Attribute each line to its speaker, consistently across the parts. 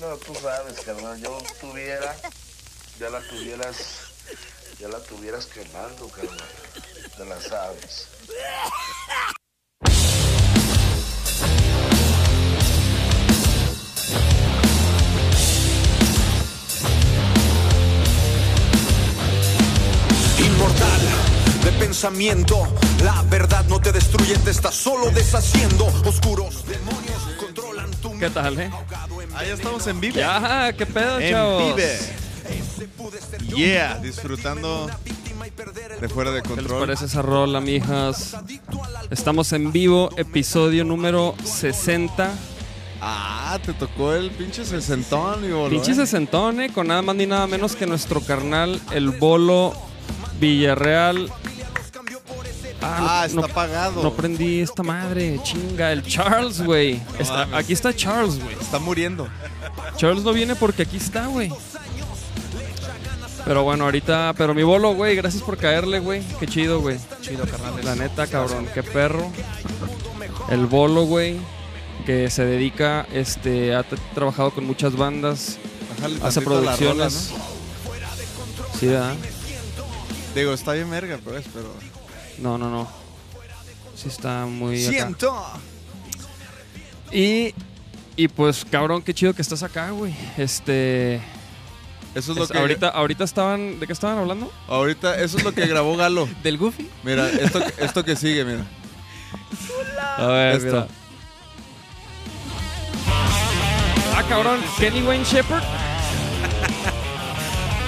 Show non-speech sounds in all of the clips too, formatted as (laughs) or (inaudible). Speaker 1: No, tú sabes, carnal, yo tuviera, ya la tuvieras, ya la tuvieras quemando, carnal. Te la sabes.
Speaker 2: Inmortal de pensamiento, la verdad no te destruye, te está solo deshaciendo. Oscuros demonios controlan tu
Speaker 3: ¿Qué tal, eh?
Speaker 4: Ahí Ah, estamos en vivo.
Speaker 3: Ya, qué pedo, chavos.
Speaker 4: En vive.
Speaker 2: ese pude ser yo,
Speaker 4: Yeah, disfrutando
Speaker 2: víctima y perder el
Speaker 4: de fuera de
Speaker 3: ¿Qué les
Speaker 4: control.
Speaker 3: parece esa rola, mijas? Estamos en vivo, episodio número 60.
Speaker 4: Ah, te tocó el pinche sesentón, mi boludo.
Speaker 3: Pinche sesentón, eh, con nada más ni nada menos que nuestro carnal, el Bolo Villarreal.
Speaker 4: Ah,
Speaker 3: no-
Speaker 4: está pagado.
Speaker 3: No prendí esta madre, chinga, el Charles, güey. Está-
Speaker 4: mames.
Speaker 3: Aquí está Charles, güey.
Speaker 4: Está muriendo.
Speaker 3: Charles no viene porque aquí está, güey. Pero bueno, ahorita, pero mi bolo, güey, gracias por caerle, güey. Qué chido, güey. Chido, carnal. La neta, cabrón, qué perro. El bolo, güey, que se dedica, este, ha t- trabajado con muchas bandas,
Speaker 4: Bájale
Speaker 3: hace
Speaker 4: tantito la
Speaker 3: producciones.
Speaker 4: rola,
Speaker 3: Sí, ¿verdad?
Speaker 4: ¿no? Digo, está bien verga, pues, pero...
Speaker 3: No, no, no. Sí está muy acá.
Speaker 4: ¡Siento!
Speaker 3: Y, y pues, cabrón, qué chido que estás acá, güey. Este,
Speaker 4: Eso es lo
Speaker 3: es-
Speaker 4: que...
Speaker 3: ahorita, ahorita estaban, ¿de qué estaban hablando?
Speaker 4: Ahorita, eso es lo que grabó Galo.
Speaker 3: ¿Del Goofy?
Speaker 4: Mira, esto, esto que sigue, mira.
Speaker 3: A ver,
Speaker 4: Esto.
Speaker 3: mira. Ah, cabrón, Kenny Wayne Shepherd.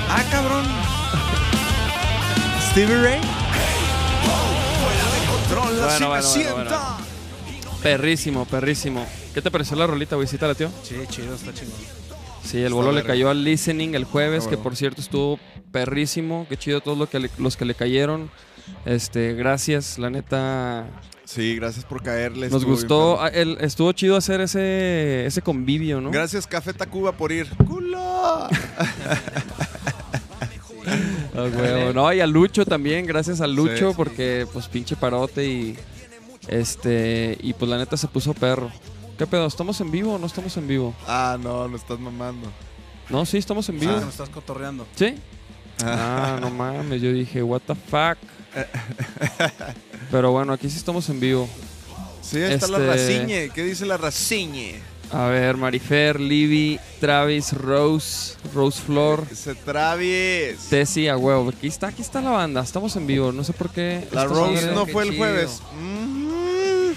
Speaker 4: Ah, cabrón. Stevie Ray.
Speaker 2: control, así me
Speaker 3: Bueno, bueno, bueno,
Speaker 2: siento.
Speaker 3: bueno. Perrísimo, perrísimo. ¿Qué te pareció la rolita, güey? ¿Sí te latió?
Speaker 5: Sí, chido, está chingón.
Speaker 3: Sí, el bolo le
Speaker 4: verga.
Speaker 3: cayó al listening el jueves,
Speaker 4: Ah,
Speaker 3: que
Speaker 4: bueno.
Speaker 3: por cierto estuvo perrísimo. Qué chido todos lo que le- los que le cayeron. Este, gracias, la neta.
Speaker 4: Sí, gracias por caerles.
Speaker 3: Nos
Speaker 4: estuvo
Speaker 3: gustó,
Speaker 4: bien
Speaker 3: ah, el- estuvo chido hacer ese, ese convivio, ¿no?
Speaker 4: padre. Gracias, Café Tacuba, por ir. ¡Culo!
Speaker 3: Ah, huevo. No, y a Lucho también, gracias a Lucho,
Speaker 4: Sí.
Speaker 3: porque pues pinche parote y este y pues la neta se puso perro. ¿Qué pedo? ¿Estamos en vivo o no estamos en vivo?
Speaker 4: Ah, no, lo estás mamando. Ah,
Speaker 3: No, sí, estamos en
Speaker 5: Sí,
Speaker 3: vivo.
Speaker 5: nos estás cotorreando.
Speaker 3: ¿Sí? Ah, no mames, yo dije, what the
Speaker 4: (laughs)
Speaker 3: fuck. Pero bueno, aquí sí estamos en vivo.
Speaker 4: Sí, ahí está la
Speaker 3: Este-
Speaker 4: raciñe. ¿Qué dice la raciñe?
Speaker 3: A ver, Marifer, Libby, Travis, Rose, Rose Flor,
Speaker 4: Ese Travis.
Speaker 3: Tessie, a huevo. Aquí está, aquí está la banda, estamos en vivo, no sé por qué.
Speaker 4: La
Speaker 3: esta
Speaker 4: Rose
Speaker 3: madre-
Speaker 4: no
Speaker 5: qué
Speaker 4: fue el
Speaker 5: chido.
Speaker 4: jueves. Mm.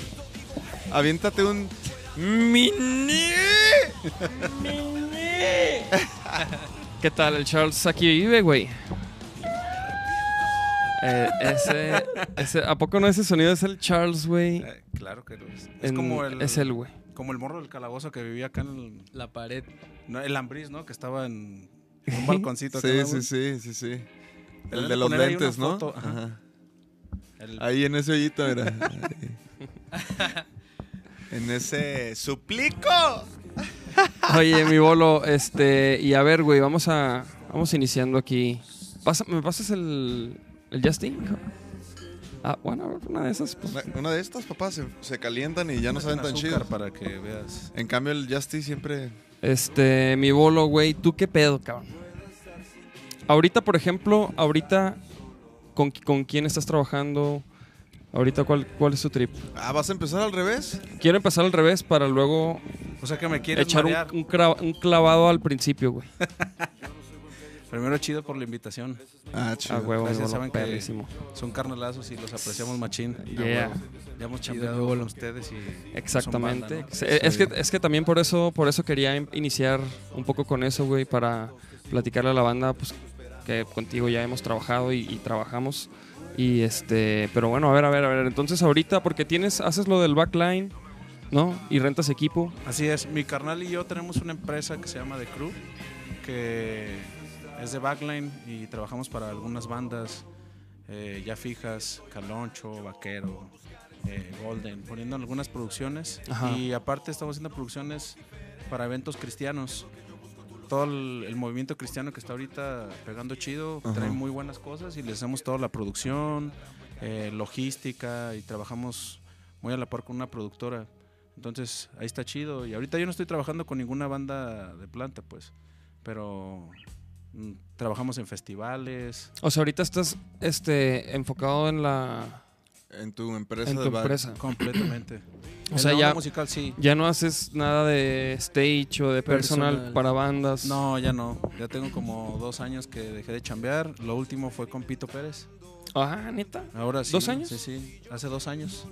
Speaker 4: Aviéntate un. ¡Mini!
Speaker 3: ¿Qué tal? El Charles aquí vive, güey. Eh, ese, ese- ¿A poco no ese sonido es el Charles, güey?
Speaker 5: Eh, claro que lo es. Es
Speaker 3: En-
Speaker 5: como el,
Speaker 3: Es el, güey.
Speaker 5: como el morro del calabozo que vivía acá en el,
Speaker 6: La pared.
Speaker 5: no, el Ambriz, ¿no? Que
Speaker 3: (laughs)
Speaker 5: estaba en un balconcito. acá,
Speaker 4: Sí,
Speaker 5: ¿no?
Speaker 4: sí, sí, sí, sí. El
Speaker 5: Deberían
Speaker 4: de
Speaker 5: de
Speaker 4: los
Speaker 5: poner ahí una
Speaker 4: lentes, ¿no?
Speaker 5: foto, ajá.
Speaker 4: Ajá.
Speaker 5: El-
Speaker 3: Ah,
Speaker 4: Ahí en ese hoyito, mira. Ahí.
Speaker 5: (laughs)
Speaker 4: en ese suplico.
Speaker 3: Oye, mi bolo, este. Y a ver, güey, vamos a. Vamos iniciando aquí. Pasa- ¿Me pasas el. el Justin? hijo? Ah, bueno, a ver, una de esas. pues.
Speaker 4: Una, una de estas, papás, se, se calientan y ya no saben
Speaker 5: en
Speaker 4: tan
Speaker 5: azúcar
Speaker 4: chido.
Speaker 5: Para que veas.
Speaker 4: En cambio, el Justy siempre.
Speaker 3: Este, mi bolo, güey, ¿tú qué pedo, cabrón? Ahorita, por ejemplo, ahorita. ¿Con, con quién estás trabajando? Ahorita, ¿cuál, ¿cuál es tu trip?
Speaker 4: Ah, ¿vas a empezar al revés?
Speaker 3: Quiero empezar al revés para luego
Speaker 5: O sea que me quieres
Speaker 3: echar un,
Speaker 5: marear.
Speaker 3: un cra- un clavado al principio, güey.
Speaker 5: Primero, chido por la invitación.
Speaker 4: Ah,
Speaker 3: A
Speaker 4: chido.
Speaker 3: huevo, mi
Speaker 5: Gracias,
Speaker 3: bolo,
Speaker 5: saben que-
Speaker 3: perrísimo.
Speaker 5: Son carnelazos y los apreciamos machín.
Speaker 3: Yeah.
Speaker 5: A huevo. Ya hemos chido con ustedes y.
Speaker 3: Exactamente.
Speaker 5: son banda, ¿no?
Speaker 3: Se- es, que, es que también por eso, por eso quería in- iniciar un poco con eso, güey, para platicarle a la banda, pues que contigo ya hemos trabajado y, y trabajamos. Y este, pero bueno, a ver, a ver, a ver. Entonces ahorita, porque tienes, haces lo del backline, ¿no? Y rentas equipo.
Speaker 5: Así es, mi carnal y yo tenemos una empresa que se llama The Crew, que es de backline y trabajamos para algunas bandas eh, ya fijas, Caloncho, Vaquero, eh, Golden, poniendo algunas producciones.
Speaker 3: Ajá.
Speaker 5: Y aparte estamos haciendo producciones para eventos cristianos. Todo el, el movimiento cristiano que está ahorita pegando chido,
Speaker 4: Ajá.
Speaker 5: trae muy buenas cosas y les hacemos toda la producción, eh, logística y trabajamos muy a la par con una productora. Entonces, ahí está chido. Y ahorita yo no estoy trabajando con ninguna banda de planta, pues. Pero mm, trabajamos en festivales.
Speaker 3: O sea, ahorita estás este, enfocado en la.
Speaker 4: En tu empresa
Speaker 3: En
Speaker 4: de
Speaker 3: tu
Speaker 4: bar-
Speaker 3: empresa. (clears throat)
Speaker 5: Completamente.
Speaker 3: Ah. O sea,
Speaker 5: En la
Speaker 3: ya-
Speaker 5: onda musical, sí.
Speaker 3: Ya no haces nada de stage o de personal,
Speaker 5: Personal.
Speaker 3: para bandas.
Speaker 5: No, ya no. Ya tengo como dos años que dejé de chambear. Lo último fue con Pito Pérez.
Speaker 3: Ah, neta.
Speaker 5: Ahora sí.
Speaker 3: ¿Dos años?
Speaker 5: Sí, sí. Hace dos años.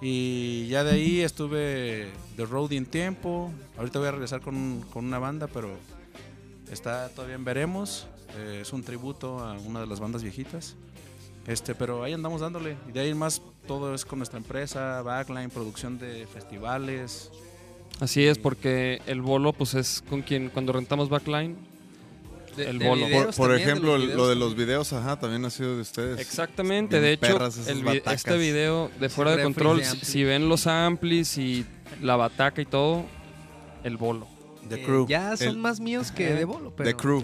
Speaker 5: Y ya de ahí estuve de roadie en tiempo. Ahorita voy a regresar con, con una banda, pero está todavía en veremos. Eh, es un tributo a una de las bandas viejitas. Este, pero ahí andamos dándole. Y de ahí en más todo es con nuestra empresa, backline, producción de festivales.
Speaker 3: Así es, porque el bolo, pues es con quien cuando rentamos backline.
Speaker 4: De-
Speaker 3: el
Speaker 4: de
Speaker 3: bolo.
Speaker 4: Por,
Speaker 6: videos
Speaker 4: por
Speaker 6: también,
Speaker 4: ejemplo,
Speaker 6: los
Speaker 4: lo de
Speaker 6: videos.
Speaker 4: los videos, ajá, también ha sido de ustedes.
Speaker 3: Exactamente,
Speaker 4: Bien
Speaker 3: de hecho,
Speaker 4: perras esas
Speaker 3: el vi-
Speaker 4: batacas.
Speaker 3: este video de fuera de
Speaker 6: Refri
Speaker 3: control,
Speaker 6: de
Speaker 3: si,
Speaker 6: ampli.
Speaker 3: si ven los amplis y la bataca y todo, el bolo.
Speaker 4: The
Speaker 6: Eh,
Speaker 4: Crew.
Speaker 6: ya son
Speaker 4: El-
Speaker 6: más míos que de bolo, pero.
Speaker 4: The
Speaker 6: (laughs)
Speaker 4: Crew.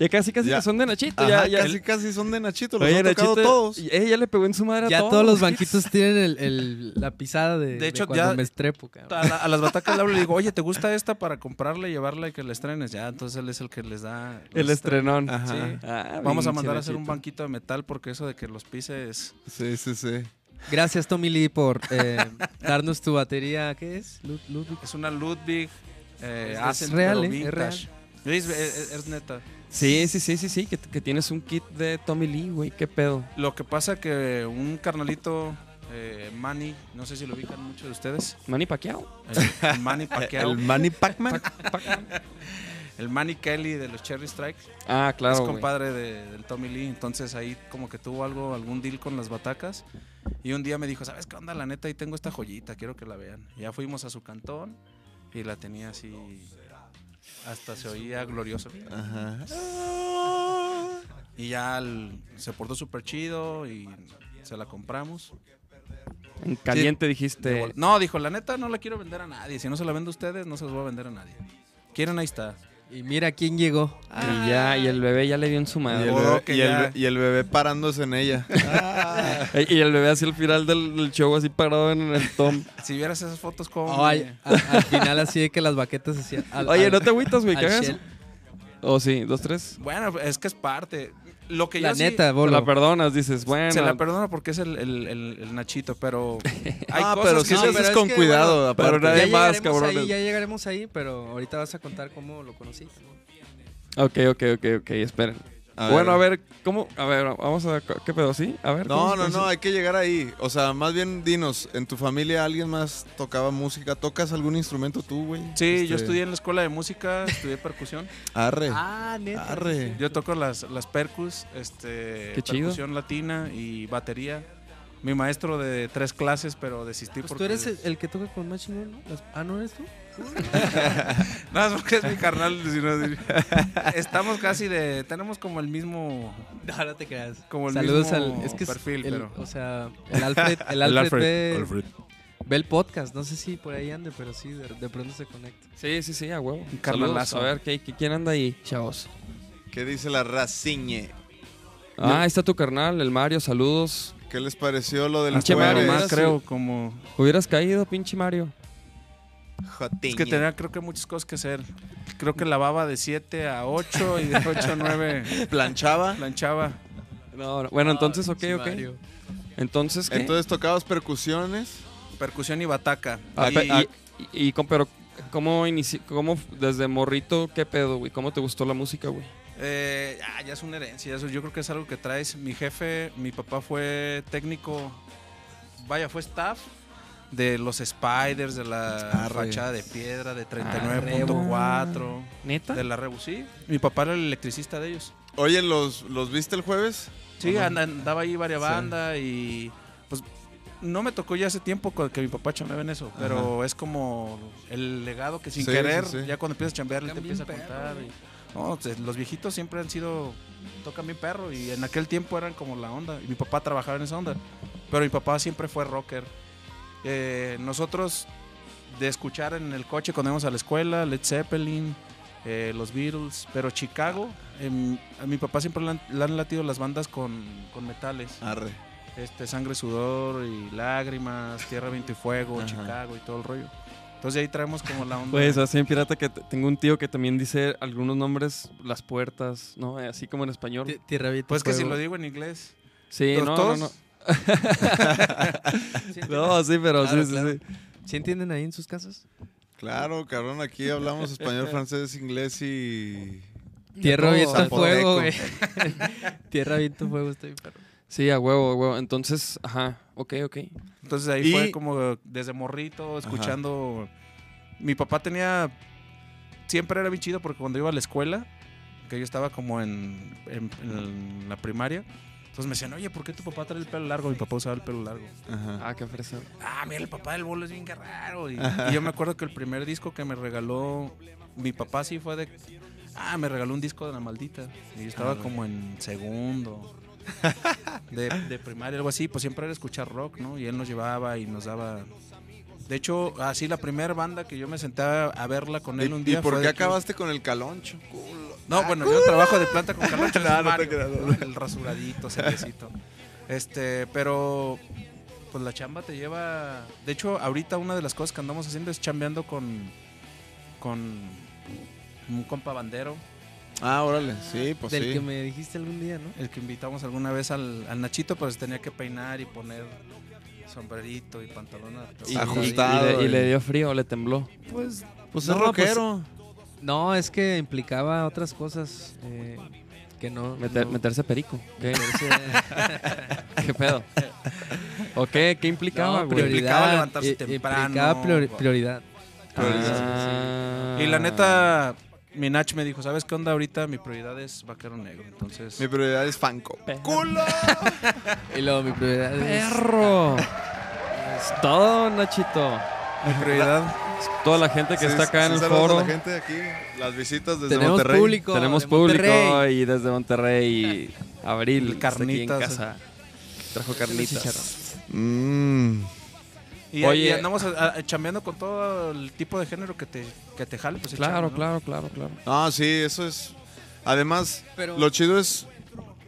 Speaker 3: Ya casi, casi
Speaker 4: Ya.
Speaker 3: que son de Nachito. ya,
Speaker 4: Ajá,
Speaker 3: ya,
Speaker 4: casi, casi son de Nachito, los
Speaker 3: Oye,
Speaker 4: han tocado
Speaker 3: Nachito,
Speaker 4: todos.
Speaker 3: eh, ya le pegó en su madre a
Speaker 6: Ya
Speaker 3: todos.
Speaker 6: todos los banquitos (laughs) tienen el, el- la pisada de, de
Speaker 5: hecho,
Speaker 6: cuando
Speaker 5: ya-
Speaker 6: me estrepo, cabrón.
Speaker 5: A, la- a las batacas le hablo y le digo, oye, ¿te gusta esta para comprarla y llevarla y que la estrenes? Ya, entonces él es el que les da. los (laughs)
Speaker 3: El estrenón.
Speaker 4: Ajá.
Speaker 5: Sí.
Speaker 3: Ah,
Speaker 5: Vamos a
Speaker 3: pinche
Speaker 5: mandar a hacer un
Speaker 3: Nachito.
Speaker 5: banquito de metal porque eso de que los pises.
Speaker 4: Sí, sí, sí.
Speaker 6: Gracias, Tommy Lee, por eh, darnos tu batería. ¿Qué es? Lud- Ludwig.
Speaker 5: Es una Ludwig. Eh,
Speaker 6: Es
Speaker 5: Ascent,
Speaker 6: real,
Speaker 5: pero
Speaker 6: ¿eh? Es
Speaker 5: vintage. Es, es- es neta.
Speaker 3: Sí, sí, sí, sí, sí, que, que tienes un kit de Tommy Lee, güey, qué pedo.
Speaker 5: Lo que pasa que un carnalito, eh, Manny, no sé si lo ubican muchos de ustedes.
Speaker 3: Manny Pacquiao.
Speaker 5: El Manny Pacquiao,
Speaker 4: El Manny Pac-Man.
Speaker 5: el Manny Kelly de los Cherry Strike.
Speaker 3: Ah, claro,
Speaker 5: es
Speaker 3: güey.
Speaker 5: compadre de- del Tommy Lee, entonces ahí como que tuvo algo, algún deal con las batacas. Y un día me dijo, ¿sabes qué onda? La neta, ahí tengo esta joyita, quiero que la vean. Y ya fuimos a su cantón y la tenía así, hasta se oía glorioso.
Speaker 4: Ajá.
Speaker 5: Y ya el- se portó súper chido y se la compramos.
Speaker 3: En caliente dijiste.
Speaker 5: Igual- No, dijo, la neta, no la quiero vender a nadie. Si no se la vendo a ustedes, no se los voy a vender a nadie. Quieren, ahí está.
Speaker 6: Y mira quién llegó. Ah,
Speaker 3: Y ya, y el bebé ya le dio en su
Speaker 4: Y
Speaker 3: madre.
Speaker 4: el,
Speaker 5: Oh,
Speaker 4: bebé,
Speaker 5: que
Speaker 4: y el
Speaker 5: ya.
Speaker 4: be- y el bebé parándose en ella.
Speaker 3: Eh, Y el bebé hacia el final del, del show así parado en el tom.
Speaker 5: Si vieras esas fotos, como...
Speaker 6: Oh, Ay, al, al final así de que las baquetas hacían. al-
Speaker 3: Oye,
Speaker 6: al-
Speaker 3: no te agüitas, güey,
Speaker 6: al
Speaker 3: ¿qué hagas?
Speaker 6: shell.
Speaker 3: O sí, dos, tres.
Speaker 5: Bueno, es que es parte. Lo que
Speaker 6: La
Speaker 5: yo sí-
Speaker 6: neta,
Speaker 3: Te
Speaker 6: bolo.
Speaker 3: la perdonas, dices, bueno.
Speaker 5: Se la perdona porque es el, el- el- el Nachito, pero. Hay
Speaker 4: Ah,
Speaker 5: cosas
Speaker 4: pero
Speaker 5: que
Speaker 4: sí
Speaker 5: no-
Speaker 4: le
Speaker 6: pero
Speaker 4: haces
Speaker 6: es
Speaker 4: con
Speaker 6: que,
Speaker 4: cuidado.
Speaker 6: bueno,
Speaker 4: aparte.
Speaker 3: pero nadie-
Speaker 6: ya
Speaker 3: Hay más,
Speaker 6: llegaremos
Speaker 3: cabrones.
Speaker 6: ahí, ya llegaremos ahí, pero ahorita vas a contar cómo lo conocí.
Speaker 3: Ok, ok, ok, ok, esperen.
Speaker 4: A ver.
Speaker 3: bueno, a ver, ¿cómo? A ver, vamos a ver, ¿qué pedo? ¿Sí? A ver. ¿cómo
Speaker 4: No,
Speaker 3: se
Speaker 4: no,
Speaker 3: conoce?
Speaker 4: no, hay que llegar ahí. O sea, más bien dinos, ¿en tu familia alguien más tocaba música? ¿Tocas algún instrumento tú, güey?
Speaker 5: Sí,
Speaker 4: Este,
Speaker 5: yo estudié en la escuela de música, estudié percusión.
Speaker 4: Arre.
Speaker 6: Ah, neta.
Speaker 4: Arre.
Speaker 5: Yo toco las, las percus, este,
Speaker 3: Qué chido.
Speaker 5: percusión latina y batería. Mi maestro de tres clases, pero desistí
Speaker 6: Pues
Speaker 5: porque.
Speaker 6: tú eres el, el que toca con más chingón, ¿no? Las- Ah, ¿no eres tú?
Speaker 5: (laughs) No, es porque es mi carnal. si no- Estamos casi de. Tenemos como el mismo.
Speaker 6: (laughs) No, no te creas.
Speaker 5: Como el
Speaker 6: Saludos
Speaker 5: mismo
Speaker 6: al. Es que es
Speaker 5: perfil,
Speaker 6: el-
Speaker 5: pero-
Speaker 6: O sea, el Alfred, el Alfred, ve, ve el podcast. No sé si por ahí ande, pero sí, de, de pronto se conecta.
Speaker 3: Sí, sí, sí, a huevo. Saludos.
Speaker 5: carnalazo.
Speaker 3: A ver, ¿qué, qué- quién anda ahí, chavos?
Speaker 4: ¿Qué dice la raciñe?
Speaker 3: Ah, ahí está tu carnal, el Mario, saludos.
Speaker 4: ¿Qué les pareció lo del
Speaker 5: Pinche
Speaker 3: Mario,
Speaker 5: Mario,
Speaker 4: jueves?
Speaker 5: más,
Speaker 3: era su-
Speaker 5: creo, como.
Speaker 3: Hubieras caído, pinche Mario.
Speaker 4: Jotiñe.
Speaker 5: Es que tenía, creo que muchas cosas que hacer. Creo que lavaba de 7 a 8 y de 8 a 9
Speaker 4: planchaba.
Speaker 5: planchaba.
Speaker 3: No, no, Bueno, entonces, ok,
Speaker 6: Sí,
Speaker 3: ok.
Speaker 6: Mario.
Speaker 3: Entonces, ¿qué?
Speaker 4: Entonces tocabas percusiones.
Speaker 5: Percusión y bataca.
Speaker 3: Ah,
Speaker 5: Y-
Speaker 3: pe- y, y- y con- pero, ¿cómo inici- cómo f- desde morrito, qué pedo, güey? ¿Cómo te gustó la música, güey?
Speaker 5: eh, ah, ya es una herencia. Eso yo creo que es algo que traes. Mi jefe, mi papá fue técnico. Vaya, fue staff de los Spiders, de la
Speaker 4: Arre.
Speaker 5: fachada de piedra, de 39.4,
Speaker 3: ¿Neta?
Speaker 5: de la Rebu. Sí, mi papá era el electricista de ellos.
Speaker 4: Oye, ¿los, los viste el jueves?
Speaker 5: Sí, anda- andaba ahí varias bandas y pues no me tocó ya hace tiempo co- que mi papá chambeaba en eso, pero es como el legado que sin
Speaker 4: Sí,
Speaker 5: querer,
Speaker 4: sí, sí.
Speaker 5: ya cuando empiezas a chambear, él te
Speaker 6: Cambian
Speaker 5: empieza a contar.
Speaker 6: perro,
Speaker 5: y- no, pues, los viejitos siempre han sido, tocan bien perro y en aquel tiempo eran como la onda y mi papá trabajaba en esa onda, pero mi papá siempre fue rocker. Eh, nosotros de escuchar en el coche cuando íbamos a la escuela, Led Zeppelin, eh, los Beatles, pero Chicago, em, a mi papá siempre le han, le han latido las bandas con, con metales.
Speaker 4: Arre.
Speaker 5: este, Sangre, Sudor y Lágrimas, Tierra, Viento y Fuego,
Speaker 4: Ajá.
Speaker 5: Chicago y todo el rollo. Entonces de ahí traemos como la onda.
Speaker 3: Pues así en pirata que t- tengo un tío que también dice algunos nombres, las puertas, ¿no? Eh, Así como en español.
Speaker 6: Ti- Tierra Viento
Speaker 5: pues que si
Speaker 6: Fuego. (laughs)
Speaker 5: lo digo en inglés.
Speaker 3: Sí,
Speaker 5: ¿Los
Speaker 3: no, no,
Speaker 5: todos?
Speaker 3: no.
Speaker 6: ¿Sí
Speaker 3: No, sí, pero
Speaker 6: Claro,
Speaker 3: sí,
Speaker 6: claro.
Speaker 3: sí, sí.
Speaker 6: ¿Sí entienden ahí en sus casas?
Speaker 4: Claro, cabrón, aquí hablamos español, francés, inglés y.
Speaker 6: Tierra,
Speaker 4: todo.
Speaker 6: viento,
Speaker 4: Zapoteco.
Speaker 6: fuego, güey. Tierra, viento, fuego, estoy perro.
Speaker 3: Sí, a huevo, a huevo. Entonces, ajá, ok, ok.
Speaker 5: Entonces ahí
Speaker 4: Y-
Speaker 5: fue como desde morrito, escuchando. Mi papá tenía. Siempre era bien chido porque cuando iba a la escuela, que yo estaba como en, en- en la primaria, entonces me decían, oye, ¿por qué tu papá trae el pelo largo? Mi papá usaba el pelo largo.
Speaker 4: Ajá.
Speaker 3: Ah, qué fresa.
Speaker 5: Ah, mira, el papá del bolo es bien raro. Y, y yo me acuerdo que el primer disco que me regaló mi papá sí fue de. Ah, me regaló un disco de la maldita. Y yo
Speaker 4: Ah,
Speaker 5: estaba como en
Speaker 4: (laughs)
Speaker 5: segundo. De, de primaria, algo así. Pues siempre era escuchar rock, ¿no? Y él nos llevaba y nos daba. De hecho, así la primera banda que yo me sentaba a verla con
Speaker 4: ¿Y,
Speaker 5: él un
Speaker 4: y
Speaker 5: día.
Speaker 4: por
Speaker 5: fue
Speaker 4: qué
Speaker 5: de que-
Speaker 4: acabaste con el caloncho? Ah, Culo. Ah,
Speaker 5: no, bueno, yo trabajo de planta con Carlos
Speaker 4: (laughs) No, no te creas, no.
Speaker 5: El rasuradito, seriecito. Este, pero pues la chamba te lleva. De hecho, ahorita una de las cosas que andamos haciendo es chambeando con con un compa bandero,
Speaker 4: Ah, órale, sí, pues
Speaker 6: Del
Speaker 4: sí.
Speaker 6: que me dijiste algún día, ¿no?
Speaker 5: el que invitamos alguna vez al, al Nachito, pero se tenía que peinar y poner sombrerito y pantalón
Speaker 3: Y,
Speaker 4: Ajustado,
Speaker 3: y- y le, y le
Speaker 4: güey.
Speaker 3: dio frío, le tembló.
Speaker 6: Pues
Speaker 4: Pues
Speaker 3: No,
Speaker 4: es rockero.
Speaker 6: No, es que implicaba otras cosas eh, que no.
Speaker 3: Meter-
Speaker 6: no-
Speaker 3: Meterse perico. ¿Qué,
Speaker 6: meterse-
Speaker 3: qué pedo? ¿O qué? ¿Qué implicaba,
Speaker 6: No,
Speaker 3: güey?
Speaker 5: priori-
Speaker 6: prioridad.
Speaker 5: levantarse
Speaker 6: i-
Speaker 5: temprano.
Speaker 6: Implicaba priori- prioridad.
Speaker 3: Ah.
Speaker 5: Y la neta, mi Nach me dijo, ¿sabes qué onda ahorita? Mi prioridad es vaquero negro, entonces.
Speaker 4: Mi prioridad es Fanco.
Speaker 3: Perro.
Speaker 4: ¡Culo!
Speaker 6: Y luego mi prioridad es.
Speaker 3: ¡Perro! Es todo, Nachito.
Speaker 5: Mi
Speaker 4: (laughs)
Speaker 5: prioridad.
Speaker 3: Toda la gente que
Speaker 4: Sí,
Speaker 3: está acá
Speaker 4: sí,
Speaker 3: en el
Speaker 4: saludos
Speaker 3: foro.
Speaker 4: a la gente de aquí, las visitas desde
Speaker 6: Tenemos
Speaker 4: Monterrey.
Speaker 6: público.
Speaker 3: Tenemos
Speaker 6: de
Speaker 3: público
Speaker 6: Monterrey.
Speaker 3: y desde Monterrey. y Abril,
Speaker 5: El
Speaker 3: está aquí en
Speaker 4: eh.
Speaker 5: Carnitas.
Speaker 3: casa. Trajo carnitas.
Speaker 4: Mm.
Speaker 5: Y,
Speaker 3: Oye.
Speaker 5: y andamos a- a- chambeando con todo el tipo de género que te, que te jale. Pues,
Speaker 3: Claro,
Speaker 5: echando, ¿no?
Speaker 3: claro, claro, claro.
Speaker 4: Ah, sí, eso es. Además,
Speaker 6: Pero-
Speaker 4: lo chido es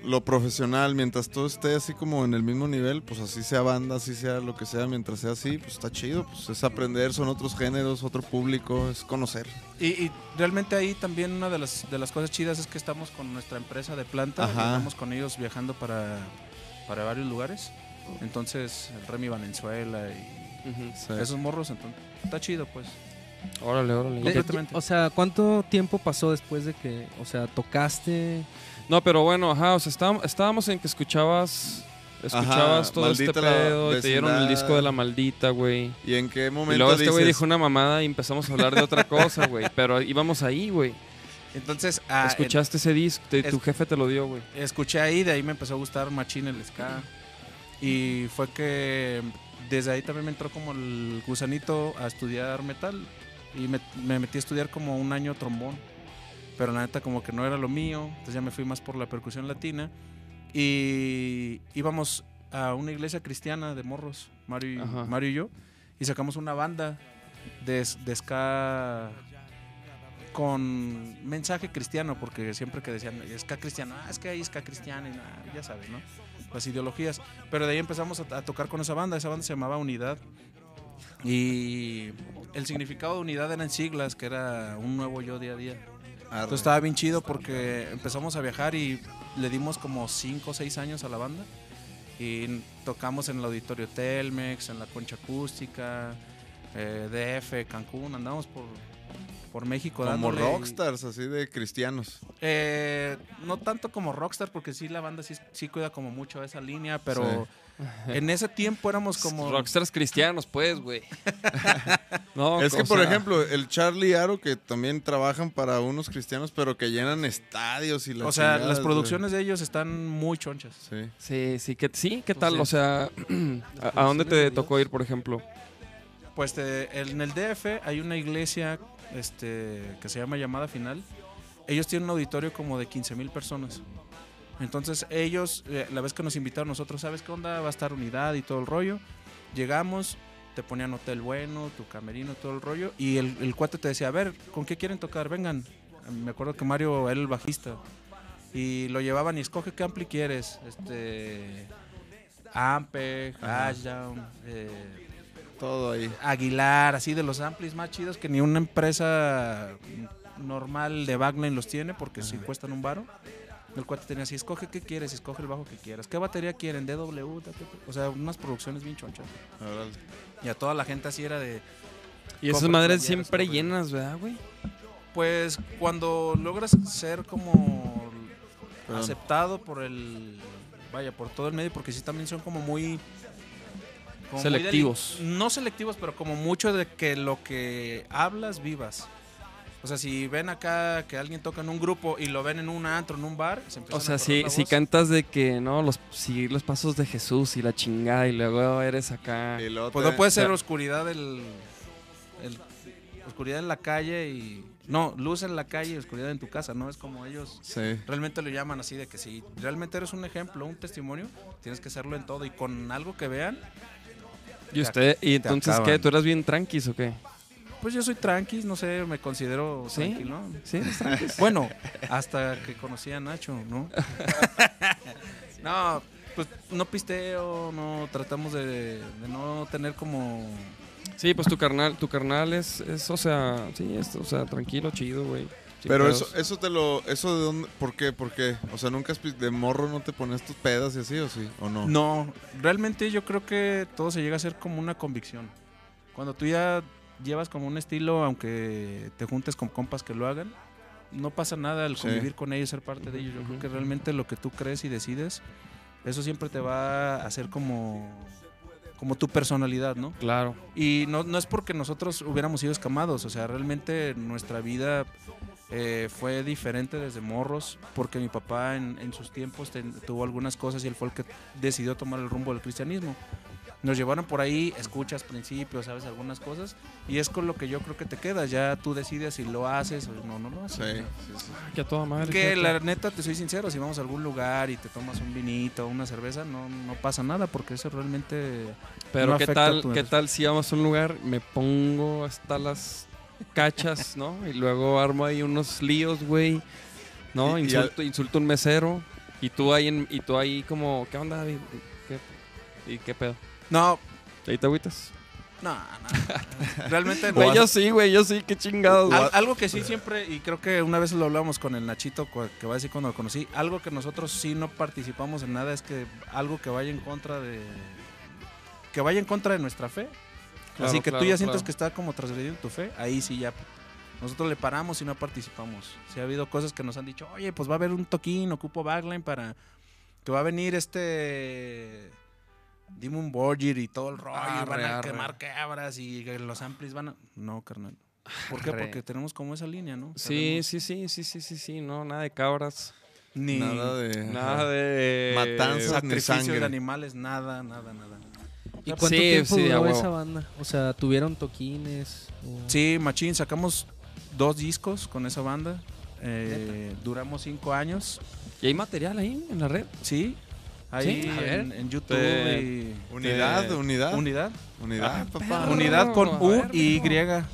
Speaker 4: lo profesional. Mientras todo esté así como en el mismo nivel, pues así sea banda, así sea lo que sea, mientras sea así, pues está chido. Pues es aprender, son otros géneros, otro público, es conocer.
Speaker 5: Y, y realmente ahí también una de las, de las cosas chidas es que estamos con nuestra empresa de planta. y
Speaker 4: Ajá.
Speaker 5: Estamos con ellos viajando para, para varios lugares. Entonces, el Remy Valenzuela y esos morros. Entonces, está chido, pues.
Speaker 3: Órale, órale.
Speaker 6: De-
Speaker 5: Completamente.
Speaker 6: O sea, ¿cuánto tiempo pasó después de que, o sea, tocaste?
Speaker 3: No, pero bueno, ajá, o sea, estábamos, estábamos en que escuchabas. Escuchabas
Speaker 4: Ajá,
Speaker 3: todo este
Speaker 4: Maldita la
Speaker 3: pedo y te dieron el
Speaker 4: Vecindad.
Speaker 3: disco de la maldita, güey.
Speaker 4: ¿Y en qué
Speaker 3: Y
Speaker 4: momento
Speaker 3: luego este
Speaker 4: dices,
Speaker 3: güey dijo una mamada y empezamos a hablar de otra cosa,
Speaker 4: (laughs)
Speaker 3: güey. Pero íbamos ahí, güey.
Speaker 5: Entonces, ah,
Speaker 3: Escuchaste ese disco, te- tu
Speaker 5: es-
Speaker 3: jefe te lo dio, güey.
Speaker 5: en- escuché ahí, de ahí me empezó a gustar Machine el Ska. Y fue que desde ahí también me entró como el gusanito a estudiar metal. Y me, me metí a estudiar como un año trombón. Pero la neta como que no era lo mío. Entonces ya me fui más por la percusión latina. Y íbamos a una iglesia cristiana de morros, Mario y,
Speaker 3: Ajá.
Speaker 5: Mario y yo. Y sacamos una banda de, s- de ska con mensaje cristiano. Porque siempre que decían ska cristiano, ah, es que hay ska cristiano. Y nada, ya sabes, ¿no? Las ideologías. Pero de ahí empezamos a, a tocar con esa banda. Esa banda se llamaba Unidad. Y el significado de unidad eran siglas, que era un nuevo yo día a día.
Speaker 4: "Arre".
Speaker 5: Entonces estaba bien chido porque empezamos a viajar y le dimos como 5 o 6 años a la banda. Y tocamos en el auditorio Telmex, en la concha acústica, eh, DF, Cancún, andamos por, por México.
Speaker 4: como
Speaker 5: dándole y-
Speaker 4: rockstars, así de cristianos.
Speaker 5: eh, no tanto como rockstar, porque sí la banda sí, sí cuida como mucho esa línea, pero en ese tiempo éramos como...
Speaker 3: Rockstars cristianos, pues, (laughs) güey. no,
Speaker 4: es que,
Speaker 3: o
Speaker 4: por
Speaker 3: sea,
Speaker 4: ejemplo, el Charlie Aro, que también trabajan para unos cristianos, pero que llenan estadios y la
Speaker 5: O sea,
Speaker 4: chingada,
Speaker 5: las
Speaker 4: güey.
Speaker 5: producciones de ellos están muy chonchas.
Speaker 4: Sí.
Speaker 3: Sí, sí, ¿qué, Pues sí, ¿qué tal? O
Speaker 6: Entonces,
Speaker 3: (clears throat) sea, ¿a, a dónde
Speaker 6: producciones
Speaker 3: te
Speaker 6: de
Speaker 3: tocó ir, por ejemplo?
Speaker 5: Pues te- en el DF hay una iglesia este, que se llama Llamada Final. Ellos tienen un auditorio como de 15 mil personas. Entonces ellos, eh, la vez que nos invitaron nosotros, ¿sabes qué onda? Va a estar unidad y todo el rollo. Llegamos, te ponían hotel bueno, tu camerino, todo el rollo. Y el, el cuate te decía, a ver, ¿con qué quieren tocar? Vengan. Me acuerdo que Mario era el bajista. Y lo llevaban y escoge qué ampli quieres. Este, Ampe, Hashdown, eh,
Speaker 4: Todo ahí.
Speaker 5: Aguilar, así de los amplis más chidos que ni una empresa normal de backline los tiene porque sí cuestan un varo. El cuate tenía así, escoge qué quieres, escoge el bajo que quieras. ¿Qué batería quieren? DW, ta, ta, ta. o sea, unas producciones bien chonchas.
Speaker 4: Órale.
Speaker 5: Y a toda la gente así era de,
Speaker 3: Y esas
Speaker 5: Compras
Speaker 3: madres
Speaker 5: playeras,
Speaker 3: siempre
Speaker 5: compras.
Speaker 3: llenas, ¿verdad, güey?
Speaker 5: pues cuando logras ser como
Speaker 4: Perdón.
Speaker 5: aceptado por el, vaya, por todo el medio, porque sí también son como muy... como muy
Speaker 3: Selectivos.
Speaker 5: deli- no selectivos, pero como mucho de que lo que hablas vivas. O sea, si ven acá que alguien toca en un grupo y lo ven en un antro, en un bar, se empiezan
Speaker 3: O
Speaker 5: a
Speaker 3: sea,
Speaker 5: correr
Speaker 3: si,
Speaker 5: la
Speaker 3: si
Speaker 5: voz.
Speaker 3: cantas de que, ¿no? Los, seguir los pasos de Jesús y la chingada y luego eres acá.
Speaker 4: Y luego
Speaker 5: Pues
Speaker 4: te-
Speaker 5: no puede ser
Speaker 3: Ya.
Speaker 5: oscuridad del. el- oscuridad en la calle y. No, luz en la calle y oscuridad en tu casa, ¿no? Es como ellos
Speaker 4: Sí.
Speaker 5: realmente lo llaman así, de que si realmente eres un ejemplo, un testimonio, tienes que serlo en todo y con algo que vean.
Speaker 3: Y usted, y
Speaker 5: te
Speaker 3: entonces, ¿qué?
Speaker 5: acaban.
Speaker 3: ¿Tú eras bien tranquis o qué?
Speaker 5: Pues yo soy tranqui, no sé, me considero
Speaker 3: ¿Sí?
Speaker 5: tranquilo.
Speaker 3: Sí, eres
Speaker 5: Bueno, hasta que conocí a Nacho, ¿no? (laughs) no, pues no pisteo, no tratamos de, de no tener como
Speaker 3: Sí, pues tu carnal, tu carnal es, es, o sea, sí, es, o sea, tranquilo, chido, güey. Sin
Speaker 4: Pero
Speaker 3: pedos.
Speaker 4: eso, eso te lo, eso de dónde, ¿por qué? ¿Por qué? O sea, nunca has pi- de morro no te pones tus pedas y así, o sí, o no.
Speaker 5: No, realmente yo creo que todo se llega a ser como una convicción. Cuando tú ya llevas como un estilo, aunque te juntes con compas que lo hagan, no pasa nada el
Speaker 4: Sí.
Speaker 5: convivir con ellos, ser parte de ellos. Yo creo que realmente lo que tú crees y decides, eso siempre te va a hacer como, como tu personalidad, ¿no?
Speaker 3: Claro.
Speaker 5: Y no, no es porque nosotros hubiéramos sido escamados, o sea, realmente nuestra vida eh, fue diferente desde morros, porque mi papá en, en sus tiempos ten- tuvo algunas cosas y él fue el que decidió tomar el rumbo del cristianismo. Nos llevaron por ahí, escuchas principios, sabes algunas cosas, y es con lo que yo creo que te quedas, ya tú decides si lo haces o no, no lo haces.
Speaker 4: Sí, sí, sí.
Speaker 3: Ah, Que a toda madre.
Speaker 5: Que
Speaker 3: fíjate.
Speaker 5: la neta, te soy sincero, si vamos a algún lugar y te tomas un vinito, una cerveza, no, no pasa nada, porque eso realmente...
Speaker 3: Pero
Speaker 5: no
Speaker 3: qué
Speaker 5: afecta
Speaker 3: tal,
Speaker 5: tu-
Speaker 3: qué tal si vamos a un lugar, me pongo hasta las cachas, (laughs) ¿no? Y luego armo ahí unos líos, güey. ¿No?
Speaker 4: Y- y al-
Speaker 3: insulto, insulto a un mesero. Y tú ahí en- y tú ahí como, ¿qué onda, David? ¿Qué, ¿Y qué pedo?
Speaker 5: No,
Speaker 3: ¿Ahí te agüitas?
Speaker 5: no, no. Realmente no.
Speaker 3: Güey, yo sí, güey, yo sí, qué
Speaker 6: Ah.
Speaker 3: chingados.
Speaker 5: Al- algo que sí siempre, y creo que una vez lo hablamos con el Nachito, cu- que va a decir cuando lo conocí, algo que nosotros sí no participamos en nada es que algo que vaya en contra de. que vaya en contra de nuestra fe.
Speaker 3: Claro,
Speaker 5: Así que
Speaker 3: claro,
Speaker 5: tú ya
Speaker 3: claro.
Speaker 5: sientas que está como transgrediendo tu fe, ahí sí ya. Nosotros le paramos y no participamos. Sí ha habido cosas que nos han dicho, oye, pues va a haber un toquín, ocupo backline para. que va a venir este. Demon Borgir y todo el rollo, y van
Speaker 3: Arre,
Speaker 5: a
Speaker 3: arre.
Speaker 5: quemar cabras y los amplis van a. No, carnal. ¿Por qué?
Speaker 3: Arre.
Speaker 5: Porque tenemos como esa línea, ¿no?
Speaker 3: Sí, sí, sí, sí, sí, sí, sí, no, nada de cabras.
Speaker 5: Ni
Speaker 4: Nada de.
Speaker 3: Nada de
Speaker 4: Matanzas ni
Speaker 5: sacrificio de
Speaker 4: sangre.
Speaker 5: animales, nada, nada, nada.
Speaker 6: ¿Y cuánto
Speaker 3: Sí,
Speaker 6: tiempo
Speaker 3: sí, a
Speaker 6: duró
Speaker 3: huevo.
Speaker 6: esa banda? O sea, ¿tuvieron toquines? O-
Speaker 5: Sí, Machín, sacamos dos discos con esa banda. Eh, duramos cinco años.
Speaker 3: ¿Y hay material ahí en la red?
Speaker 5: Sí, ahí
Speaker 3: Sí, a ver.
Speaker 5: en, en YouTube.
Speaker 3: Te-
Speaker 5: y-
Speaker 4: este, Unidad,
Speaker 3: de-
Speaker 4: unidad, unidad,
Speaker 5: Unidad.
Speaker 4: papá.
Speaker 3: perro.
Speaker 5: Unidad con
Speaker 3: Ah, A
Speaker 5: U
Speaker 3: ver,
Speaker 5: y
Speaker 3: mijo.
Speaker 5: Y.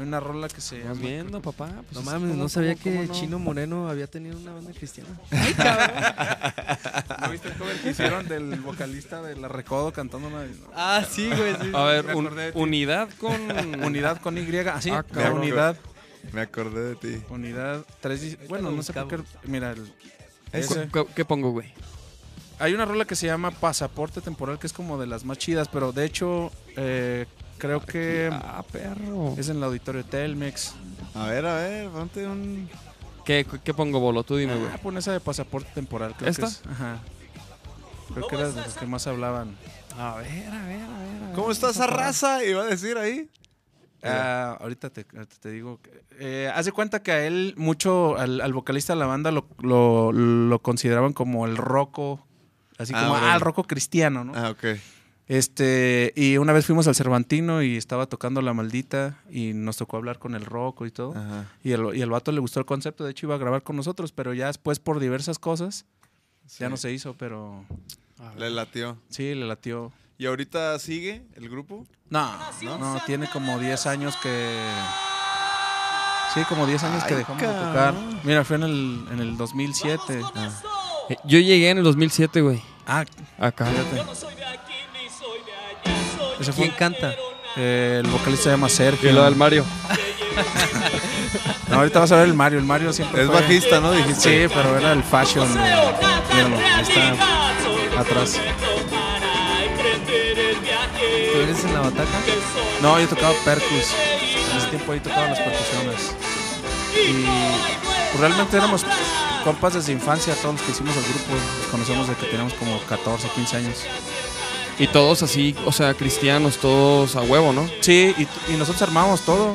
Speaker 5: Hay una rola que se
Speaker 3: Estamos
Speaker 5: llama.
Speaker 3: viendo, papá. pues
Speaker 6: No
Speaker 3: es
Speaker 6: mames,
Speaker 3: como-
Speaker 6: no sabía
Speaker 3: como-
Speaker 6: que
Speaker 3: como no.
Speaker 6: Chino Moreno había tenido una banda cristiana.
Speaker 5: ¿No Ah, viste el cover que hicieron del vocalista de La Recodo cantando una.
Speaker 6: Ah, sí, güey. sí.
Speaker 3: A ver,
Speaker 5: Me
Speaker 3: un-
Speaker 5: acordé de ti.
Speaker 3: unidad con.
Speaker 5: Unidad con Y, así,
Speaker 3: Ah,
Speaker 5: la
Speaker 3: cabrón.
Speaker 5: unidad.
Speaker 4: Me acordé de ti.
Speaker 5: Unidad 3. Bueno,
Speaker 6: lo
Speaker 5: no sé por qué. Mira, el-
Speaker 3: ¿Cu-
Speaker 5: (laughs) ese.
Speaker 3: cu- ¿Qué pongo, güey?
Speaker 5: hay una rola que se llama Pasaporte Temporal, que es como de las más chidas, pero de hecho, eh, creo que
Speaker 3: Ah, perro.
Speaker 5: es en el auditorio Telmex.
Speaker 4: A ver, a ver, ponte un.
Speaker 3: ¿Qué, qué pongo, Bolo? Tú dime, güey.
Speaker 5: Ah, pon esa de Pasaporte Temporal, creo
Speaker 3: ¿Esta?
Speaker 5: que es. Ajá. Creo que era de las que más hablaban.
Speaker 3: A ver, a ver, a ver.
Speaker 4: ¿Cómo está esa raza? Iba a decir ahí.
Speaker 5: Ah, ahorita, te, ahorita te digo. que- Eh, haz de cuenta que a él, mucho, al, al vocalista de la banda, lo, lo, lo consideraban como el roco. Así
Speaker 4: Ah,
Speaker 5: como,
Speaker 4: órale.
Speaker 5: ah, el roco cristiano, ¿no?
Speaker 4: Ah, ok.
Speaker 5: Este, y una vez fuimos al Cervantino y estaba tocando La Maldita y nos tocó hablar con el Rocco y todo.
Speaker 4: Ajá.
Speaker 5: Y el, y el vato le gustó el concepto, de hecho iba a grabar con nosotros, pero ya después por diversas cosas ya
Speaker 4: Sí.
Speaker 5: no se hizo, pero
Speaker 4: Le latió.
Speaker 5: sí, le latió.
Speaker 4: ¿Y ahorita sigue el grupo?
Speaker 5: No, no, tiene como 10 años que... Sí, como 10 años que
Speaker 4: Ay,
Speaker 5: dejamos de
Speaker 4: cabrón. Ah.
Speaker 5: tocar. Mira, fue en el, en el 2007.
Speaker 3: Eh, Yo llegué en el 2007, güey.
Speaker 5: Ah,
Speaker 3: Acá.
Speaker 5: fíjate. Ese fue
Speaker 6: ¿Quién canta?
Speaker 5: eh, el vocalista se llama Sergio.
Speaker 3: Y lo del Mario.
Speaker 5: No, ahorita vas a ver el Mario. El Mario siempre.
Speaker 4: Es
Speaker 5: fue-
Speaker 4: bajista, ¿no? Dijiste.
Speaker 5: Sí, pero era el fashion. eh,
Speaker 7: 嗯
Speaker 5: Míralo, ahí está atrás.
Speaker 6: ¿Tú eres en la bataca?
Speaker 5: No, yo tocaba percus. En ese tiempo ahí tocaba las percusiones. Y pues, realmente éramos compas desde infancia, todos los que hicimos el grupo. Nos conocemos desde que teníamos como 14, 15 años.
Speaker 3: Y todos así, o sea, cristianos, todos a huevo, ¿no?
Speaker 5: Sí, y, t- y nosotros armábamos todo.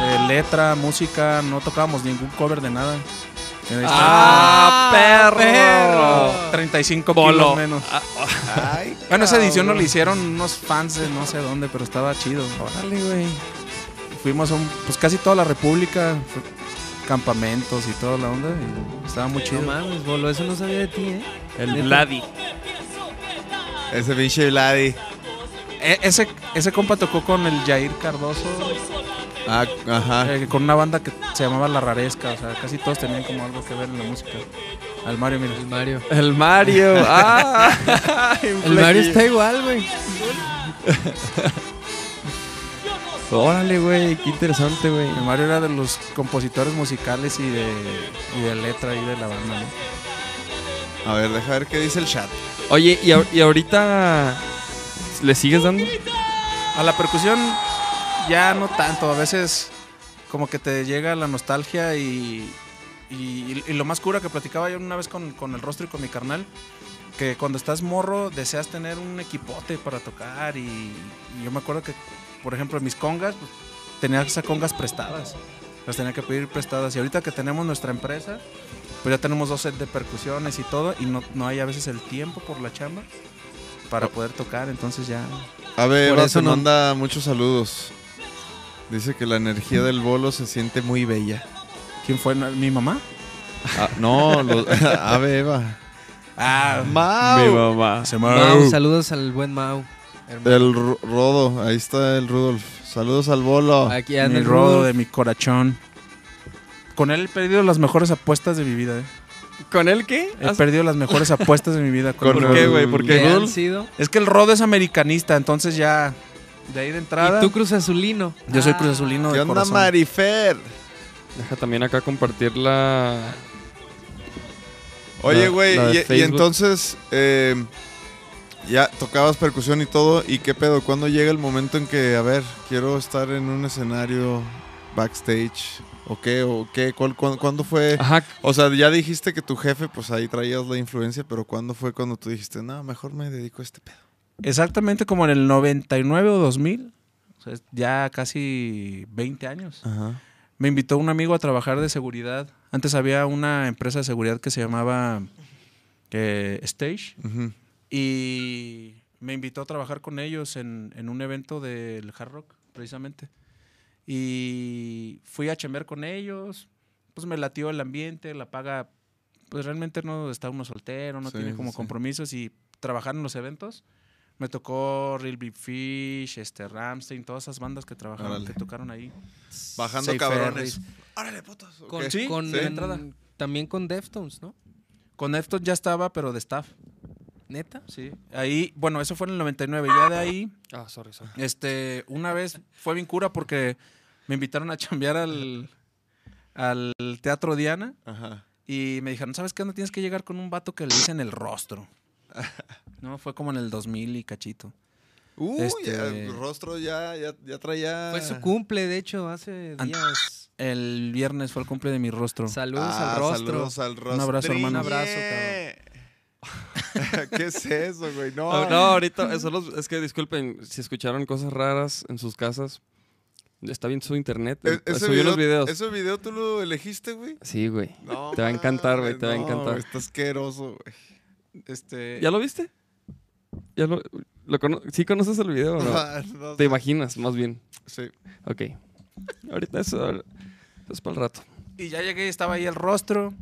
Speaker 5: Eh, letra, música, no tocábamos ningún cover de nada. Ahí está.
Speaker 3: ¡Ah,
Speaker 5: Como 35
Speaker 3: Bolo.
Speaker 5: kilos menos.
Speaker 3: Ah,
Speaker 5: Bueno, esa edición nos la hicieron unos fans de no sé dónde, pero estaba chido.
Speaker 3: Dale, güey.
Speaker 5: Fuimos a un- pues casi toda la república, fue- campamentos y toda la onda, y estaba muy
Speaker 6: No
Speaker 5: chido.
Speaker 6: mames, bolo, eso no sabía de ti, ¿eh?
Speaker 3: El
Speaker 6: Neta.
Speaker 3: Vladi.
Speaker 4: Ese pinche Vladi.
Speaker 5: E- ese, ese compa tocó con el Jair Cardoso,
Speaker 4: Ah, ajá.
Speaker 5: eh, con una banda que se llamaba La Raresca, o sea, casi todos tenían como algo que ver en la música. Al Mario, mira.
Speaker 3: (laughs)
Speaker 6: El Mario.
Speaker 3: El Mario. (laughs) Ah.
Speaker 6: El Mario está igual, güey.
Speaker 3: (laughs) Órale, güey. Qué interesante, güey.
Speaker 5: El Mario era de los compositores musicales y de, y de letra y de la banda, ¿no?
Speaker 4: A ver, deja ver qué dice el chat.
Speaker 3: Oye, ¿y, ahor- y ahorita le sigues dando?
Speaker 5: A la percusión ya no tanto, a veces como que te llega la nostalgia y, y- y lo más cura que platicaba yo una vez con, con el rostro y con mi carnal, que cuando estás morro deseas tener un equipote para tocar y, y yo me acuerdo que, por ejemplo, mis congas, pues, tenía esas congas prestadas, las tenía que pedir prestadas y ahorita que tenemos nuestra empresa, pues ya tenemos dos sets de percusiones y todo y no, no hay a veces el tiempo por la chamba para poder tocar, entonces ya...
Speaker 4: A ver,
Speaker 6: Por
Speaker 4: Eva
Speaker 6: eso
Speaker 4: te
Speaker 6: no-
Speaker 4: manda muchos saludos. Dice que la energía del bolo se siente muy bella.
Speaker 5: ¿Quién fue? ¿Mi mamá?
Speaker 4: Ah, no, lo, (laughs) Ave Eva.
Speaker 5: Ah,
Speaker 4: Mau.
Speaker 6: Ah.
Speaker 3: mamá.
Speaker 6: Mau, saludos al buen Mau. hermano.
Speaker 4: El Ro- Rodo, ahí está el Rudolf. Saludos al bolo.
Speaker 6: Aquí anda
Speaker 5: mi
Speaker 6: el
Speaker 5: rodo
Speaker 6: Rudolf.
Speaker 5: de mi corazón. Con él he perdido las mejores apuestas de mi vida. eh.
Speaker 3: ¿Con él qué?
Speaker 6: Ah,
Speaker 5: He perdido las
Speaker 6: (laughs)
Speaker 5: mejores apuestas de mi vida. con
Speaker 4: Con
Speaker 5: el
Speaker 3: ¿Por qué,
Speaker 5: Rodo.
Speaker 3: güey? ¿Por
Speaker 6: que
Speaker 3: qué?
Speaker 6: Este, han sido.
Speaker 5: Es que el rodo es americanista, entonces ya de ahí de entrada.
Speaker 6: Y tú Cruz Azulino.
Speaker 5: Yo soy
Speaker 6: Ah,
Speaker 5: Cruz Azulino.
Speaker 4: ¿Qué
Speaker 5: de
Speaker 4: onda,
Speaker 5: corazón.
Speaker 4: Marifer?
Speaker 3: Deja también acá compartir la...
Speaker 4: Oye,
Speaker 3: La- la de
Speaker 4: güey, y- y,
Speaker 3: Facebook.
Speaker 4: entonces eh, ya tocabas percusión y todo, ¿y qué pedo? ¿Cuándo llega el momento en que, a ver, quiero estar en un escenario backstage? ¿O qué? ¿O qué? ¿Cuál- cuán- ¿Cuándo fue?
Speaker 3: Ajá.
Speaker 4: O sea, ya dijiste que tu jefe, pues ahí traías la influencia, pero ¿cuándo fue cuando tú dijiste, no, mejor me dedico a este pedo?
Speaker 5: Exactamente como en el 99 o 2000. o sea, es ya casi 20 años.
Speaker 4: Ajá.
Speaker 5: Me invitó un amigo a trabajar de seguridad. Antes había una empresa de seguridad que se llamaba eh, Stage.
Speaker 4: Ujú.
Speaker 5: Y me invitó a trabajar con ellos en, en un evento del Hard Rock, precisamente. Y fui a chambear con ellos, pues me latió el ambiente, la paga, pues realmente no está uno soltero, no
Speaker 4: Sí,
Speaker 5: tiene
Speaker 4: sí,
Speaker 5: como
Speaker 4: sí.
Speaker 5: compromisos y trabajar en los eventos. Me tocó Real Big Fish, este, Ramstein, todas esas bandas que trabajaron,
Speaker 4: Órale.
Speaker 5: que tocaron ahí.
Speaker 4: Bajando
Speaker 5: Safe
Speaker 4: cabrones.
Speaker 5: Ferries.
Speaker 4: Órale, putos. ¿o
Speaker 6: Con,
Speaker 4: qué?
Speaker 5: Sí,
Speaker 6: con-
Speaker 5: sí. entrada.
Speaker 6: También con Deftones, ¿no?
Speaker 5: Con Efton ya estaba, pero de staff.
Speaker 6: Neta.
Speaker 5: Sí. Ahí, bueno, eso fue en el 99. Ya de ahí
Speaker 3: Ah, sorry, sorry.
Speaker 5: Este, una vez fue bien cura porque me invitaron a chambear al, al Teatro Diana
Speaker 4: Ajá.
Speaker 5: y me dijeron, ¿sabes qué? No tienes que llegar con un vato que le dicen el
Speaker 3: (laughs)
Speaker 5: rostro. No, fue como en el 2000 y cachito.
Speaker 4: Uy,
Speaker 5: Este-
Speaker 4: ya, el rostro ya, ya, ya traía...
Speaker 6: Fue su cumple, de hecho, hace
Speaker 5: An-
Speaker 6: días.
Speaker 5: El viernes fue el cumple de mi rostro.
Speaker 6: Saludos
Speaker 4: Ah,
Speaker 6: al rostro.
Speaker 4: Saludos al rostro.
Speaker 5: abrazo, hermano.
Speaker 6: Un abrazo, cabrón.
Speaker 4: (laughs) ¿Qué es eso, güey?
Speaker 3: Ah,
Speaker 4: No.
Speaker 3: No, ahorita, eso los- es que disculpen, si escucharon cosas raras en sus casas, está bien su internet.
Speaker 4: E-
Speaker 3: eh, subí unos videos.
Speaker 4: Ese video tú lo elegiste, güey.
Speaker 3: Sí, güey.
Speaker 4: No,
Speaker 3: Te va a encantar, güey, te va a
Speaker 4: mames, no,
Speaker 3: encantar.
Speaker 4: güey, Está asqueroso, güey.
Speaker 5: Este,
Speaker 4: (laughs)
Speaker 3: ¿Ya lo viste? ¿Ya lo, lo cono- ¿Sí conoces el video o no?
Speaker 4: Ah, no,
Speaker 3: Te imaginas, más bien.
Speaker 4: sí.
Speaker 3: Ok. Ahorita eso, ahora- eso es para el rato.
Speaker 5: Y ya llegué, estaba ahí el rostro.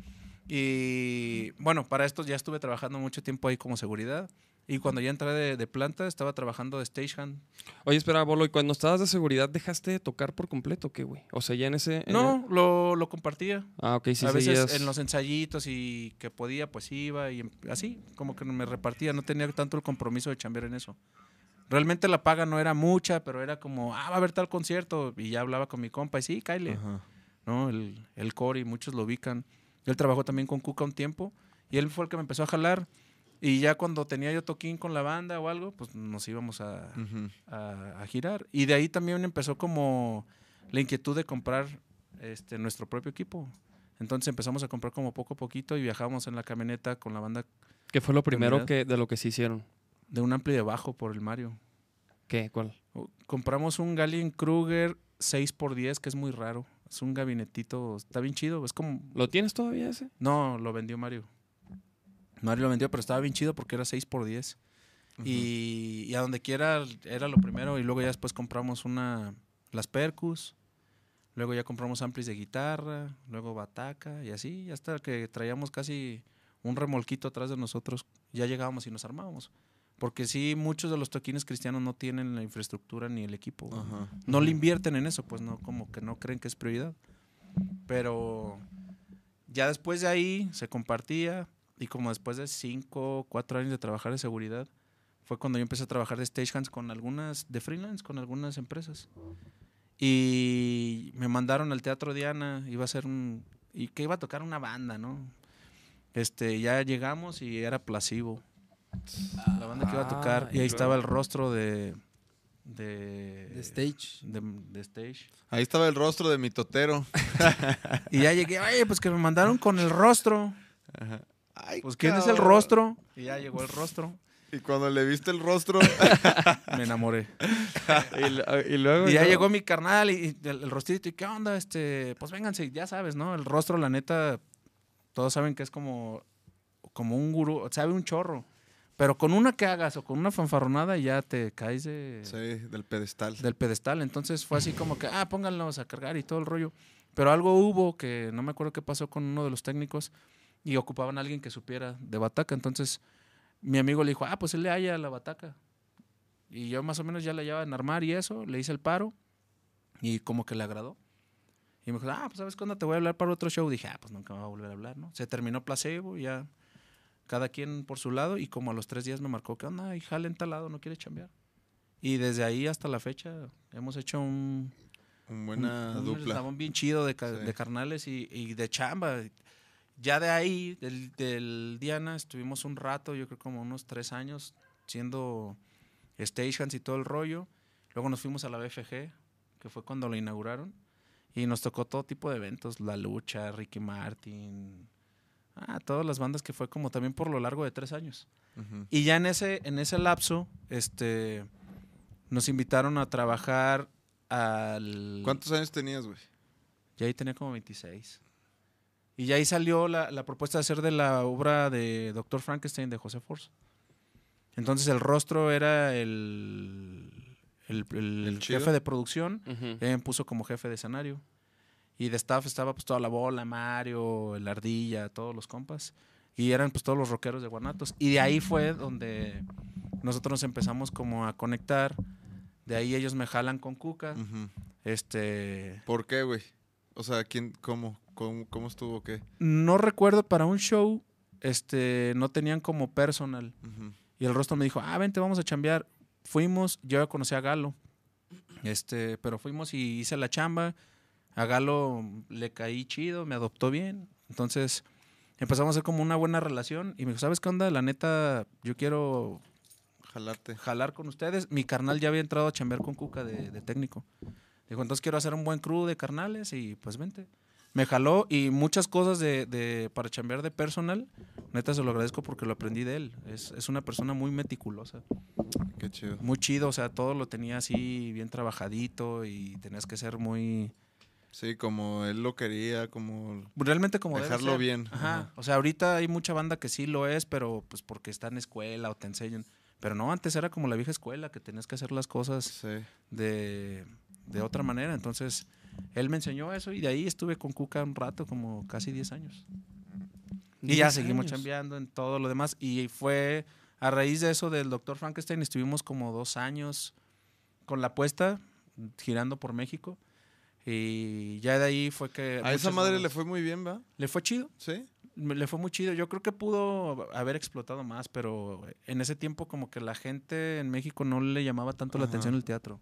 Speaker 5: Y bueno, para esto ya estuve trabajando mucho tiempo ahí como seguridad. Y cuando ya entré de, de planta, estaba trabajando de stagehand.
Speaker 3: Oye, espera, Bolo, y cuando estabas de seguridad, ¿dejaste de tocar por completo o qué, güey? O sea, ya en ese... en el-
Speaker 5: No, lo, lo compartía.
Speaker 3: Ah, ok, sí,
Speaker 5: a veces
Speaker 3: seguías.
Speaker 5: en los ensayitos y que podía, pues iba y em- así, como que me repartía, no tenía tanto el compromiso de chambear en eso. Realmente la paga no era mucha, pero era como, ah, va a haber tal concierto. Y ya hablaba con mi compa, y sí, Kyle.
Speaker 4: Ajá.
Speaker 5: ¿no? El, el Cory, muchos lo ubican. Él trabajó también con Cuca un tiempo y él fue el que me empezó a jalar. Y ya cuando tenía yo toquín con la banda o algo, pues nos íbamos a,
Speaker 4: Ujú.
Speaker 5: a- a girar. Y de ahí también empezó como la inquietud de comprar este, nuestro propio equipo. Entonces empezamos a comprar como poco a poquito y viajábamos en la camioneta con la banda
Speaker 3: ¿Qué fue lo primero
Speaker 5: Unidad.
Speaker 3: que, de lo que se hicieron?
Speaker 5: de un amplio de bajo por el Mario.
Speaker 3: ¿Qué? ¿Cuál?
Speaker 5: O- Compramos un Galien Kruger 6x10, que es muy raro. Es un gabinetito, está bien chido. Es como
Speaker 3: ¿Lo tienes todavía ese?
Speaker 5: No, lo vendió Mario. Mario lo vendió, pero estaba bien chido porque era 6x10. y, y a donde quiera era lo primero. Y luego ya después compramos una las percus. Luego ya compramos amplis de guitarra. Luego bataca. Y así, y hasta que traíamos casi un remolquito atrás de nosotros. Ya llegábamos y nos armábamos. Porque sí, muchos de los toquines cristianos no tienen la infraestructura ni el equipo. güey
Speaker 4: Ajá.
Speaker 5: no le invierten en eso, pues no, como que no creen que es prioridad. Pero ya después de ahí se compartía y como después de cinco, cuatro años de trabajar de seguridad, fue cuando yo empecé a trabajar de stagehands con algunas, de freelance, con algunas empresas. Y me mandaron al Teatro Diana, iba a ser un, y que iba a tocar una banda, ¿no? Este, ya llegamos y era Placebo. La banda que iba a tocar.
Speaker 3: Ah,
Speaker 5: y ahí
Speaker 3: y
Speaker 5: estaba el
Speaker 3: luego.
Speaker 5: rostro de... De,
Speaker 6: De stage.
Speaker 5: de, de stage.
Speaker 4: Ahí estaba el rostro de mi totero.
Speaker 5: (laughs) Y ya llegué, oye, pues que me mandaron con el rostro. Pues ¿quién es el rostro? Y ya llegó el rostro.
Speaker 4: Y cuando le viste
Speaker 3: (laughs)
Speaker 4: el rostro,
Speaker 5: Me enamoré.
Speaker 3: y, luego...
Speaker 5: Y ya llegó mi carnal y y el, el rostrito, ¿y qué onda? Este, pues vénganse, ya sabes, ¿no? El rostro, la neta, todos saben que es como, como un gurú, sabe un chorro. Pero con una que hagas o con una fanfarronada ya te caes de,
Speaker 4: sí, del pedestal.
Speaker 5: del pedestal. Entonces fue así como que, ah, pónganlos a cargar y todo el rollo. Pero algo hubo que no me acuerdo qué pasó con uno de los técnicos y ocupaban a alguien que supiera de bataca. Entonces mi amigo le dijo, ah, pues él le halla la bataca. Y yo más o menos ya la llevaba en armar y eso, le hice el paro y como que le agradó. Y me dijo, ah, pues sabes cuándo te voy a hablar para otro show. Dije, ah, pues nunca me va a volver a hablar, ¿no? Se terminó placebo, ya cada quien por su lado y como a los tres días me marcó que onda, y jalen talado, no quiere chambear. Y desde ahí hasta la fecha hemos hecho un,
Speaker 4: Un buena
Speaker 5: un- un
Speaker 4: dupla.
Speaker 5: eslabón bien chido de, ca-
Speaker 4: Sí.
Speaker 5: de carnales y, y de chamba. Ya de ahí, del, del Diana, estuvimos un rato, yo creo como unos tres años, siendo stagehands y todo el rollo. Luego nos fuimos a la BFG, que fue cuando lo inauguraron. Y nos tocó todo tipo de eventos, La Lucha, Ricky Martin, ah, todas las bandas que fue como también por lo largo de tres años.
Speaker 4: Ujú.
Speaker 5: Y ya en ese, en ese lapso, este, nos invitaron a trabajar al...
Speaker 4: ¿Cuántos años tenías, güey?
Speaker 5: Ya ahí tenía como 26. Y ya ahí salió la, la propuesta de hacer de la obra de Doctor Frankenstein de José Force. Entonces el rostro era el, el, el
Speaker 4: El chido.
Speaker 5: jefe de producción.
Speaker 3: Ujú.
Speaker 5: Él me puso como jefe de escenario. Y de staff estaba pues toda la bola, Mario, el Ardilla, todos los compas. Y eran pues todos los rockeros de Guanatos. Y de ahí fue donde nosotros nos empezamos como a conectar. De ahí ellos me jalan con Cuca.
Speaker 4: Ujú.
Speaker 5: Este,
Speaker 4: ¿Por qué, güey? O sea, ¿quién, cómo, cómo, cómo estuvo, qué?
Speaker 5: no recuerdo para un show, este, no tenían como personal.
Speaker 4: Ujú.
Speaker 5: Y el rostro me dijo, ah, vente, vamos a chambear. Fuimos, yo ya conocí a Galo. Este, pero fuimos y hice la chamba. A Galo le caí chido, me adoptó bien. Entonces empezamos a hacer como una buena relación. Y me dijo, ¿sabes qué onda? La neta, yo quiero
Speaker 4: Jalarte.
Speaker 5: jalar con ustedes. Mi carnal ya había entrado a chambear con Cuca de, de técnico. Dijo, entonces quiero hacer un buen crew de carnales y pues vente. Me jaló y muchas cosas de, de- para chambear de personal, neta se lo agradezco porque lo aprendí de él. Es, es una persona muy meticulosa,
Speaker 4: Qué chido.
Speaker 5: muy chido, o sea, todo lo tenía así bien trabajadito y tenías que ser muy...
Speaker 4: Sí, como él lo quería, como...
Speaker 5: Realmente como debe
Speaker 4: Dejarlo
Speaker 5: ser.
Speaker 4: bien,
Speaker 5: Ajá.
Speaker 4: ajá.
Speaker 5: O sea, ahorita hay mucha banda que sí lo es, pero pues porque está en escuela o te enseñan. Pero no, antes era como la vieja escuela, que tenías que hacer las cosas
Speaker 4: Sí.
Speaker 5: de, de otra manera. Entonces, él me enseñó eso y de ahí estuve con Cuca un rato, como casi 10 años. Y ya
Speaker 3: 10
Speaker 5: seguimos
Speaker 3: años.
Speaker 5: chambeando en todo lo demás. Y fue a raíz de eso del doctor Frankenstein estuvimos como dos años con la apuesta, girando por México. Y ya de ahí fue que...
Speaker 4: A esa
Speaker 5: Eh, muchas
Speaker 4: madre
Speaker 5: bandas-
Speaker 4: le fue muy bien, ¿va?
Speaker 5: Le fue chido.
Speaker 4: ¿Sí?
Speaker 5: me- le fue muy chido. Yo creo que pudo haber explotado más, pero en ese tiempo como que la gente en México no le llamaba tanto la
Speaker 4: Ajá.
Speaker 5: atención el teatro.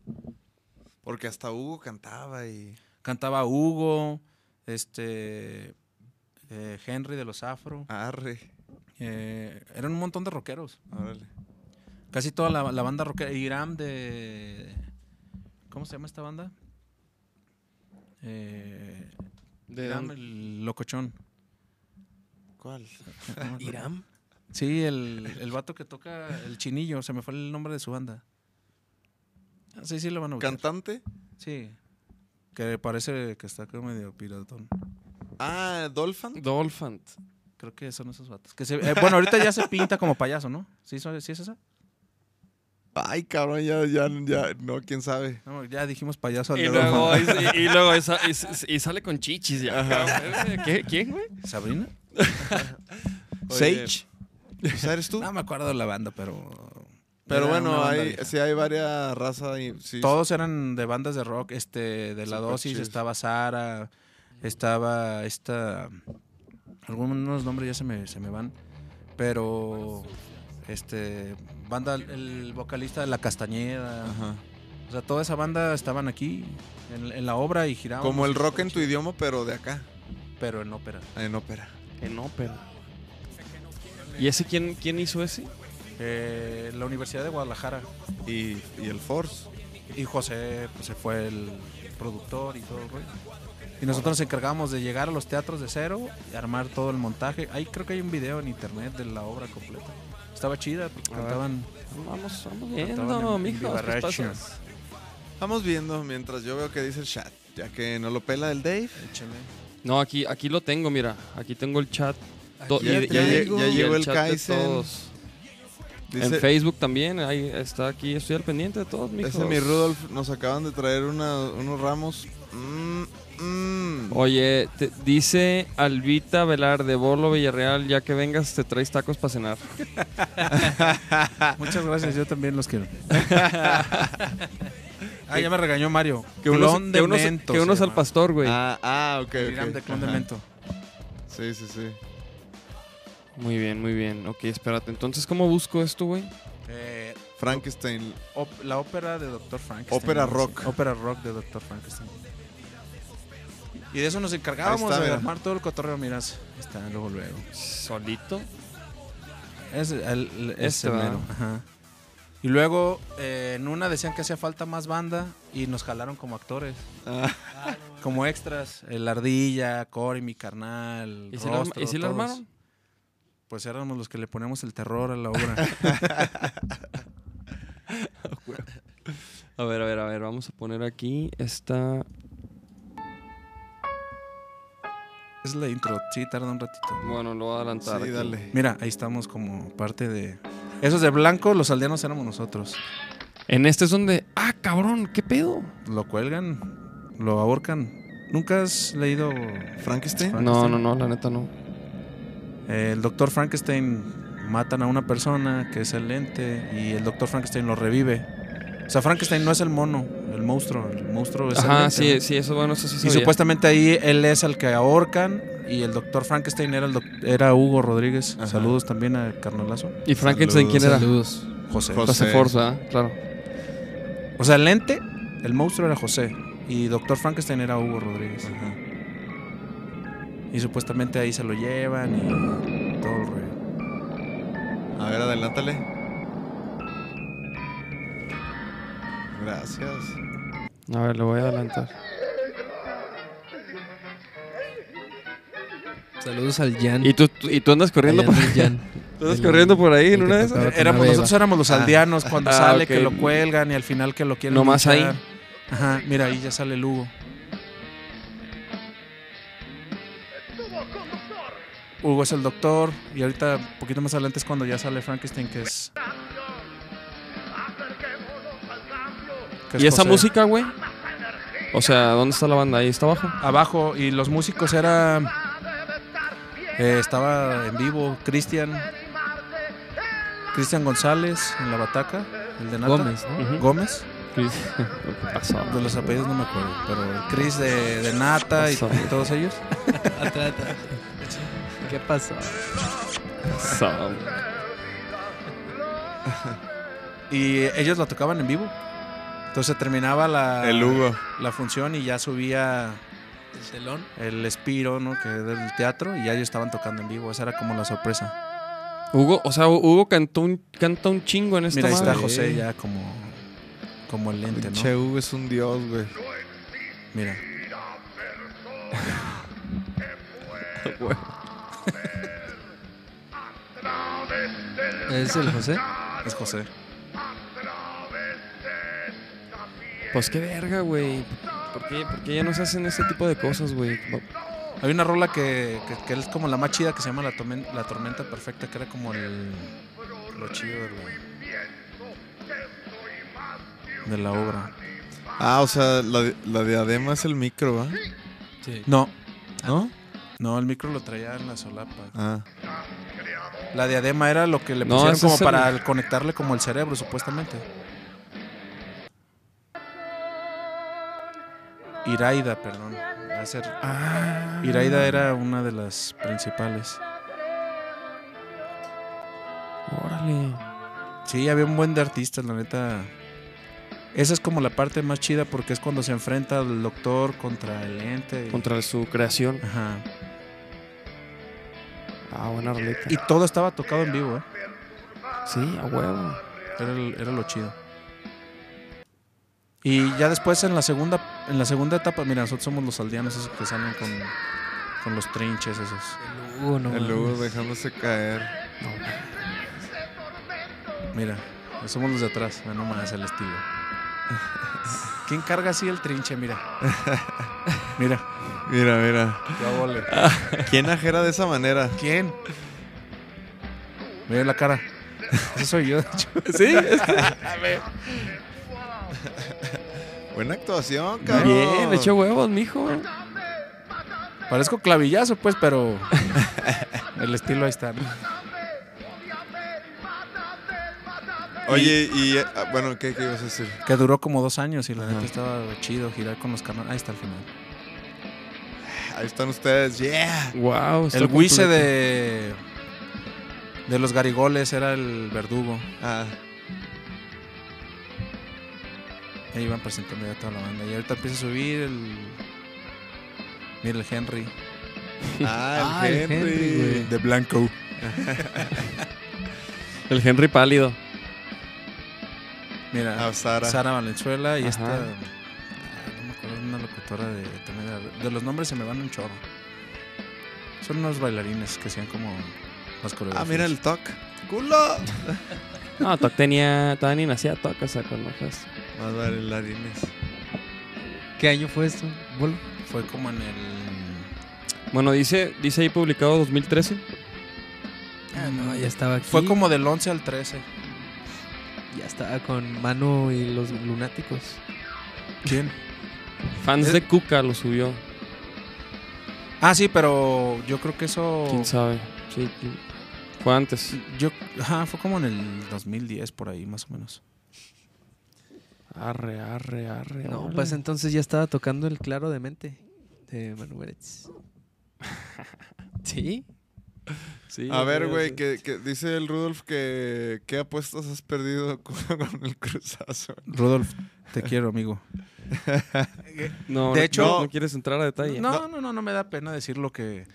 Speaker 4: Porque hasta Hugo cantaba y...
Speaker 5: Cantaba Hugo, este eh, Henry de los Afro.
Speaker 4: Arre.
Speaker 5: eh, eran un montón de rockeros.
Speaker 4: Órale.
Speaker 5: Casi toda la, la banda rockera. Iram de... ¿Cómo se llama esta banda? Eh,
Speaker 3: De
Speaker 5: Iram,
Speaker 3: dónde-
Speaker 5: el locochón. (laughs)
Speaker 4: ¿Cuál?
Speaker 6: ¿Iram?
Speaker 5: Sí, el, el vato que toca el chinillo, se me fue el nombre de su banda. Ah, Sí, sí, lo van a buscar.
Speaker 4: ¿Cantante?
Speaker 5: Sí. Que parece que está como medio piratón.
Speaker 4: Ah, Dolphin.
Speaker 3: Dolphant.
Speaker 5: Creo que son esos vatos. Que se- eh, bueno, ahorita ya se pinta como payaso, ¿no? ¿Sí, son- sí es esa?
Speaker 4: Ay, cabrón, ya, ya, ya, no, quién sabe.
Speaker 5: No, ya dijimos payaso. al
Speaker 3: Y
Speaker 5: dedo.
Speaker 3: luego, y, y luego esa- y s- y sale con chichis ya. cabrón. ¿Qué- ¿Quién, güey?
Speaker 5: ¿Sabrina?
Speaker 3: Oye.
Speaker 4: ¿Sage? ¿Pues ¿Eres tú?
Speaker 5: No me acuerdo de la banda, pero...
Speaker 4: Pero
Speaker 5: era una
Speaker 4: bueno,
Speaker 5: banda
Speaker 4: hay,
Speaker 5: vieja.
Speaker 4: sí hay varias razas y sí.
Speaker 5: Todos eran de bandas de rock, este, de la
Speaker 4: Super
Speaker 5: dosis,
Speaker 4: chill.
Speaker 5: estaba Sara, estaba esta, algunos nombres ya se me, se me van, pero este, banda, el vocalista de La Castañeda,
Speaker 4: Ajá.
Speaker 5: o sea, toda esa banda estaban aquí en, en la obra y giraban.
Speaker 4: Como el rock en tu idioma, pero de acá,
Speaker 5: Pero en ópera.
Speaker 4: en ópera.
Speaker 3: En ópera. ¿Y ese quién, quién hizo ese?
Speaker 5: Eh, la Universidad de Guadalajara
Speaker 4: Y, y el Force.
Speaker 5: y José pues, se fue el productor y todo el rollo. Y nosotros nos encargábamos de llegar a los teatros de cero y armar todo el montaje. Ahí creo que hay un video en internet de la obra completa. Estaba chida porque
Speaker 3: A ver.
Speaker 5: cantaban.
Speaker 3: Vamos, vamos
Speaker 5: Cantaban
Speaker 3: viendo,
Speaker 5: en-
Speaker 3: mijo.
Speaker 5: en
Speaker 3: ¿qué
Speaker 5: Vivarracho.
Speaker 3: pasa?
Speaker 4: Vamos viendo mientras yo veo que dice el chat, ya que no lo pela el Dave.
Speaker 5: Échale.
Speaker 3: No, aquí, aquí lo tengo, mira. Aquí tengo el chat. To-
Speaker 4: ya
Speaker 3: y-
Speaker 4: traigo. ya
Speaker 3: y
Speaker 4: llegó el
Speaker 3: chat de
Speaker 4: Kaizen.
Speaker 3: todos.
Speaker 4: Dice,
Speaker 3: En Facebook también, ahí está aquí, estoy al pendiente de todos, mijo.
Speaker 4: ese mi Rudolf, nos acaban de traer una- unos ramos. Mm, mm.
Speaker 3: Oye, te- dice Albita Velar de Bolo Villarreal, ya que vengas te traes tacos para cenar.
Speaker 5: Muchas gracias, yo también los quiero. ah, ya me regañó Mario.
Speaker 3: Que unos,
Speaker 5: Clon
Speaker 3: que
Speaker 5: de
Speaker 3: unos-
Speaker 5: Mento.
Speaker 3: que
Speaker 5: se
Speaker 3: unos al
Speaker 5: llama.
Speaker 3: pastor, güey.
Speaker 4: Ah, ah, ok.
Speaker 5: El
Speaker 4: ok.
Speaker 5: Iram de Clon de
Speaker 4: Ajá.
Speaker 5: Mento.
Speaker 4: Sí, sí, sí.
Speaker 3: Muy bien, muy bien. Ok, espérate. Entonces, ¿cómo busco esto, güey?
Speaker 5: Eh,
Speaker 4: Frankenstein.
Speaker 5: op- la ópera de Dr. Frankenstein.
Speaker 4: Ópera
Speaker 5: Sí,
Speaker 4: rock.
Speaker 5: Ópera rock de Dr. Frankenstein. Y de eso nos encargábamos
Speaker 4: Ahí está,
Speaker 5: de
Speaker 4: mira.
Speaker 5: armar todo el cotorreo, miras. Ahí Está luego luego.
Speaker 3: ¿Solito?
Speaker 5: Es el, el- es
Speaker 3: Este,
Speaker 5: el
Speaker 3: ¿verdad?
Speaker 5: mero, ajá. Y luego eh, en una decían que hacía falta más banda y nos jalaron como actores,
Speaker 4: Ah,
Speaker 5: como extras. El Ardilla, Cory, mi carnal.
Speaker 3: ¿Y si lo,
Speaker 5: Rostro,
Speaker 3: y si lo
Speaker 5: todos.
Speaker 3: armaron?
Speaker 5: Pues éramos los que le poníamos el terror a la obra.
Speaker 3: (laughs) A ver, a ver, a ver. Vamos a poner aquí esta...
Speaker 5: es la intro, sí, tarda un ratito.
Speaker 3: Bueno, lo voy a adelantar.
Speaker 4: sí,
Speaker 3: aquí.
Speaker 4: dale.
Speaker 5: Mira, ahí estamos como parte de. Esos de blanco, los aldeanos éramos nosotros.
Speaker 3: En este es donde... ¡Ah, cabrón! ¿Qué pedo?
Speaker 5: Lo cuelgan, lo ahorcan. ¿Nunca has leído
Speaker 4: Frankenstein.
Speaker 3: No, no, no. La neta no.
Speaker 5: Eh, El doctor Frankenstein matan a una persona que es el ente y el doctor Frankenstein lo revive. O sea, Frankenstein no es el mono, el monstruo. El monstruo
Speaker 4: Pues
Speaker 5: es el
Speaker 3: Ajá,
Speaker 5: ente,
Speaker 3: sí,
Speaker 5: ¿no?
Speaker 3: sí. Eso, bueno, eso sí
Speaker 5: Y
Speaker 3: sabía.
Speaker 5: supuestamente ahí él es el que ahorcan y el doctor Frankenstein era, el doc- era Hugo Rodríguez.
Speaker 4: Ajá.
Speaker 5: Saludos también a Carnolazo.
Speaker 3: ¿Y Frankenstein quién era?
Speaker 6: Saludos.
Speaker 5: José.
Speaker 4: José.
Speaker 3: José Forza, ¿eh? claro.
Speaker 5: O sea, el ente, el monstruo era José y doctor Frankenstein era Hugo Rodríguez.
Speaker 4: Ajá.
Speaker 5: Y supuestamente ahí se lo llevan y todo el rollo.
Speaker 4: A ver, adelántale. Gracias.
Speaker 3: A ver, lo voy a adelantar.
Speaker 6: Saludos al Jan.
Speaker 3: Y tú, tú- y tú andas corriendo
Speaker 6: Allá
Speaker 3: por...
Speaker 6: anda el Jan.
Speaker 3: Tú andas
Speaker 6: El-
Speaker 3: corriendo por ahí
Speaker 6: el
Speaker 3: en
Speaker 6: que
Speaker 3: una de
Speaker 6: tocaba
Speaker 3: esas.
Speaker 6: con
Speaker 5: Éramos,
Speaker 6: Aveva.
Speaker 5: nosotros éramos los aldeanos cuando
Speaker 3: Ah,
Speaker 5: sale
Speaker 3: ok.
Speaker 5: que lo cuelgan y al final que lo quieren.
Speaker 3: Nomás
Speaker 5: linchar.
Speaker 3: ahí.
Speaker 5: Ajá, mira, ahí ya sale el Hugo. Hugo es el doctor y ahorita, un poquito más adelante es cuando ya sale Frankenstein, que es... que es
Speaker 3: ¿Y esa
Speaker 5: José.
Speaker 3: música, güey? O sea, ¿dónde está la banda? Ahí está (laughs) abajo.
Speaker 5: Abajo, y los músicos eran... eh, estaba en vivo Cristian, Cristian González en la bataca, el de Nata.
Speaker 6: Gómez, ¿no?
Speaker 3: Ujú.
Speaker 5: Gómez.
Speaker 3: (laughs) Chris, lo que pasó.
Speaker 5: De los apellidos no me acuerdo, pero el Chris de, de Nata y,
Speaker 3: Pasó.
Speaker 5: y todos ellos.
Speaker 6: Atrás, (laughs) atrás. ¿Qué pasó?
Speaker 3: pasó.
Speaker 5: Y ellos la tocaban en vivo. Entonces terminaba la,
Speaker 4: El Hugo.
Speaker 5: la función y ya subía
Speaker 6: El telón.
Speaker 5: el Espiro, ¿no? Que era del teatro y ya ellos estaban tocando en vivo. Esa era como la sorpresa.
Speaker 3: Hugo, o sea, Hugo cantó un, canta un chingo en este esta
Speaker 5: Mira, ahí está
Speaker 3: madre.
Speaker 5: José ya como, como el lente,
Speaker 4: Che
Speaker 5: ¿no?
Speaker 4: Hugo es un dios, güey.
Speaker 5: Mira.
Speaker 6: ¿Es el José?
Speaker 5: Es José.
Speaker 3: Pues qué verga, güey. ¿Por qué, por qué ya no se hacen ese tipo de cosas, güey?
Speaker 5: Hay una rola que, que- que es como la más chida que se llama La, Tormen- La Tormenta Perfecta, que era como el, lo chido de la, de la obra.
Speaker 4: Ah, o sea, la, di- la diadema es el micro, ¿va?
Speaker 6: Sí.
Speaker 5: No,
Speaker 4: ¿No?
Speaker 5: no, el micro lo traía en la solapa.
Speaker 4: Ah.
Speaker 5: La diadema era lo que le
Speaker 3: No,
Speaker 5: pusieron
Speaker 3: ese
Speaker 5: como
Speaker 3: es el-
Speaker 5: para conectarle como el cerebro, supuestamente. Iraida, perdón. Hacer-
Speaker 3: Ah.
Speaker 5: Iraida era una de las principales.
Speaker 3: Órale.
Speaker 5: Sí, había un buen de artistas, la neta. Esa es como la parte más chida porque es cuando se enfrenta el doctor contra el ente. y-
Speaker 3: Contra su creación.
Speaker 5: Ajá.
Speaker 3: Ah, buena roleta.
Speaker 5: Y todo estaba tocado en vivo, ¿eh?
Speaker 3: Sí, a huevo.
Speaker 5: Era, el- era lo chido. Y ya después en la segunda en la segunda etapa, mira, nosotros somos los aldeanos esos que salen con, con los trinches esos.
Speaker 6: El Hugo, no.
Speaker 4: El Hugo
Speaker 6: mames.
Speaker 4: dejándose caer.
Speaker 5: Mira, somos los de atrás, ve nomás el estilo. (laughs) ¿Quién carga así el trinche? Mira. Mira,
Speaker 4: Mira, mira.
Speaker 5: ya vole.
Speaker 4: (laughs) ¿Quién ajera de esa manera?
Speaker 5: ¿Quién? Mira la cara. (laughs) Eso soy yo, de hecho.
Speaker 3: Sí,
Speaker 4: Buena actuación, cabrón.
Speaker 3: bien, eché huevos, mijo.
Speaker 5: Parezco clavillazo, pues,
Speaker 4: (laughs)
Speaker 5: pero el estilo ahí está. ¿no?
Speaker 4: Oye, y eh, ah, bueno, ¿qué, ¿qué ibas a decir?
Speaker 5: Que duró como dos años y la
Speaker 4: Ajá.
Speaker 5: neta estaba chido girar con los canales. Ahí está al final.
Speaker 4: Ahí están ustedes, yeah.
Speaker 3: Wow.
Speaker 5: El Wise de. De los garigoles era el verdugo.
Speaker 4: Ah,
Speaker 5: Ahí iban presentando ya toda la banda. Y ahorita empieza a subir el. Mira el Henry.
Speaker 4: ah,
Speaker 6: Ah,
Speaker 4: el
Speaker 6: el
Speaker 4: Henry.
Speaker 6: Henry, güey.
Speaker 4: de blanco.
Speaker 3: El Henry Pálido.
Speaker 5: Mira,
Speaker 4: Ah, Sara.
Speaker 5: Sara Valenzuela y
Speaker 3: Ajá.
Speaker 5: esta. ay, No me acuerdo, una locutora de, también era- de los nombres se me van un chorro. Son unos bailarines que hacían como las
Speaker 4: Ah,
Speaker 5: coreografías.
Speaker 4: mira el toc. ¡Culo!
Speaker 3: No, Toc tenía. Todavía ni nacía Toc, o sea, cuando fue eso.
Speaker 4: Más bailarines.
Speaker 6: ¿Qué año fue esto? ¿Bolo?
Speaker 5: Fue como en el.
Speaker 3: Bueno, dice, dice ahí publicado 2013.
Speaker 6: Ah, no, ya estaba aquí.
Speaker 5: mm, Fue como del 11 al 13.
Speaker 6: Ya estaba con Mano y los lunáticos.
Speaker 5: ¿Quién?
Speaker 3: Fans
Speaker 5: Es-
Speaker 3: de Cuca lo subió.
Speaker 5: Oh. Ah, sí, pero yo creo que eso.
Speaker 3: Quién sabe. Sí, qui- fue antes.
Speaker 5: Yo, ajá, fue como en el 2010 por ahí, más o menos.
Speaker 3: Arre, arre, arre.
Speaker 6: No,
Speaker 3: órale.
Speaker 6: pues entonces ya estaba tocando el claro de mente de Manu (laughs) Beretz. ¿Sí?
Speaker 3: Sí,
Speaker 4: A ver,
Speaker 3: sí,
Speaker 4: güey,
Speaker 3: sí.
Speaker 4: que, que dice el Rudolf que qué apuestas has perdido (laughs) con, con el cruzazo.
Speaker 5: Rudolf, te quiero, amigo.
Speaker 3: No, no-
Speaker 5: de hecho-
Speaker 3: no, no quieres entrar a detalle.
Speaker 5: No, no, no, no me da pena decir lo que.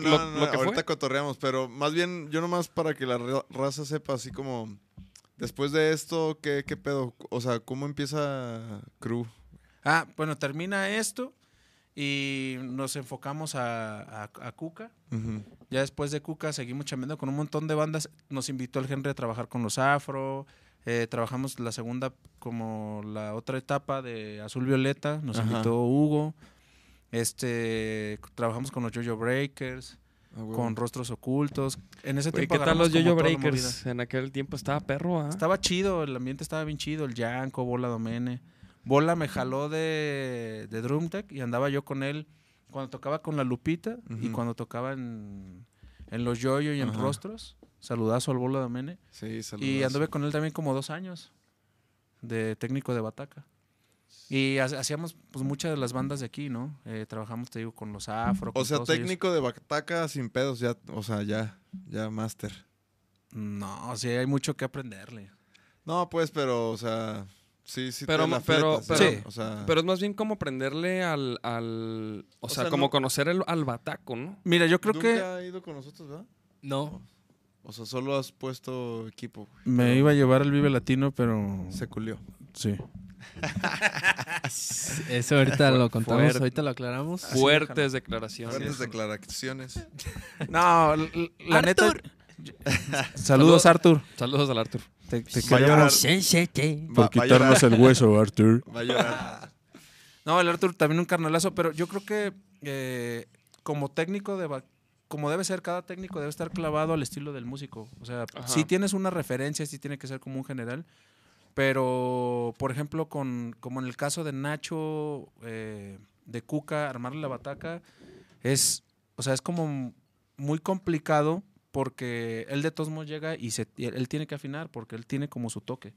Speaker 3: Lo-
Speaker 4: no,
Speaker 3: lo-
Speaker 4: no,
Speaker 3: lo que
Speaker 4: ahorita
Speaker 3: fue.
Speaker 4: cotorreamos, pero más bien yo nomás para que la ra- raza sepa así como después de esto, ¿qué, qué pedo? O sea, ¿cómo empieza Crew?
Speaker 5: Ah, bueno, termina esto y nos enfocamos a, a- a Cuca.
Speaker 4: Ujú.
Speaker 5: Ya después de Cuca seguimos chambeando con un montón de bandas. Nos invitó el Henry a trabajar con los Afro. eh, trabajamos la segunda, como la otra etapa de Azul Violeta. Nos
Speaker 4: Ajá.
Speaker 5: invitó Hugo. Este, trabajamos con los Jojo Breakers.
Speaker 4: Ah, güey.
Speaker 5: con rostros ocultos. En ese
Speaker 3: Güey,
Speaker 5: tiempo
Speaker 3: ¿Qué tal
Speaker 5: agarramos
Speaker 3: los Yo-Yo
Speaker 5: como toda la movida.
Speaker 3: Breakers? En aquel tiempo estaba perro, ¿ah?
Speaker 5: Estaba chido, el ambiente estaba bien chido, el Yanko, Bola Domene. Bola me jaló de, de Drum Tech y andaba yo con él cuando tocaba con la Lupita y
Speaker 4: Ujú.
Speaker 5: cuando tocaba en, en los Yoyo y en
Speaker 4: Ajá.
Speaker 5: Rostros. Saludazo al Bolo de Mene.
Speaker 4: Sí, saludos.
Speaker 5: Y anduve con él también como dos años de técnico de bataca. Y ha- hacíamos pues muchas de las bandas de aquí, ¿no? Eh, trabajamos, te digo, con los afro.
Speaker 4: O
Speaker 5: con
Speaker 4: sea,
Speaker 5: todos ellos.
Speaker 4: técnico de bataca sin pedos, ya, o sea, ya, ya máster.
Speaker 5: No, sí, hay mucho que aprenderle.
Speaker 4: No, pues, pero, o sea, sí, sí. te
Speaker 3: Pero-
Speaker 4: la
Speaker 3: pero-
Speaker 4: fletas,
Speaker 5: pero-
Speaker 4: ¿no? o sea,
Speaker 3: Pero es más bien como aprenderle al. al o,
Speaker 4: O
Speaker 3: sea,
Speaker 4: sea,
Speaker 3: como
Speaker 4: no-
Speaker 3: conocer el- al bataco, ¿no?
Speaker 5: Mira, yo creo
Speaker 4: nunca ha ido con nosotros, ¿verdad?
Speaker 6: No.
Speaker 4: O sea, solo has puesto equipo, güey.
Speaker 5: que me iba a llevar el Vive Latino, pero
Speaker 4: Se culió.
Speaker 5: sí.
Speaker 6: Eso (laughs) ahorita lo contamos,
Speaker 3: fuerte.
Speaker 6: ahorita lo aclaramos.
Speaker 3: Fuertes declaraciones.
Speaker 4: Grandes declaraciones.
Speaker 5: No, l- l- la neta.
Speaker 6: Arthur.
Speaker 5: Saludos, Arthur.
Speaker 3: Saludos al Arthur.
Speaker 5: Te, te
Speaker 4: Va a llorar.
Speaker 5: queremos
Speaker 4: Va- va a llorar. (laughs)
Speaker 5: el hueso, Arthur.
Speaker 4: Va a llorar.
Speaker 5: No, el Arthur también un carnalazo, pero yo creo que eh, como técnico de ba- como debe ser, cada técnico debe estar clavado al estilo del músico. O sea,
Speaker 3: Ajá.
Speaker 5: si tienes una referencia, sí tiene que ser como un general. Pero, por ejemplo, con, como en el caso de Nacho, eh, de Cuca, armarle la bataca, es, o sea, es como muy complicado porque él de todos modos llega y, se, y él tiene que afinar porque él tiene como su toque.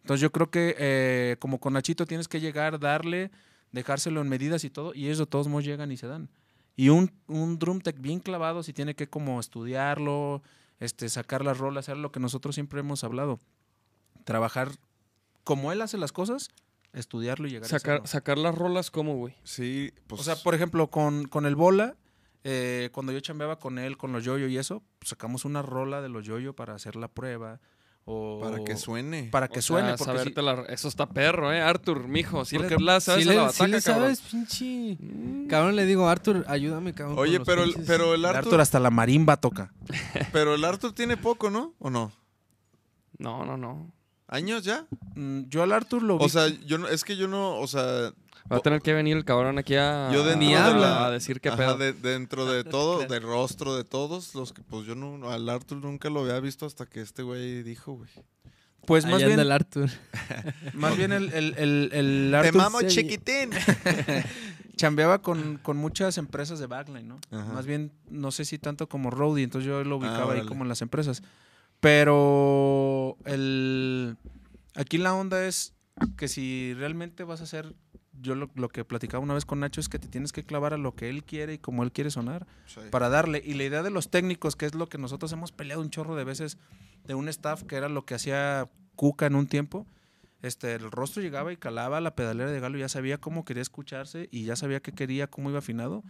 Speaker 5: Entonces yo creo que eh, como con Nachito tienes que llegar, darle, dejárselo en medidas y todo, y ellos de todos modos llegan y se dan. Y un, un drum tech bien clavado si tiene que como estudiarlo, este, sacar las rolas, hacer lo que nosotros siempre hemos hablado. Trabajar como él hace las cosas, estudiarlo y llegar a
Speaker 3: Sacar,
Speaker 5: hacerlo.
Speaker 3: sacar las rolas, ¿cómo, güey?
Speaker 4: Sí, pues.
Speaker 5: O sea, por ejemplo, con, con el Bola, eh, cuando yo chambeaba con él, con los yoyo y eso, pues, sacamos una rola de los yoyo para hacer la prueba. O
Speaker 4: Para que suene.
Speaker 5: Para que
Speaker 3: O sea,
Speaker 5: suene. porque si-
Speaker 3: saberte la- Eso está perro, ¿eh? Arthur, mijo. Si
Speaker 5: Porque
Speaker 3: le la Ah, sabes
Speaker 6: Si
Speaker 3: a la
Speaker 6: le,
Speaker 3: bataca,
Speaker 6: sí le
Speaker 3: cabrón.
Speaker 6: sabes, pinche. Cabrón, le digo, Arthur, ayúdame, cabrón. con
Speaker 4: Oye,
Speaker 6: los
Speaker 4: pero el,
Speaker 6: pinches".
Speaker 4: pero el
Speaker 5: el
Speaker 4: Arthur,
Speaker 5: Arthur hasta la marimba toca.
Speaker 4: pero el Arthur tiene poco, ¿no? ¿O no?
Speaker 3: No, no, no.
Speaker 4: ¿Años ya?
Speaker 5: Mm, Yo al Arthur lo vi.
Speaker 4: O sea, yo no, es que yo no, o sea,
Speaker 3: Va a tener que venir el cabrón aquí a,
Speaker 4: Yo dentro
Speaker 6: Ni de
Speaker 3: a,
Speaker 6: habla.
Speaker 3: a decir qué
Speaker 4: ajá,
Speaker 3: pedo.
Speaker 4: de- dentro de todo, de rostro de todos, los que, pues yo no, al Arthur nunca lo había visto hasta que este güey dijo, güey.
Speaker 5: pues
Speaker 6: Ahí
Speaker 5: más
Speaker 6: anda
Speaker 5: bien,
Speaker 6: el Arthur.
Speaker 5: más bien el, el, el- el
Speaker 4: Te
Speaker 5: Arthur
Speaker 4: mamo
Speaker 6: se-
Speaker 4: chiquitín.
Speaker 5: chambeaba con, con muchas empresas de backline, ¿no?
Speaker 4: Ajá. Ah,
Speaker 5: Más bien, no sé si tanto como Roadie, entonces yo lo ubicaba ahí
Speaker 4: órale.
Speaker 5: como en las empresas. Pero el aquí la onda es que si realmente vas a hacer, yo lo, lo que platicaba una vez con Nacho es que te tienes que clavar a lo que él quiere y como él quiere sonar.
Speaker 4: Sí.
Speaker 5: para darle. Y la idea de los técnicos, que es lo que nosotros hemos peleado un chorro de veces de un staff, que era lo que hacía Cuca en un tiempo. Este, el rostro llegaba y calaba la pedalera de Galo, ya sabía cómo quería escucharse y ya sabía qué quería, cómo iba afinado.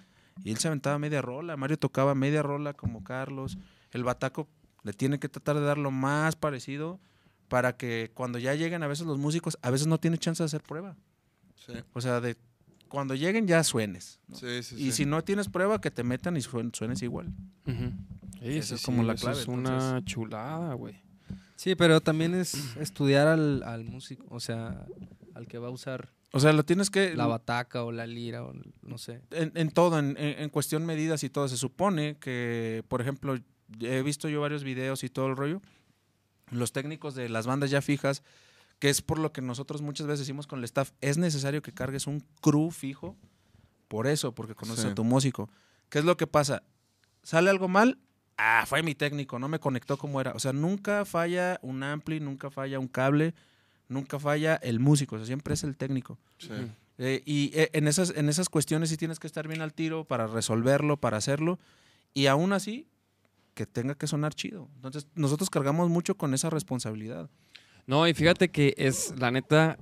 Speaker 5: Y él se aventaba media rola, Mario tocaba media rola como Carlos. El bataco le tiene que tratar de dar lo más parecido para que cuando ya lleguen a veces los músicos, a veces no tiene chance de hacer prueba.
Speaker 4: Sí,
Speaker 5: O sea, de cuando lleguen ya suenes. ¿no?
Speaker 4: sí, sí.
Speaker 5: Y
Speaker 4: sí.
Speaker 5: si no tienes prueba, que te metan y suen- suenes igual.
Speaker 3: Ujú. Sí,
Speaker 5: Esa
Speaker 3: sí,
Speaker 5: es como
Speaker 3: sí,
Speaker 5: la
Speaker 3: eso
Speaker 5: clave,
Speaker 3: Es una chulada, güey.
Speaker 6: Sí, pero también es estudiar al, al músico, o sea, al que va a usar
Speaker 5: O sea, lo tienes que.
Speaker 6: la bataca o la lira o no sé.
Speaker 5: en, en todo, en, en- en cuestión medidas y todo. Se supone que, por ejemplo, he visto yo varios videos y todo el rollo. Los técnicos de las bandas ya fijas, que es por lo que nosotros muchas veces decimos con el staff, es necesario que cargues un crew fijo. Por eso, porque conoces
Speaker 4: Sí.
Speaker 5: a tu músico. ¿Qué es lo que pasa? ¿Sale algo mal? Ah, fue mi técnico, no me conectó como era. O sea, nunca falla un ampli, nunca falla un cable, nunca falla el músico. O sea, siempre es el técnico.
Speaker 4: sí.
Speaker 5: Eh, y eh, en, esas, en esas cuestiones sí tienes que estar bien al tiro para resolverlo, para hacerlo. Y aún así, que tenga que sonar chido. Entonces, nosotros cargamos mucho con esa responsabilidad.
Speaker 3: No, y fíjate que es, la neta,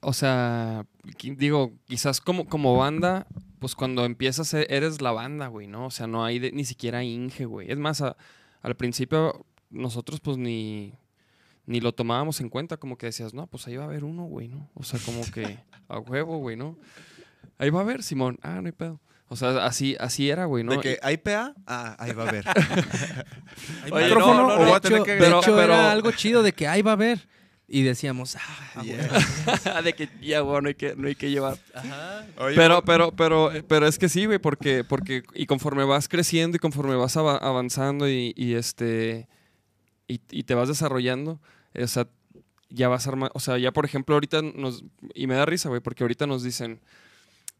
Speaker 3: o sea, qui- digo, quizás como, como banda, pues cuando empiezas e- eres la banda, güey, ¿no? O sea, no hay de- ni siquiera Inge, güey. Es más, a- al principio nosotros pues ni, ni lo tomábamos en cuenta, como que decías, no, pues ahí va a haber uno, güey, ¿no? O sea, como que a huevo, güey, ¿no? Ahí va a haber, Simón. Ah, no hay pedo. O sea, así, así era, güey, ¿no?
Speaker 4: De que hay PA, ah, ahí va a haber.
Speaker 3: Oye,
Speaker 5: micrófono
Speaker 3: no, no, no,
Speaker 5: o voy
Speaker 6: de
Speaker 5: a tener
Speaker 6: hecho,
Speaker 5: que-
Speaker 6: de
Speaker 3: pero-
Speaker 6: hecho
Speaker 3: pero-
Speaker 6: era algo chido de que ahí va a haber. Y decíamos, ah, ah,
Speaker 4: Yeah.
Speaker 3: (laughs) de que ya, güey, no hay que, no hay que llevar.
Speaker 4: Oye,
Speaker 3: Pero, pero, pero, pero es que sí, güey, porque, porque, y conforme vas creciendo y conforme vas ava- avanzando y, y este, y, y te vas desarrollando, o sea, ya vas armando, o sea, ya por ejemplo ahorita nos, y me da risa, güey, porque ahorita nos dicen,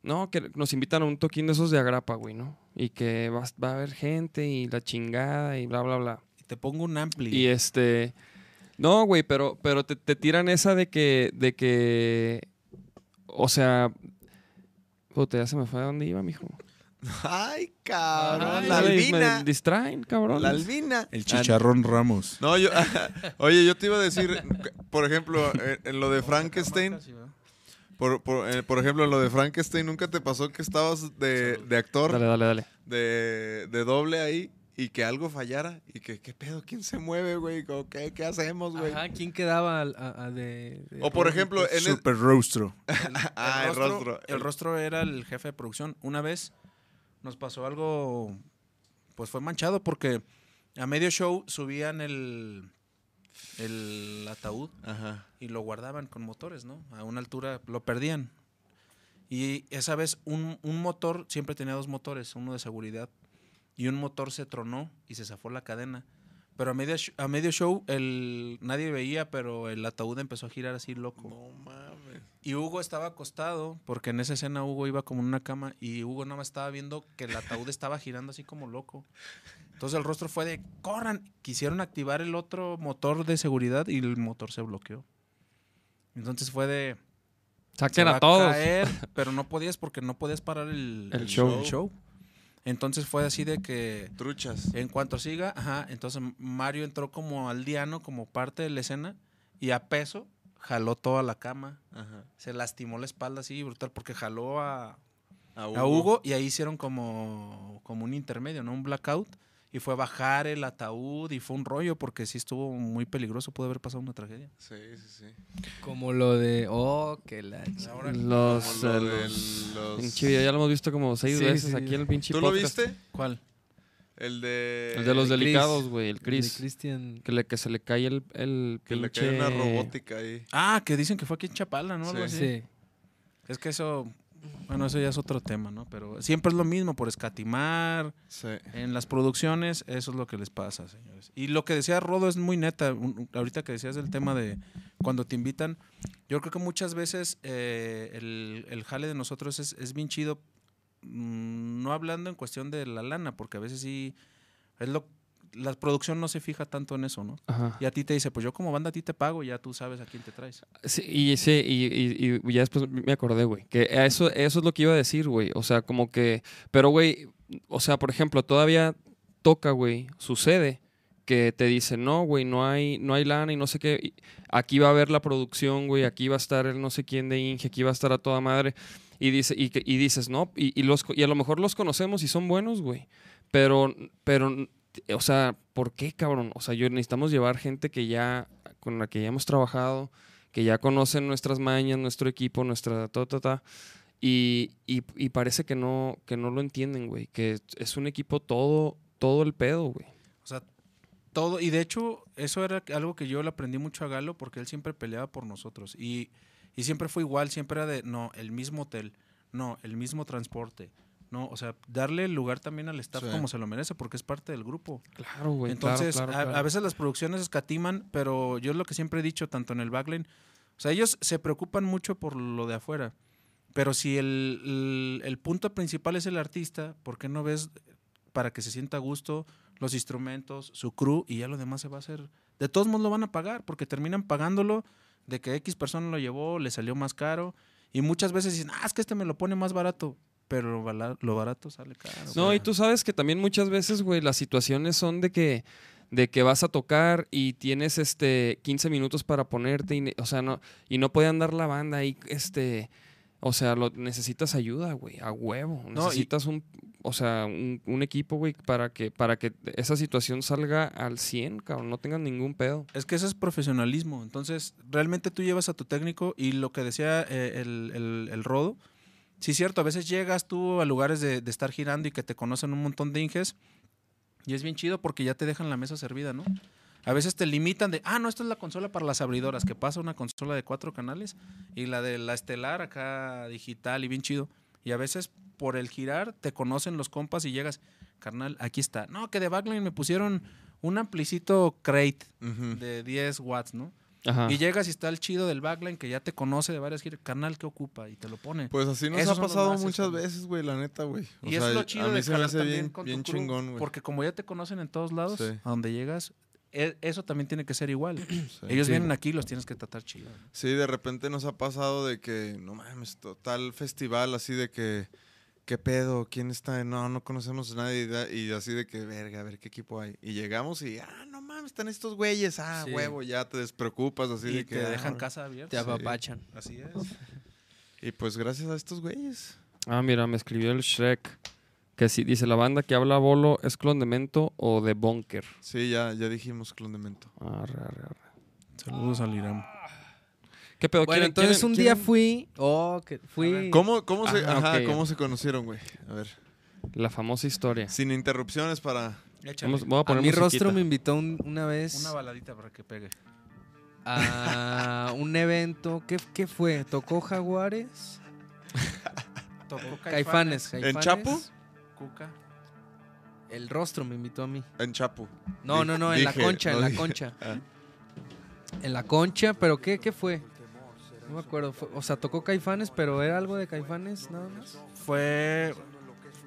Speaker 3: no, que nos invitan a un toquín de esos de agrapa, güey, ¿no? Y que vas- va a haber gente y la chingada y bla, bla, bla.
Speaker 5: te pongo un ampli.
Speaker 3: Y este. No, güey, pero, pero te, te tiran esa de que. de que. O sea. Puta, ya se me fue a dónde iba, mijo.
Speaker 8: Ay, cabrón.
Speaker 4: Ah,
Speaker 3: Ay,
Speaker 8: la
Speaker 3: güey,
Speaker 8: albina.
Speaker 3: Me distraen, cabrón.
Speaker 8: La albina.
Speaker 5: el chicharrón Ramos.
Speaker 4: No, yo. (laughs) oye, yo te iba a decir, por ejemplo, en, en lo de Frankenstein. Por, por, eh, por ejemplo, en lo de Frankenstein, ¿nunca te pasó que estabas de, de actor,
Speaker 3: Dale, dale, dale.
Speaker 4: de, de doble ahí, y que algo fallara? ¿Y que qué pedo? ¿Quién se mueve, güey? ¿O ¿Qué, qué hacemos, güey?
Speaker 6: Ajá, ¿quién quedaba al- a- a de, de-
Speaker 4: O por ejemplo, en e-, el-
Speaker 5: Super rostro.
Speaker 4: (laughs) Ah, el rostro.
Speaker 5: El rostro era el jefe de producción. Una vez nos pasó algo, pues fue manchado porque a medio show subían el, el ataúd
Speaker 4: Ajá.
Speaker 5: y lo guardaban con motores, ¿no? A una altura lo perdían. Y esa vez un, un motor, siempre tenía dos motores, uno de seguridad, y un motor se tronó y se zafó la cadena. Pero a medio, a medio show el, nadie veía, pero el ataúd empezó a girar así loco.
Speaker 4: No mames.
Speaker 5: Y Hugo estaba acostado, porque en esa escena Hugo iba como en una cama y Hugo nada más estaba viendo que el
Speaker 3: (laughs)
Speaker 5: ataúd estaba girando así como loco. Entonces el rostro fue de, corran, quisieron activar el otro motor de seguridad y el motor se bloqueó. Entonces fue de... se
Speaker 3: Saquen
Speaker 5: va
Speaker 3: a todos. (laughs)
Speaker 5: caer, pero no podías porque no podías parar el,
Speaker 3: El show.
Speaker 5: Entonces fue así de que
Speaker 4: Truchas.
Speaker 5: en cuanto siga, ajá, entonces Mario entró como aldeano, como parte de la escena y a peso jaló toda la cama
Speaker 4: Ajá.
Speaker 5: se lastimó la espalda así brutal porque jaló a,
Speaker 4: A
Speaker 5: a Hugo y ahí hicieron como, como un intermedio, ¿no? Un blackout. Y fue bajar el ataúd y fue un rollo porque sí estuvo muy peligroso, pudo haber pasado una tragedia.
Speaker 4: Sí, sí, sí.
Speaker 6: Como lo de. Oh, que la.
Speaker 3: Los. eh,
Speaker 4: Como
Speaker 6: ch-
Speaker 4: lo de
Speaker 3: los-
Speaker 4: los-
Speaker 3: Pinche video, ya lo hemos visto como seis
Speaker 6: Sí,
Speaker 3: veces
Speaker 6: sí,
Speaker 3: aquí
Speaker 6: sí.
Speaker 3: en el pinche
Speaker 4: ¿Tú lo
Speaker 3: podcast.
Speaker 4: viste?
Speaker 5: ¿Cuál?
Speaker 4: El de.
Speaker 3: El de los
Speaker 6: Chris.
Speaker 3: delicados, güey, el
Speaker 6: de
Speaker 3: Chris.
Speaker 6: Christian.
Speaker 3: Que, le, que se le cae el. el
Speaker 4: Que le
Speaker 3: pinche-
Speaker 4: cae una robótica ahí.
Speaker 5: Ah, que dicen que fue aquí en Chapala, ¿no? Algo
Speaker 4: Sí.
Speaker 5: así.
Speaker 6: Sí.
Speaker 5: Es que eso, bueno, eso ya es otro tema, ¿no? Pero siempre es lo mismo, por escatimar,
Speaker 4: Sí.
Speaker 5: En las producciones, eso es lo que les pasa, señores. Y lo que decía Rodo es muy neta. Un- Ahorita que decías el tema de cuando te invitan, yo creo que muchas veces eh, el, el jale de nosotros es, es bien chido, mm, no hablando en cuestión de la lana, porque a veces sí, es lo, la producción no se fija tanto en eso, ¿no?
Speaker 3: Ajá.
Speaker 5: Y a ti te dice, pues yo como banda a ti te pago, ya tú sabes a quién te traes.
Speaker 3: Sí, y, sí, y, y- y ya después me acordé, güey. Que a eso, eso es lo que iba a decir, güey. O sea, como que. Pero, güey, o sea, por ejemplo, todavía toca, güey, sucede que te dicen, no, güey, no hay, no hay lana y no sé qué. y Aquí va a haber la producción, güey, aquí va a estar el no sé quién de Inge, aquí va a estar a toda madre. Y, dice, y, que- y dices, no, y, y los, co- y a lo mejor los conocemos y son buenos, güey. Pero, pero, o sea, ¿por qué, cabrón? O sea, yo necesitamos llevar gente que ya, con la que ya hemos trabajado, que ya conocen nuestras mañas, nuestro equipo, nuestra ta, ta, ta. Y, y- y parece que no, que no lo entienden, güey. Que es un equipo todo, todo el pedo, güey.
Speaker 5: O sea, todo. Y de hecho, eso era algo que yo le aprendí mucho a Galo porque él siempre peleaba por nosotros. Y, y siempre fue igual, siempre era de, no, el mismo hotel, no, el mismo transporte. No, o sea, darle el lugar también al staff
Speaker 4: Sí.
Speaker 5: como se lo merece porque es parte del grupo.
Speaker 3: Claro, güey.
Speaker 5: Entonces, a- a, veces las producciones escatiman, pero yo es lo que siempre he dicho, tanto en el backline, o sea, ellos se preocupan mucho por lo de afuera, pero si el, el- el punto principal es el artista, ¿por qué no ves para que se sienta a gusto los instrumentos, su crew y ya lo demás se va a hacer? De todos modos lo van a pagar porque terminan pagándolo de que X persona lo llevó, le salió más caro y muchas veces dicen, ah, es que este me lo pone más barato. Pero lo bala- lo barato sale caro.
Speaker 3: No,
Speaker 5: güey.
Speaker 3: y tú sabes que también muchas veces, güey, las situaciones son de que, de que vas a tocar y tienes este 15 minutos para ponerte y, ne- o sea, no, y no puede andar la banda ahí, este, o sea, lo, necesitas ayuda, güey, a huevo.
Speaker 5: No, y-
Speaker 3: Necesitas un, o sea, un, un equipo, güey, para que, para que esa situación salga al 100, cabrón, no tengan ningún pedo.
Speaker 5: Es que eso es profesionalismo. Entonces, realmente tú llevas a tu técnico y lo que decía eh, el, el- el Rodo, sí es cierto, a veces llegas tú a lugares de, de estar girando y que te conocen un montón de inges y es bien chido porque ya te dejan la mesa servida, ¿no? A veces te limitan de, ah, no, esta es la consola para las abridoras, que pasa una consola de cuatro canales y la de la estelar acá digital y bien chido. Y a veces por el girar te conocen los compas y llegas, carnal, aquí está. No, que de backline me pusieron un amplicito crate
Speaker 4: Ujú.
Speaker 5: de 10 watts, ¿no?
Speaker 3: Ajá.
Speaker 5: Y llegas y está el chido del backline que ya te conoce de varias giras, canal que ocupa y te lo pone.
Speaker 4: Pues así nos
Speaker 5: Esos
Speaker 4: ha
Speaker 5: son los
Speaker 4: pasado
Speaker 5: bases,
Speaker 4: muchas
Speaker 5: güey.
Speaker 4: veces, güey, la neta, güey. O
Speaker 5: este. y eso
Speaker 4: sea,
Speaker 5: es lo chido
Speaker 4: a mí
Speaker 5: de
Speaker 4: se me
Speaker 5: jalar
Speaker 4: hace
Speaker 5: también
Speaker 4: bien,
Speaker 5: con
Speaker 4: bien
Speaker 5: tu crew,
Speaker 4: chingón, güey.
Speaker 5: Porque como ya te conocen en todos lados,
Speaker 4: Sí.
Speaker 5: a donde llegas, e- eso también tiene que ser igual.
Speaker 4: Sí.
Speaker 5: Ellos
Speaker 4: Sí.
Speaker 5: vienen aquí y los tienes que tratar chido.
Speaker 4: Sí, de repente nos ha pasado de que, no mames, to- tal festival así de que, ¿qué pedo? ¿Quién está? No, no conocemos a nadie. y da- Y así de que, verga, a ver qué equipo hay. Y llegamos y, ah, no mames, están estos güeyes. Ah,
Speaker 6: Sí.
Speaker 4: huevo, ya te despreocupas. Así
Speaker 5: y
Speaker 4: de que.
Speaker 5: te
Speaker 4: ah,
Speaker 5: dejan
Speaker 4: bueno.
Speaker 5: casa
Speaker 6: Te
Speaker 5: abierta.
Speaker 6: apapachan.
Speaker 5: Así es.
Speaker 4: Y pues gracias a estos güeyes.
Speaker 3: Ah, mira, me escribió el Shrek. Que sí, dice, la banda que habla Bolo es clon de Mento o de Bunker. Ah,
Speaker 4: Sí, ya, ya dijimos clon de mento.
Speaker 3: Arre, arre, arre.
Speaker 5: Saludos al Irán.
Speaker 3: ¿Qué pedo?
Speaker 6: Bueno,
Speaker 3: ¿Quieren-
Speaker 6: entonces
Speaker 3: quieren-
Speaker 6: un día
Speaker 3: quieren-
Speaker 6: fui. Oh, que fui.
Speaker 4: ¿Cómo, cómo, se,
Speaker 3: Ah,
Speaker 4: ajá,
Speaker 3: ok,
Speaker 4: ¿cómo
Speaker 3: ok.
Speaker 4: se conocieron, güey? A ver.
Speaker 3: La famosa historia.
Speaker 4: Sin interrupciones para.
Speaker 3: Vamos, voy a
Speaker 6: A
Speaker 3: poner
Speaker 6: mi
Speaker 3: musiquita.
Speaker 6: rostro me invitó un- una vez
Speaker 5: Una baladita para que pegue.
Speaker 6: a un evento. ¿Qué, qué fue? ¿Tocó Jaguares?
Speaker 5: Tocó
Speaker 6: Caifanes.
Speaker 4: ¿En
Speaker 6: Caifanes.
Speaker 4: Chapo?
Speaker 5: Cuca.
Speaker 6: El rostro me invitó a mí.
Speaker 4: En Chapu.
Speaker 6: No,
Speaker 4: Di-
Speaker 6: no, no, en la
Speaker 4: dije,
Speaker 6: concha, en
Speaker 4: no
Speaker 6: la
Speaker 4: dije.
Speaker 6: concha.
Speaker 4: Ah.
Speaker 6: En la concha, pero ¿qué, qué fue? No me acuerdo. fue- o sea, tocó Caifanes, pero ¿era algo de Caifanes nada más?
Speaker 5: Fue.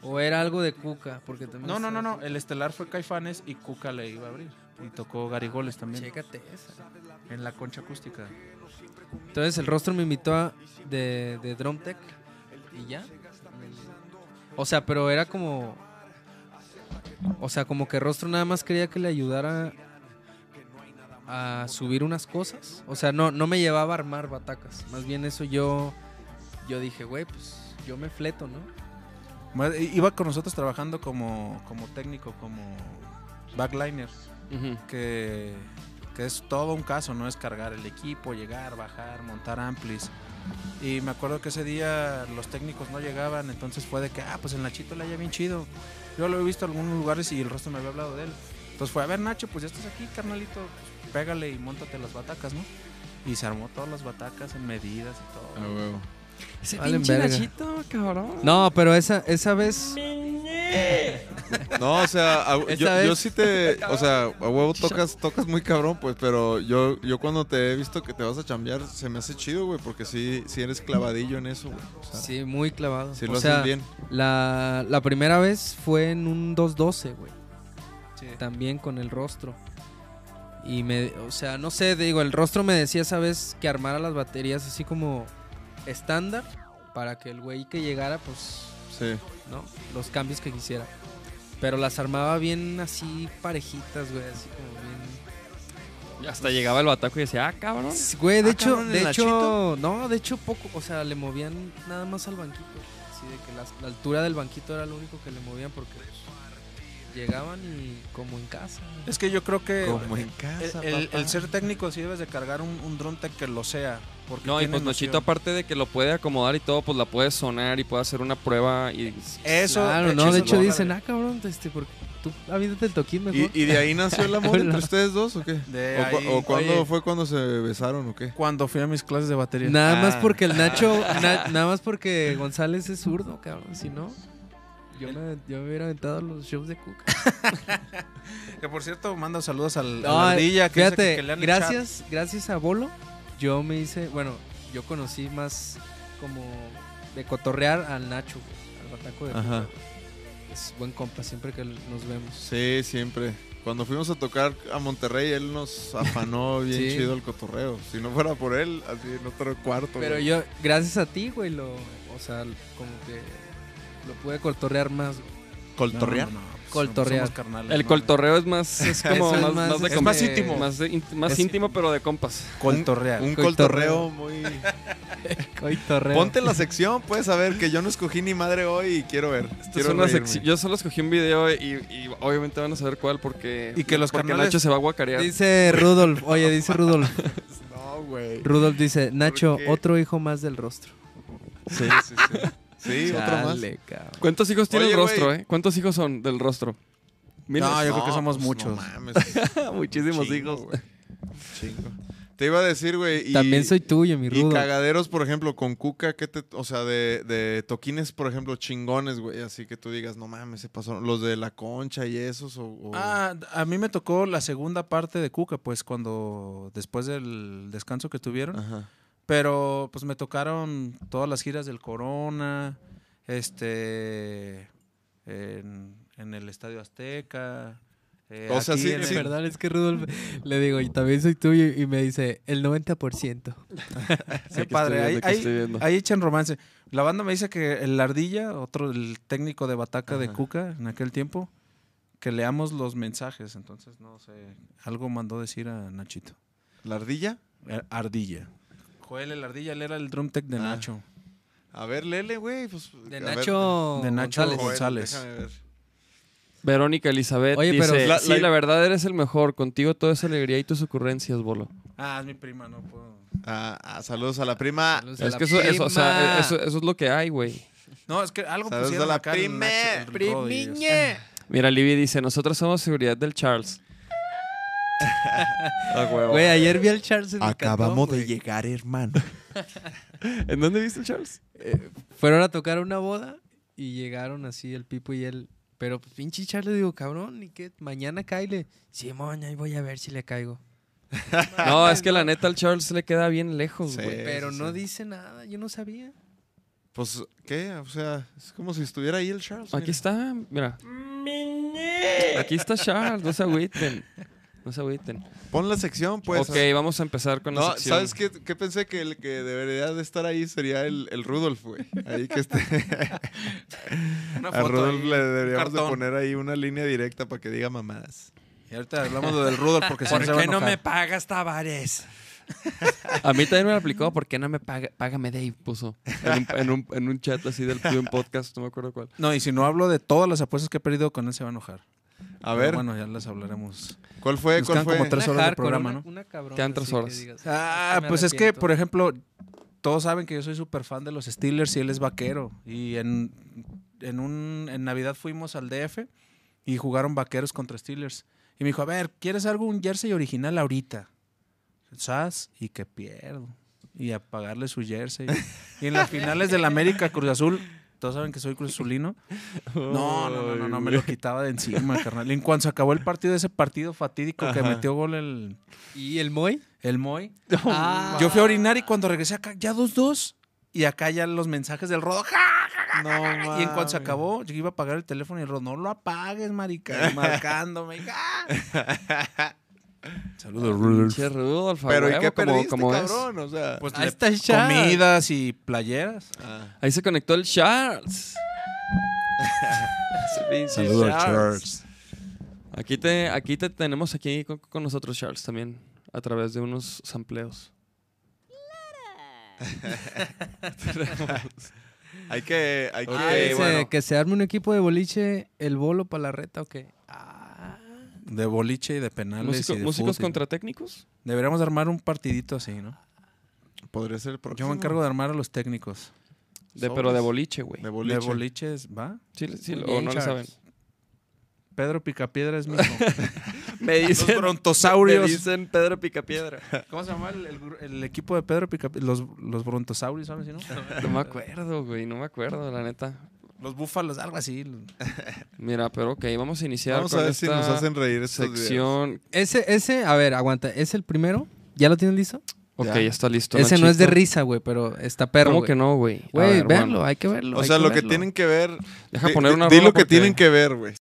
Speaker 6: ¿O era algo de Cuca? Porque también
Speaker 5: No, no, no,
Speaker 6: está-
Speaker 5: no. El estelar fue Caifanes y Cuca le iba a abrir. Y tocó Garigoles también.
Speaker 6: Chécate esa.
Speaker 5: En la concha acústica.
Speaker 6: Entonces el rostro me invitó a de, de Drum Tech y ya. O sea, pero era como. O sea, como que rostro nada más quería que le ayudara a subir unas cosas. O sea, no, no me llevaba a armar batacas. Más bien eso yo. Yo dije, güey, pues yo me fleto, ¿no?
Speaker 5: Ma- Iba con nosotros trabajando como, como técnico, como backliner,
Speaker 3: Ujú.
Speaker 5: que, que es todo un caso, ¿no? Es cargar el equipo, llegar, bajar, montar amplis. Y me acuerdo que ese día los técnicos no llegaban, entonces fue de que, ah, pues el Nachito le haya bien chido. Yo lo he visto en algunos lugares y el resto me había hablado de él. Entonces fue, a ver, Nacho, pues ya estás aquí, carnalito, pues, pégale y montate las batacas, ¿no? Y se armó todas las batacas en medidas y todo.
Speaker 6: Ah,
Speaker 4: A huevo.
Speaker 3: Ese
Speaker 6: Valen
Speaker 3: pinche
Speaker 6: verga.
Speaker 3: Nachito, cabrón.
Speaker 6: No, pero esa, esa vez.
Speaker 4: No, o sea, a- yo,
Speaker 6: Esa
Speaker 4: yo
Speaker 6: vez.
Speaker 4: sí te, o sea, a huevo tocas, tocas muy cabrón, pues, pero yo, yo cuando te he visto que te vas a chambear, se me hace chido, güey, porque sí, sí eres clavadillo en eso, güey. O sea, sí,
Speaker 6: Sí, muy clavado.
Speaker 4: lo
Speaker 6: o
Speaker 4: haces
Speaker 6: sea,
Speaker 4: bien.
Speaker 6: La, la primera vez fue en un 212, güey.
Speaker 5: Sí.
Speaker 6: También con el rostro. Y me, o sea, no sé, digo, el rostro me decía esa vez que armara las baterías así como estándar para que el güey que llegara, pues,
Speaker 4: Sí.
Speaker 6: ¿no? Los cambios que quisiera. Pero las armaba bien así parejitas, güey, así como bien.
Speaker 3: Hasta llegaba el bataco y decía, ah, cabrón.
Speaker 6: Güey, de
Speaker 4: Ah,
Speaker 6: hecho,
Speaker 4: cabrón, ¿el
Speaker 6: de
Speaker 4: Nachito?
Speaker 6: hecho, no, de hecho poco, o sea, le movían nada más al banquito. Así de que las- la, altura del banquito era lo único que le movían porque pues, llegaban y como en casa. güey.
Speaker 5: Es que yo creo
Speaker 6: eh,
Speaker 5: que
Speaker 4: Como en casa,
Speaker 5: El, el-
Speaker 4: papá.
Speaker 5: el ser técnico sí debes de cargar un, un dron tech que lo sea. Porque
Speaker 3: No, y
Speaker 5: tiene
Speaker 3: pues
Speaker 5: noción.
Speaker 3: Nachito, aparte de que lo puede acomodar y todo, pues la puede sonar y puede hacer una prueba y...
Speaker 5: Eso,
Speaker 6: claro, no, de
Speaker 5: eso
Speaker 6: hecho
Speaker 5: es-
Speaker 6: dicen, ah, cabrón, este, porque tú avídate el toquín mejor.
Speaker 4: ¿Y, y de ahí nació el
Speaker 6: (laughs)
Speaker 4: amor entre ustedes dos o qué?
Speaker 5: De
Speaker 4: ¿O, cu-
Speaker 5: ahí-
Speaker 4: o cuándo
Speaker 5: oye.
Speaker 4: fue cuando se besaron o qué?
Speaker 5: Cuando fui a mis clases de batería.
Speaker 6: Nada más
Speaker 4: Ah.
Speaker 6: porque (laughs) el Nacho, na- nada más porque González es zurdo, cabrón, si no. Yo me, yo me hubiera aventado los shows de Cuca.
Speaker 5: Que por cierto, mando saludos al, a
Speaker 6: No,
Speaker 5: la ardilla. Que dice
Speaker 6: fíjate,
Speaker 5: que- que lean el
Speaker 6: gracias, gracias a Bolo, yo me hice, bueno, yo conocí más como de cotorrear al Nacho, güey, al bataco de
Speaker 4: Ajá.
Speaker 6: Cuca, güey. Es buen compa siempre que nos vemos.
Speaker 4: Sí, siempre. Cuando fuimos a tocar a Monterrey, él nos afanó bien
Speaker 6: (laughs) Sí.
Speaker 4: chido el cotorreo. Si no fuera por él, así en otro cuarto.
Speaker 6: Pero
Speaker 4: güey.
Speaker 6: yo, gracias a ti, güey, lo, o sea, como que lo pude cotorrear más. güey.
Speaker 5: chat.
Speaker 4: ¿Coltorrear?
Speaker 5: No, no, no, somos-
Speaker 6: Coltorrear.
Speaker 5: somos carnales,
Speaker 3: El
Speaker 5: ¿no?
Speaker 3: coltorreo es más, es como más,
Speaker 6: Eso
Speaker 3: más de
Speaker 6: este,
Speaker 3: compas.
Speaker 5: más íntimo.
Speaker 3: Más, de ínt- más
Speaker 6: Es-
Speaker 3: íntimo, pero de compas.
Speaker 5: Coltorrear.
Speaker 4: Un
Speaker 6: Cotorreo.
Speaker 4: coltorreo muy...
Speaker 6: Cotorreo.
Speaker 4: Ponte en la sección, puedes saber que yo no escogí ni madre hoy y quiero ver.
Speaker 3: Esto es
Speaker 4: Quiero
Speaker 3: una
Speaker 4: reírme.
Speaker 3: sección- Yo solo escogí un video y, y obviamente van a saber cuál porque,
Speaker 5: Y que los
Speaker 3: porque
Speaker 5: canales-
Speaker 3: Nacho se va a guacarear.
Speaker 6: Dice Rudolf, oye, dice Rudolf.
Speaker 4: No, güey.
Speaker 6: Rudolf dice, Nacho,
Speaker 4: qué?
Speaker 6: otro hijo más del rostro.
Speaker 4: Sí, sí, sí. Sí, otro más.
Speaker 6: Chale, cabrón.
Speaker 3: ¿Cuántos hijos tiene
Speaker 4: Oye,
Speaker 3: el rostro,
Speaker 4: güey.
Speaker 3: eh? ¿Cuántos hijos son del rostro?
Speaker 5: No, yo creo que
Speaker 4: No,
Speaker 5: somos
Speaker 4: pues,
Speaker 5: muchos.
Speaker 4: (laughs) No mames.
Speaker 3: Muchísimos
Speaker 4: Chingo,
Speaker 3: hijos.
Speaker 4: güey. Chingo. Te iba a decir, güey. y-
Speaker 6: También soy tuyo, mi
Speaker 4: Y
Speaker 6: rudo.
Speaker 4: cagaderos, por ejemplo, con Cuca, ¿qué te, o sea, de, de toquines, por ejemplo, chingones, güey, así que tú digas, no mames, se pasaron los de la concha y esos o, o-
Speaker 5: Ah, a mí me tocó la segunda parte de Cuca, pues cuando después del descanso que tuvieron.
Speaker 4: Ajá.
Speaker 5: Pero pues me tocaron todas las giras del Corona, este, en, en el Estadio Azteca. eh,
Speaker 4: O sea,
Speaker 5: aquí
Speaker 4: sí-
Speaker 5: en
Speaker 6: La
Speaker 5: el-
Speaker 4: sí.
Speaker 6: verdad es que Rudolf le digo, y también soy tuyo, y me dice, el 90%.
Speaker 5: Qué
Speaker 3: aquí estoy
Speaker 5: padre, ahí,
Speaker 3: viendo, aquí
Speaker 5: ahí-
Speaker 3: estoy viendo.
Speaker 5: ahí echan romance. La banda me dice que el Ardilla, otro, el técnico de Bataca de Cuca en aquel tiempo, que leamos los mensajes. Entonces, no sé, algo mandó decir a Nachito.
Speaker 4: ¿La ardilla?
Speaker 5: Eh, Ardilla. Joel, el Ardilla, él era el drum tech de
Speaker 4: Ah.
Speaker 5: Nacho.
Speaker 4: A ver, lele, güey. Pues,
Speaker 6: De
Speaker 4: a ver.
Speaker 6: Nacho.
Speaker 5: De Nacho
Speaker 6: González.
Speaker 5: González.
Speaker 4: eh, déjame ver.
Speaker 3: Verónica Elizabeth
Speaker 6: Oye, pero
Speaker 3: dice,
Speaker 4: la-
Speaker 3: sí,
Speaker 4: la-
Speaker 3: la verdad eres el mejor. Contigo toda esa alegría y tus ocurrencias, bolo.
Speaker 5: Ah, es mi prima, no puedo.
Speaker 4: Ah, ah, saludos a la prima.
Speaker 6: Saludos a
Speaker 3: Es
Speaker 6: la
Speaker 3: que eso, eso, o sea,
Speaker 6: prima.
Speaker 3: eh, eso, eso es lo que hay, güey.
Speaker 5: No, es que algo
Speaker 4: Saludos
Speaker 5: pusieron
Speaker 4: a la
Speaker 5: acá el
Speaker 4: prime.
Speaker 5: Nacho, el Rodo y ellos.
Speaker 6: Primiñe.
Speaker 3: Mira, Libby dice, nosotros somos seguridad del Charles. Ah, huevo.
Speaker 6: Güey, ayer vi al Charles en el cantón, güey.
Speaker 4: llegar, hermano.
Speaker 3: ¿En dónde viste el Charles?
Speaker 6: Eh, fueron a tocar a una boda y llegaron así el Pipo y él. Pero pues, pinche Charles, digo, cabrón, ¿y qué? Mañana caile. Sí, mañana voy a ver si le caigo. Ah,
Speaker 3: No, es que la neta al Charles le queda bien lejos,
Speaker 4: Sí.
Speaker 3: güey.
Speaker 6: Pero
Speaker 4: sí,
Speaker 6: no
Speaker 4: sí.
Speaker 6: dice nada, yo no sabía.
Speaker 4: Pues, ¿qué? O sea, es como si estuviera ahí el Charles.
Speaker 3: Aquí
Speaker 4: mira.
Speaker 3: está, mira. Aquí está Charles, no se agüiten. No se agüiten.
Speaker 4: Pon la sección, pues.
Speaker 3: ok, vamos a empezar con la
Speaker 4: No,
Speaker 3: sección.
Speaker 4: ¿sabes qué, qué pensé? Que el que debería de estar ahí sería el, el Rudolf, güey. Ahí que esté.
Speaker 5: (laughs) Una
Speaker 4: a
Speaker 5: foto
Speaker 4: Rudolf le
Speaker 5: ahí, un
Speaker 4: deberíamos de
Speaker 5: cartón.
Speaker 4: poner ahí una línea directa para que diga mamadas.
Speaker 5: Y ahorita hablamos lo del Rudolf porque se va a enojar.
Speaker 6: pagas, Tavares?
Speaker 3: A mí también me lo aplicó, ¿por qué no me paga? Págame Dave, puso. En un, en un- en un chat así del de un podcast, no me acuerdo cuál.
Speaker 5: No, y si no hablo de todas las apuestas que he perdido con él, se va a enojar.
Speaker 4: A
Speaker 5: Pero
Speaker 4: ver,
Speaker 5: Bueno, ya las hablaremos.
Speaker 4: ¿cuál fue?
Speaker 5: nos
Speaker 4: ¿Cuál
Speaker 5: quedan
Speaker 4: fue?
Speaker 5: como tres- horas de programa,
Speaker 6: una,
Speaker 5: ¿no?
Speaker 6: Una cabrona,
Speaker 3: Quedan tres
Speaker 6: así que
Speaker 3: horas.
Speaker 6: digas,
Speaker 5: Ah,
Speaker 6: me
Speaker 5: pues es que,
Speaker 6: arrepiento.
Speaker 5: por ejemplo, todos saben que yo soy súper fan de los Steelers y él es vaquero. Y en, en, un, en Navidad fuimos al DF y jugaron vaqueros contra Steelers. Y me dijo, a ver, ¿quieres algo, un jersey original ahorita? Sas, y que pierdo. Y a pagarle su jersey. Y en las finales del América Cruz Azul, todos saben que soy Cruz Azulino. No, no, no, no, no, me lo quitaba de encima, carnal. Y en cuanto se acabó el partido, ese partido fatídico que
Speaker 4: Ajá.
Speaker 5: metió gol el,
Speaker 6: ¿Y el Moy?
Speaker 5: el (laughs) Moy.
Speaker 6: Ah.
Speaker 5: Yo fui a orinar y cuando regresé acá, ya dos, dos. Y acá ya los mensajes del rodo. ¡ja!
Speaker 4: No,
Speaker 5: Y en cuanto
Speaker 4: mames.
Speaker 5: se acabó, yo iba a apagar el teléfono y el rodo, no lo
Speaker 3: (laughs)
Speaker 5: apagues, marica. y marcándome. ¡ja!
Speaker 3: Ah,
Speaker 5: Saludos, Rudolf.
Speaker 3: Che, Rudolf, a
Speaker 4: Pero ¿y
Speaker 3: huevo,
Speaker 4: qué
Speaker 3: como-
Speaker 4: perdiste,
Speaker 3: como es.
Speaker 4: cabrón? O sea,
Speaker 5: Pues
Speaker 6: Ahí
Speaker 5: le-
Speaker 6: está el chat.
Speaker 5: comidas y playeras.
Speaker 4: ah,
Speaker 3: Ahí se conectó el
Speaker 4: (laughs)
Speaker 3: Charles. Ese pinche Aquí te, aquí te tenemos aquí con, con nosotros, Charles, también, a través de unos sampleos.
Speaker 4: hay que, hay
Speaker 6: Ah,
Speaker 4: que,
Speaker 6: dice
Speaker 4: bueno,
Speaker 6: que se arme un equipo de boliche, el bolo para la reta, ok.
Speaker 5: De boliche y de penales.
Speaker 3: Músico-
Speaker 5: y de
Speaker 3: ¿Músicos
Speaker 5: fútbol.
Speaker 3: contra técnicos?
Speaker 5: Deberíamos armar un partidito así, ¿no?
Speaker 4: podría ser el
Speaker 5: Yo
Speaker 4: próximo.
Speaker 5: me encargo de armar a los técnicos.
Speaker 3: De,
Speaker 4: Sobres.
Speaker 3: pero de boliche, güey.
Speaker 4: de boliche.
Speaker 5: De boliches, ¿va?
Speaker 3: Sí, sí,
Speaker 6: Muy
Speaker 3: o
Speaker 6: bien,
Speaker 3: no le saben.
Speaker 6: Charles.
Speaker 5: Pedro Picapiedra es mi hijo.
Speaker 3: (laughs) Me dicen,
Speaker 5: Los brontosaurios.
Speaker 3: dicen Pedro Picapiedra.
Speaker 5: ¿Cómo se llama el, el gru- el equipo de Pedro Picapiedra? Los, los brontosaurios, ¿sabes? si no?
Speaker 3: (laughs) No me acuerdo, güey, no me acuerdo, la neta.
Speaker 5: (laughs) Los búfalos, algo así.
Speaker 3: Mira, pero ok, vamos a iniciar
Speaker 4: Vamos
Speaker 3: con
Speaker 4: a ver
Speaker 3: esta
Speaker 4: si nos hacen reír esos videos.
Speaker 3: sección.
Speaker 6: Ese, ese, a ver, aguanta, ¿es el primero? ¿Ya lo tienes listo?
Speaker 3: Ok,
Speaker 4: Ya.
Speaker 3: ya está listo.
Speaker 6: ese no es de
Speaker 3: Nachito.
Speaker 6: risa, güey, pero está perro.
Speaker 3: ¿Cómo
Speaker 6: güey.
Speaker 3: que no, güey? A
Speaker 6: Güey,
Speaker 3: ver,
Speaker 6: verlo,
Speaker 3: bueno.
Speaker 6: hay que verlo.
Speaker 4: O
Speaker 6: hay
Speaker 4: sea, lo que
Speaker 6: verlo.
Speaker 4: tienen que ver.
Speaker 3: Deja
Speaker 4: di-
Speaker 3: poner
Speaker 4: di-
Speaker 3: una
Speaker 4: Di
Speaker 3: rola
Speaker 4: lo que
Speaker 3: porque-
Speaker 4: tienen que ver, güey.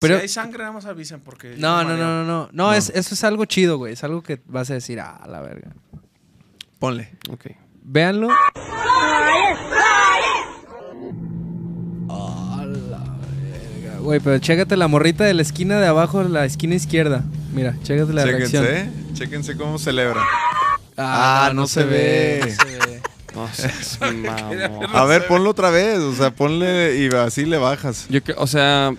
Speaker 6: Pero-
Speaker 5: si hay sangre, nada más avisen porque.
Speaker 6: No,
Speaker 5: yo me
Speaker 6: no,
Speaker 5: mareo.
Speaker 6: no, no, no. No, Es, eso es algo chido, güey. Es algo que vas a decir, ah, la verga.
Speaker 4: Ponle.
Speaker 3: Ok.
Speaker 6: Véanlo. Ah, la verga, Güey, pero chécate la morrita de la esquina de abajo, la esquina izquierda. Mira, chécate la reacción.
Speaker 4: Chéquense, eh. chéquense cómo celebra. Ah, no se ve.
Speaker 6: no se ve.
Speaker 3: No (laughs) seas
Speaker 4: (laughs)
Speaker 3: mamón.
Speaker 4: A ver, ponlo otra vez, o sea, ponle y así le bajas.
Speaker 3: Yo que- o sea,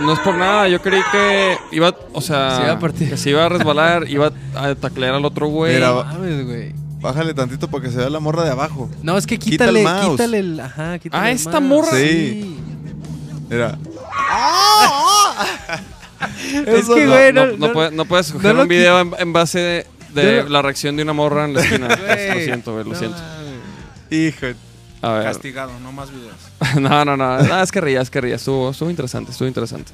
Speaker 3: no es por nada. Yo creí que iba, o sea,
Speaker 6: Se iba a partir.
Speaker 3: que se iba a resbalar, iba a taclear al otro güey.
Speaker 4: Mira,
Speaker 6: No mames, güey.
Speaker 4: Bájale tantito para que se vea la morra de abajo.
Speaker 6: No, es que
Speaker 4: Quita
Speaker 6: quítale,
Speaker 4: el mouse.
Speaker 6: quítale el. Ajá, quítale
Speaker 3: Ah,
Speaker 6: el
Speaker 3: esta
Speaker 6: mouse.
Speaker 3: morra.
Speaker 4: Sí. Mira.
Speaker 6: Es
Speaker 4: Eso
Speaker 6: que,
Speaker 4: no.
Speaker 6: güey, no,
Speaker 3: no, no
Speaker 6: no-
Speaker 3: puede- no puedes
Speaker 6: no
Speaker 3: coger
Speaker 6: lo
Speaker 3: un video en, en base de la reacción de una morra en la
Speaker 6: (laughs)
Speaker 3: esquina. lo
Speaker 4: Güey.
Speaker 3: siento, güey, lo
Speaker 4: No
Speaker 3: siento.
Speaker 4: mames. Hijo.
Speaker 3: A ver.
Speaker 5: Castigado, no más videos.
Speaker 3: (laughs) no, no, no. Ah, es que reía, es que reía. Estuvo, estuvo interesante, estuvo interesante.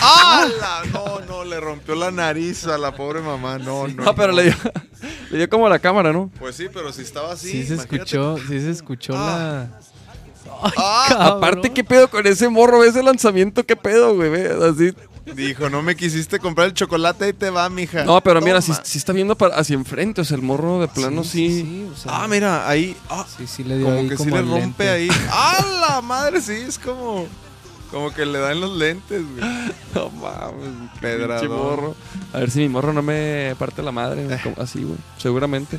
Speaker 4: ¡Hala! (laughs) No, no, le rompió la nariz a la pobre mamá. No, no.
Speaker 3: Ah, pero le dio, (laughs) le dio como a la cámara, ¿no?
Speaker 4: Pues sí, pero si estaba así.
Speaker 6: Sí se
Speaker 4: imagínate.
Speaker 6: escuchó, sí se escuchó la. Ay,
Speaker 4: Ah,
Speaker 6: cabrón.
Speaker 3: Aparte, ¿qué pedo con ese morro? ¿Ese lanzamiento? ¿Qué pedo, güey? Ve, Así.
Speaker 4: Dijo, no me quisiste comprar el chocolate y te va, mija.
Speaker 3: No, pero mira, si,
Speaker 4: Toma.
Speaker 3: si está viendo para- hacia enfrente, o sea, el morro de plano sí.
Speaker 6: sí, o sea,
Speaker 4: Ah, mira, ahí. ah,
Speaker 6: sí, sí le dio
Speaker 4: como
Speaker 6: ahí
Speaker 4: que sí
Speaker 6: como
Speaker 4: le
Speaker 6: al
Speaker 4: rompe
Speaker 6: lente. (laughs)
Speaker 4: ahí. ¡Ah, la madre! Sí, es como. Como que le dan los lentes, güey.
Speaker 3: No mames, qué
Speaker 4: Pedrador.
Speaker 3: pinche morro. A ver si mi morro no me parte la madre, güey, como- así, güey. Seguramente.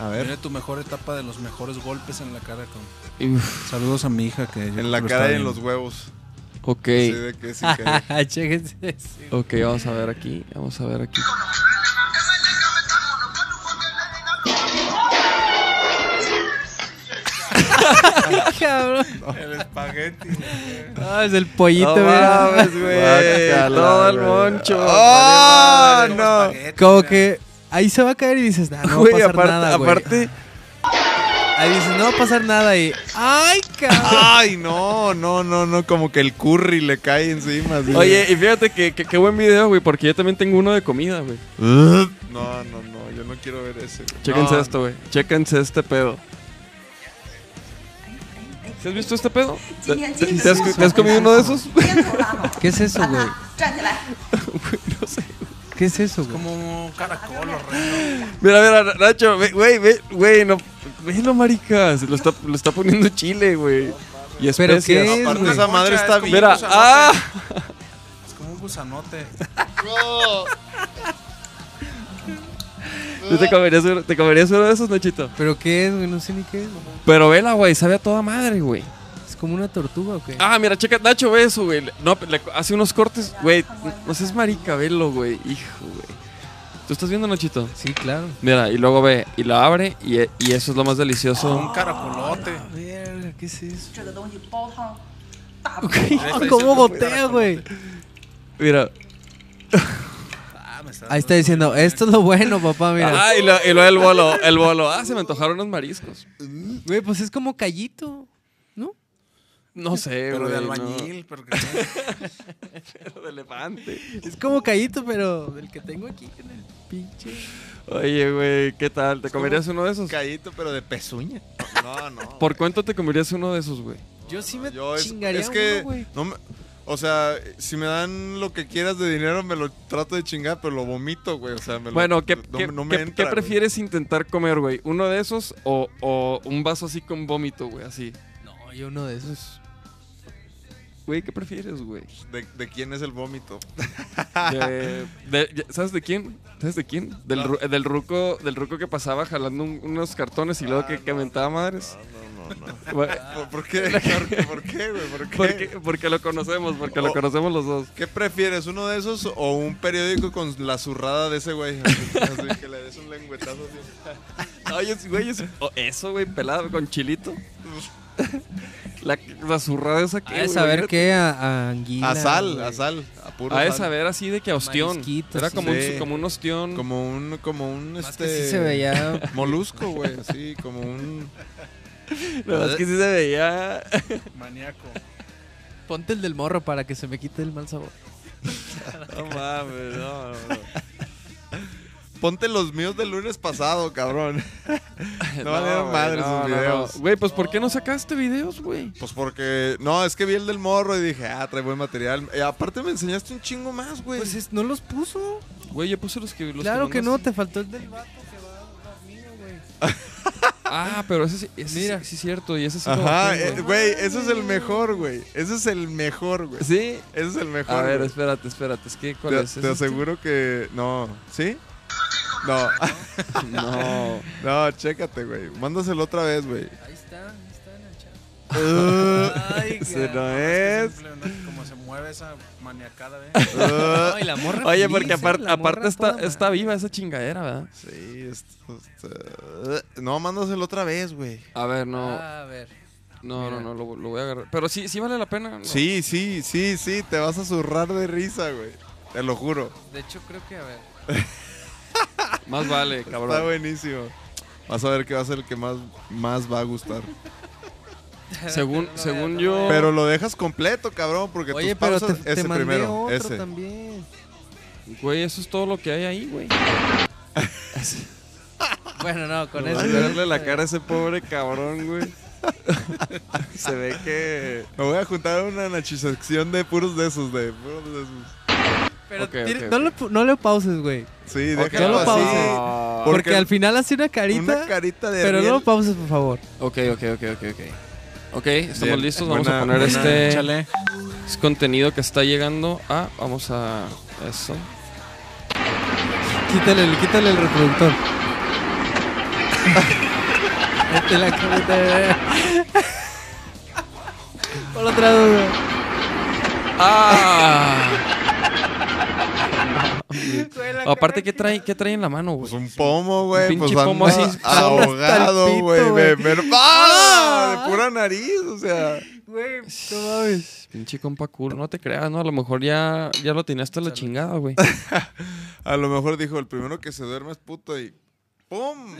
Speaker 4: A ver.
Speaker 5: Tiene tu mejor etapa de los mejores golpes en la cara. Con...
Speaker 3: Uf,
Speaker 5: Saludos a mi hija que...
Speaker 4: En la cara y en los huevos.
Speaker 3: ok,
Speaker 4: Así de que sin querer.
Speaker 6: (laughs) Chéquense eso.
Speaker 3: ok, vamos a ver aquí, vamos a ver aquí.
Speaker 6: (laughs) Cabrón.
Speaker 5: El espagueti.
Speaker 6: Ah, es el pollito, mira.
Speaker 3: Guácala, todo el moncho.
Speaker 4: ¡Ah,
Speaker 3: Vale,
Speaker 4: no!
Speaker 6: Como Oh, que ahí se va a caer y dices, nah, no va a
Speaker 3: Güey,
Speaker 6: pasar
Speaker 3: aparte,
Speaker 6: nada, güey.
Speaker 3: aparte,
Speaker 6: Ahí dices, no va a pasar nada y. ¡Ay, cabrón!
Speaker 4: Ay, no, no, no, no, como que el curry le cae encima. así.
Speaker 3: oye, y fíjate que, que- qué buen video, güey, porque yo también tengo uno de comida, güey.
Speaker 4: No, no, no, yo no quiero ver ese. güey.
Speaker 3: Chéquense
Speaker 4: No,
Speaker 3: esto, güey. Chéquense este pedo. ¿Sí ¿Has visto este pedo?
Speaker 7: Sí,
Speaker 3: ¿Te-
Speaker 7: sí,
Speaker 3: te-
Speaker 7: sí,
Speaker 3: ¿Te has,
Speaker 7: sí,
Speaker 3: te
Speaker 7: sí.
Speaker 3: has comido uno de esos?
Speaker 6: ¿Qué es eso, güey?
Speaker 7: 站起来。
Speaker 3: Güey, no sé.
Speaker 6: ¿Qué es eso, güey?
Speaker 5: Como un caracol o rey.
Speaker 3: Mira, mira, Nacho, ve- güey, ve- güey, no, velo, maricas, lo está, lo está poniendo chile, güey. Y
Speaker 6: ¿Pero
Speaker 3: especias.
Speaker 6: qué es,
Speaker 4: Aparte
Speaker 6: güey?
Speaker 4: esa madre
Speaker 5: Concha,
Speaker 4: está
Speaker 5: es como-
Speaker 4: bien.
Speaker 3: Mira,
Speaker 5: cosa, no
Speaker 3: ah,
Speaker 5: Es como un
Speaker 4: (laughs)
Speaker 5: gusanote.
Speaker 3: ¿Te comerías, uno- te comerías uno de esos, Nachito.
Speaker 6: ¿Pero qué es, güey? No sé ni qué es. güey.
Speaker 3: Pero vela, güey, sabe a toda madre, güey.
Speaker 6: ¿Es como una tortuga o qué?
Speaker 3: Ah, mira, checa, Nacho, ve eso, güey. No, le- hace unos cortes, güey. No seas marica, velo, güey. Hijo, güey. ¿Tú estás viendo, Nachito?
Speaker 6: Sí, claro.
Speaker 3: Mira, y luego ve, y la abre, y, e- y eso es lo más
Speaker 5: Un
Speaker 3: delicioso.
Speaker 5: caracolote.
Speaker 6: Verga, ¿qué es eso?
Speaker 7: 这个东西煲汤，大补。
Speaker 6: ¿Cómo gotea, güey?
Speaker 3: Mira.
Speaker 5: Ah, me está
Speaker 6: Ahí está diciendo, esto es lo bueno, papá, mira.
Speaker 3: Ah, y luego y lo, el bolo, el bolo. Ah, se me antojaron unos mariscos.
Speaker 6: Güey, pues es como callito, ¿no?
Speaker 3: No sé,
Speaker 5: Pero
Speaker 3: güey.
Speaker 5: de
Speaker 3: no.
Speaker 5: albañil, pero que
Speaker 3: (laughs) de elefante.
Speaker 6: Es como callito, pero el que tengo aquí en el pinche.
Speaker 3: Oye, güey, ¿qué tal? ¿Te comerías uno de esos?
Speaker 4: Callito, pero de pezuña. No, no.
Speaker 3: ¿Por cuánto te comerías uno de esos, güey?
Speaker 6: Yo sí me
Speaker 4: Yo es,
Speaker 6: chingaría
Speaker 4: es que
Speaker 6: uno, güey.
Speaker 4: no me- o sea, si me dan lo que quieras de dinero me lo trato de chingar, pero lo vomito, güey. O sea, me lo-
Speaker 3: Bueno, ¿qué,
Speaker 4: no-
Speaker 3: qué-
Speaker 4: no me
Speaker 3: qué-
Speaker 4: entra,
Speaker 3: qué
Speaker 4: güey.
Speaker 3: prefieres intentar comer, güey? ¿Uno de esos o, o un vaso así con vómito, güey? Así.
Speaker 6: No, yo uno de esos.
Speaker 3: Güey, ¿qué prefieres,
Speaker 4: (laughs)
Speaker 3: güey?
Speaker 4: ¿De, de quién es el vómito?
Speaker 3: De- de- ¿Sabes de quién? ¿Sabes de quién? Del, ru- eh, del ruco del ruco que pasaba jalando un- unos cartones y luego que, que aventaba madres.
Speaker 4: Ah, No, no,
Speaker 3: (laughs)
Speaker 4: no.
Speaker 3: Güey,
Speaker 4: ¿Por, por qué? ¿Por, por qué, güey? ¿Por qué?
Speaker 3: Porque, porque lo conocemos, porque lo
Speaker 4: Oh.
Speaker 3: conocemos los dos.
Speaker 4: ¿Qué prefieres, uno de esos o un periódico con la zurrada de ese güey? (laughs) Así, así que le des un lengüetazo así.
Speaker 3: Oye, güey, es- o eso, güey, pelado con chilito. La, la zurrada esa que.
Speaker 6: A
Speaker 3: güey,
Speaker 6: saber
Speaker 3: imagínate.
Speaker 6: qué, a, a anguila.
Speaker 4: A sal,
Speaker 6: güey.
Speaker 4: a sal, a puro
Speaker 3: Ha de
Speaker 4: sal.
Speaker 3: saber así de que ostión.
Speaker 6: Marisquitos,
Speaker 3: Era
Speaker 6: sí.
Speaker 3: como,
Speaker 4: Sí.
Speaker 3: un, como un ostión.
Speaker 4: Como un, como un,
Speaker 6: Más
Speaker 4: este...
Speaker 6: que sí se veía.
Speaker 4: Molusco, güey, así, como un...
Speaker 3: La verdad es que sí se
Speaker 6: (laughs)
Speaker 3: veía.
Speaker 5: Maníaco.
Speaker 6: (laughs) Ponte el del morro para que se me quite el mal sabor.
Speaker 4: No mames, no, Ponte los míos del lunes pasado, cabrón. No valieron
Speaker 3: güey,
Speaker 4: madre esos videos.
Speaker 3: Güey, pues ¿por qué no sacaste videos, güey?
Speaker 4: Pues porque... No, es que vi el del morro y dije, ah, trae buen material. Y aparte me enseñaste un chingo más, güey.
Speaker 6: Pues es- no los puso.
Speaker 3: Güey, yo puse los que. Los
Speaker 6: claro que, no,
Speaker 3: mandaste.
Speaker 6: te faltó el del vato que va a un amigo, güey.
Speaker 3: Ah, pero ese sí. ese
Speaker 6: Mira.
Speaker 3: sí, sí es cierto. Y ese sí.
Speaker 4: Ajá,
Speaker 3: lo
Speaker 4: eh,
Speaker 3: tengo.
Speaker 4: güey, ese es el mejor, güey. Ese es el mejor, güey.
Speaker 3: Sí.
Speaker 4: Ese es el mejor.
Speaker 3: A ver,
Speaker 4: güey.
Speaker 3: espérate, espérate. Es que, ¿cuál
Speaker 4: te,
Speaker 3: es?
Speaker 4: te
Speaker 3: ¿Es este?
Speaker 4: aseguro que... No, ¿sí? No,
Speaker 3: No.
Speaker 4: no, chécate, güey. Mándaselo otra vez, güey.
Speaker 6: Ahí está, ahí está en el chat.
Speaker 4: Uh,
Speaker 6: Ay,
Speaker 4: (laughs) ese no
Speaker 5: Es
Speaker 4: es.
Speaker 5: que simplemente como se mueve esa maniacada,
Speaker 4: (laughs)
Speaker 5: ¿eh?
Speaker 4: Uh,
Speaker 6: Ay, la morra.
Speaker 3: Oye,
Speaker 6: feliz,
Speaker 3: porque
Speaker 6: ¿eh?
Speaker 3: aparte,
Speaker 6: La
Speaker 3: aparte
Speaker 6: morra
Speaker 3: está,
Speaker 6: toda
Speaker 3: está
Speaker 6: madre.
Speaker 3: viva esa chingadera, ¿verdad?
Speaker 4: Sí, esto está- No, mándaselo otra vez, güey.
Speaker 3: A ver, no.
Speaker 6: Ah, A ver.
Speaker 3: No,
Speaker 6: Mira.
Speaker 3: no, no, lo, lo voy a agarrar. Pero sí, sí vale la pena. ¿no?
Speaker 4: Sí, sí, sí, sí, te vas a zurrar de risa, güey. Te lo juro.
Speaker 6: De hecho, creo que, a ver.
Speaker 3: Más vale,
Speaker 4: Está
Speaker 3: cabrón.
Speaker 4: buenísimo. Vas a ver que va a ser el que más, más va a gustar.
Speaker 3: Según-
Speaker 6: No lo
Speaker 3: según
Speaker 6: veo, no
Speaker 3: yo-
Speaker 6: lo veo.
Speaker 4: Pero lo dejas completo, cabrón, porque
Speaker 6: Oye,
Speaker 4: tus
Speaker 6: pero te,
Speaker 4: pausas-
Speaker 6: te
Speaker 4: ese
Speaker 6: mandé
Speaker 4: primero,
Speaker 6: otro
Speaker 4: ese.
Speaker 6: también.
Speaker 3: Güey, eso es todo lo que hay ahí, güey.
Speaker 6: Bueno, no, con
Speaker 4: Ay,
Speaker 6: eso.
Speaker 4: verle
Speaker 3: la cara a ese pobre cabrón, güey. (laughs)
Speaker 4: Se ve que Eh, me voy a juntar a una nachisección de puros de esos, de puros de esos.
Speaker 6: Pero
Speaker 3: Ok,
Speaker 6: tira-
Speaker 3: ok,
Speaker 6: No,
Speaker 3: ok.
Speaker 6: le, pu- no le pauses, güey.
Speaker 4: Sí,
Speaker 3: Ok,
Speaker 4: déjalo
Speaker 6: no
Speaker 4: así.
Speaker 6: pauses.
Speaker 3: Ah,
Speaker 6: Porque,
Speaker 4: Porque
Speaker 6: al final hace una carita.
Speaker 4: Una carita de
Speaker 6: pero no lo
Speaker 4: riel.
Speaker 6: pauses, por favor.
Speaker 3: Ok, ok, ok, ok, ok. Ok, estamos
Speaker 4: Bien.
Speaker 3: listos. Vamos
Speaker 4: Buena-
Speaker 3: a poner
Speaker 4: buena-
Speaker 3: este
Speaker 5: Échale.
Speaker 3: contenido que está llegando a. Vamos a. Eso.
Speaker 6: Quítale, el- quítale
Speaker 4: (laughs)
Speaker 6: el reproductor. Mete la carita de Por otra duda.
Speaker 3: (laughs) ¡Ah! Aparte, ¿qué trae, ¿qué trae en la mano,
Speaker 4: Pues
Speaker 3: güey?
Speaker 4: un pomo, güey.
Speaker 3: pinche
Speaker 4: Pues
Speaker 3: pomo
Speaker 4: (laughs) anda
Speaker 3: así,
Speaker 6: hasta el
Speaker 4: ahogado,
Speaker 6: pito,
Speaker 4: güey.
Speaker 6: güey.
Speaker 4: ve- ver- ¡Ah! De pura nariz, o sea.
Speaker 6: Güey, no mames.
Speaker 3: Pinche compa cool, no te creas, ¿no? A lo mejor ya, ya lo tenías hasta la chingada, güey.
Speaker 4: A lo mejor dijo, el primero que se duerme es puto y... ¡Pum!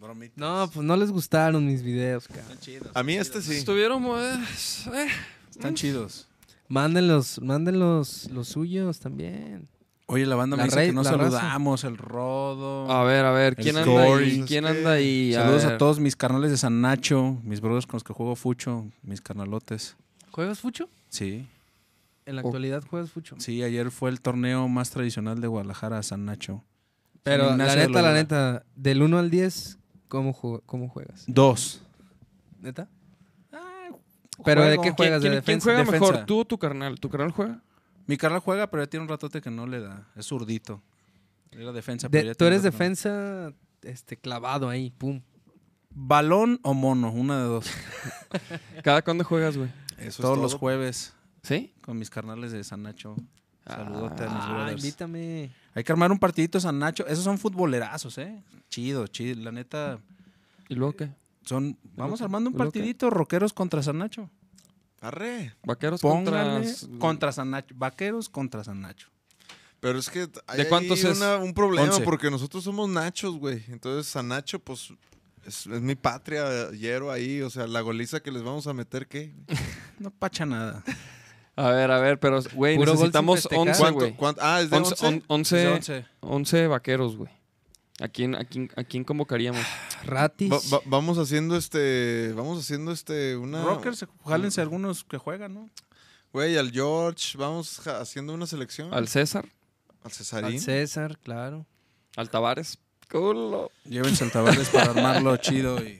Speaker 5: Bromita.
Speaker 6: No, pues no les gustaron mis videos, cabrón.
Speaker 5: Están chidos.
Speaker 4: A mí este sí.
Speaker 3: Estuvieron, eh,
Speaker 5: Están chidos.
Speaker 6: Mándenlos, mándenlos los suyos también.
Speaker 5: Oye, la banda
Speaker 6: La
Speaker 5: me dice
Speaker 6: rey-
Speaker 5: que no
Speaker 6: la raza.
Speaker 5: saludamos, el rodo.
Speaker 6: Ah,
Speaker 3: A ver, a ver, ¿quién
Speaker 4: El
Speaker 3: anda ahí?
Speaker 4: Goris,
Speaker 3: ¿Quién
Speaker 4: es
Speaker 3: anda
Speaker 4: que-
Speaker 3: ahí?
Speaker 5: Saludos
Speaker 3: ver.
Speaker 5: a todos mis carnales de San Nacho, mis brothers con los que juego Fucho, mis carnalotes.
Speaker 6: ¿Juegas fucho?
Speaker 5: Sí.
Speaker 6: En
Speaker 4: Oh.
Speaker 6: la actualidad juegas fucho.
Speaker 5: Sí, ayer fue el torneo más tradicional de Guadalajara, San Nacho.
Speaker 6: Pero
Speaker 5: San
Speaker 6: la
Speaker 5: Ignacio de
Speaker 6: neta, la
Speaker 5: Loyola.
Speaker 6: neta, del 1 al 10, ¿cómo, ju- cómo juegas?
Speaker 5: Dos.
Speaker 6: ¿Neta? Pero ¿de
Speaker 3: Juego.
Speaker 6: qué
Speaker 3: ¿Quién-
Speaker 6: juegas?
Speaker 3: ¿Quién,
Speaker 6: ¿De
Speaker 3: quién
Speaker 6: defensa?
Speaker 3: juega
Speaker 5: Defensa.
Speaker 3: mejor? ¿Tú o tu carnal? ¿Tu carnal juega?
Speaker 5: Mi carnal juega, pero ya tiene un ratote que no le da. Es zurdito. Era defensa.
Speaker 6: De-
Speaker 5: pero ya
Speaker 6: tú
Speaker 5: tiene
Speaker 6: eres
Speaker 5: rato que no.
Speaker 6: defensa este, clavado ahí, pum.
Speaker 5: ¿Balón o mono? Una de
Speaker 6: (laughs)
Speaker 5: dos.
Speaker 3: ¿Cada cuándo juegas, güey?
Speaker 4: Eso
Speaker 5: Todos
Speaker 4: es
Speaker 5: los
Speaker 4: todo.
Speaker 5: jueves
Speaker 3: ¿Sí?
Speaker 5: con mis carnales de San Nacho. Saludote a mis
Speaker 6: Ah,
Speaker 5: brothers.
Speaker 6: invítame.
Speaker 5: Hay que armar un partidito San Nacho. Esos son futbolerazos, ¿eh? Chido, chido. La neta,
Speaker 3: ¿Y luego qué?
Speaker 5: son... Vamos
Speaker 3: Loca,
Speaker 5: armando un
Speaker 3: loca.
Speaker 5: partidito rockeros contra San Nacho.
Speaker 4: Arre.
Speaker 3: ¿Vaqueros contra...?
Speaker 5: Pónganle contra San Nacho. Vaqueros contra San Nacho.
Speaker 4: Pero es que hay
Speaker 3: ¿De cuántos
Speaker 4: ahí
Speaker 3: es?
Speaker 4: una- un problema
Speaker 5: Once.
Speaker 4: porque nosotros somos nachos, güey. Entonces San Nacho, pues, es, es mi patria, hierro ahí. O sea, la goliza que les vamos a meter, ¿qué?
Speaker 5: No pacha nada.
Speaker 3: A ver, a ver, pero, güey,
Speaker 6: Puro gol sin
Speaker 3: necesitamos
Speaker 6: festejar.
Speaker 3: 11,
Speaker 4: ¿Cuánto?
Speaker 3: güey.
Speaker 4: cuánto? Ah, es de
Speaker 3: 11,
Speaker 4: 11.
Speaker 3: on-
Speaker 5: Es de
Speaker 3: 11,
Speaker 5: once.
Speaker 3: 11 vaqueros, güey. ¿A quién, a, quién, ¿A quién convocaríamos?
Speaker 6: Ratis.
Speaker 4: Va- va- vamos haciendo este, vamos haciendo este, una...
Speaker 5: Rockers, jálense algunos que juegan, ¿no?
Speaker 4: Güey, al George, vamos ja- haciendo una selección.
Speaker 3: ¿Al César?
Speaker 4: al
Speaker 6: Al
Speaker 4: Cesarín.
Speaker 6: César, claro.
Speaker 3: ¿Al Tavares? Culo.
Speaker 5: Llévense el Tavares para armarlo chido y...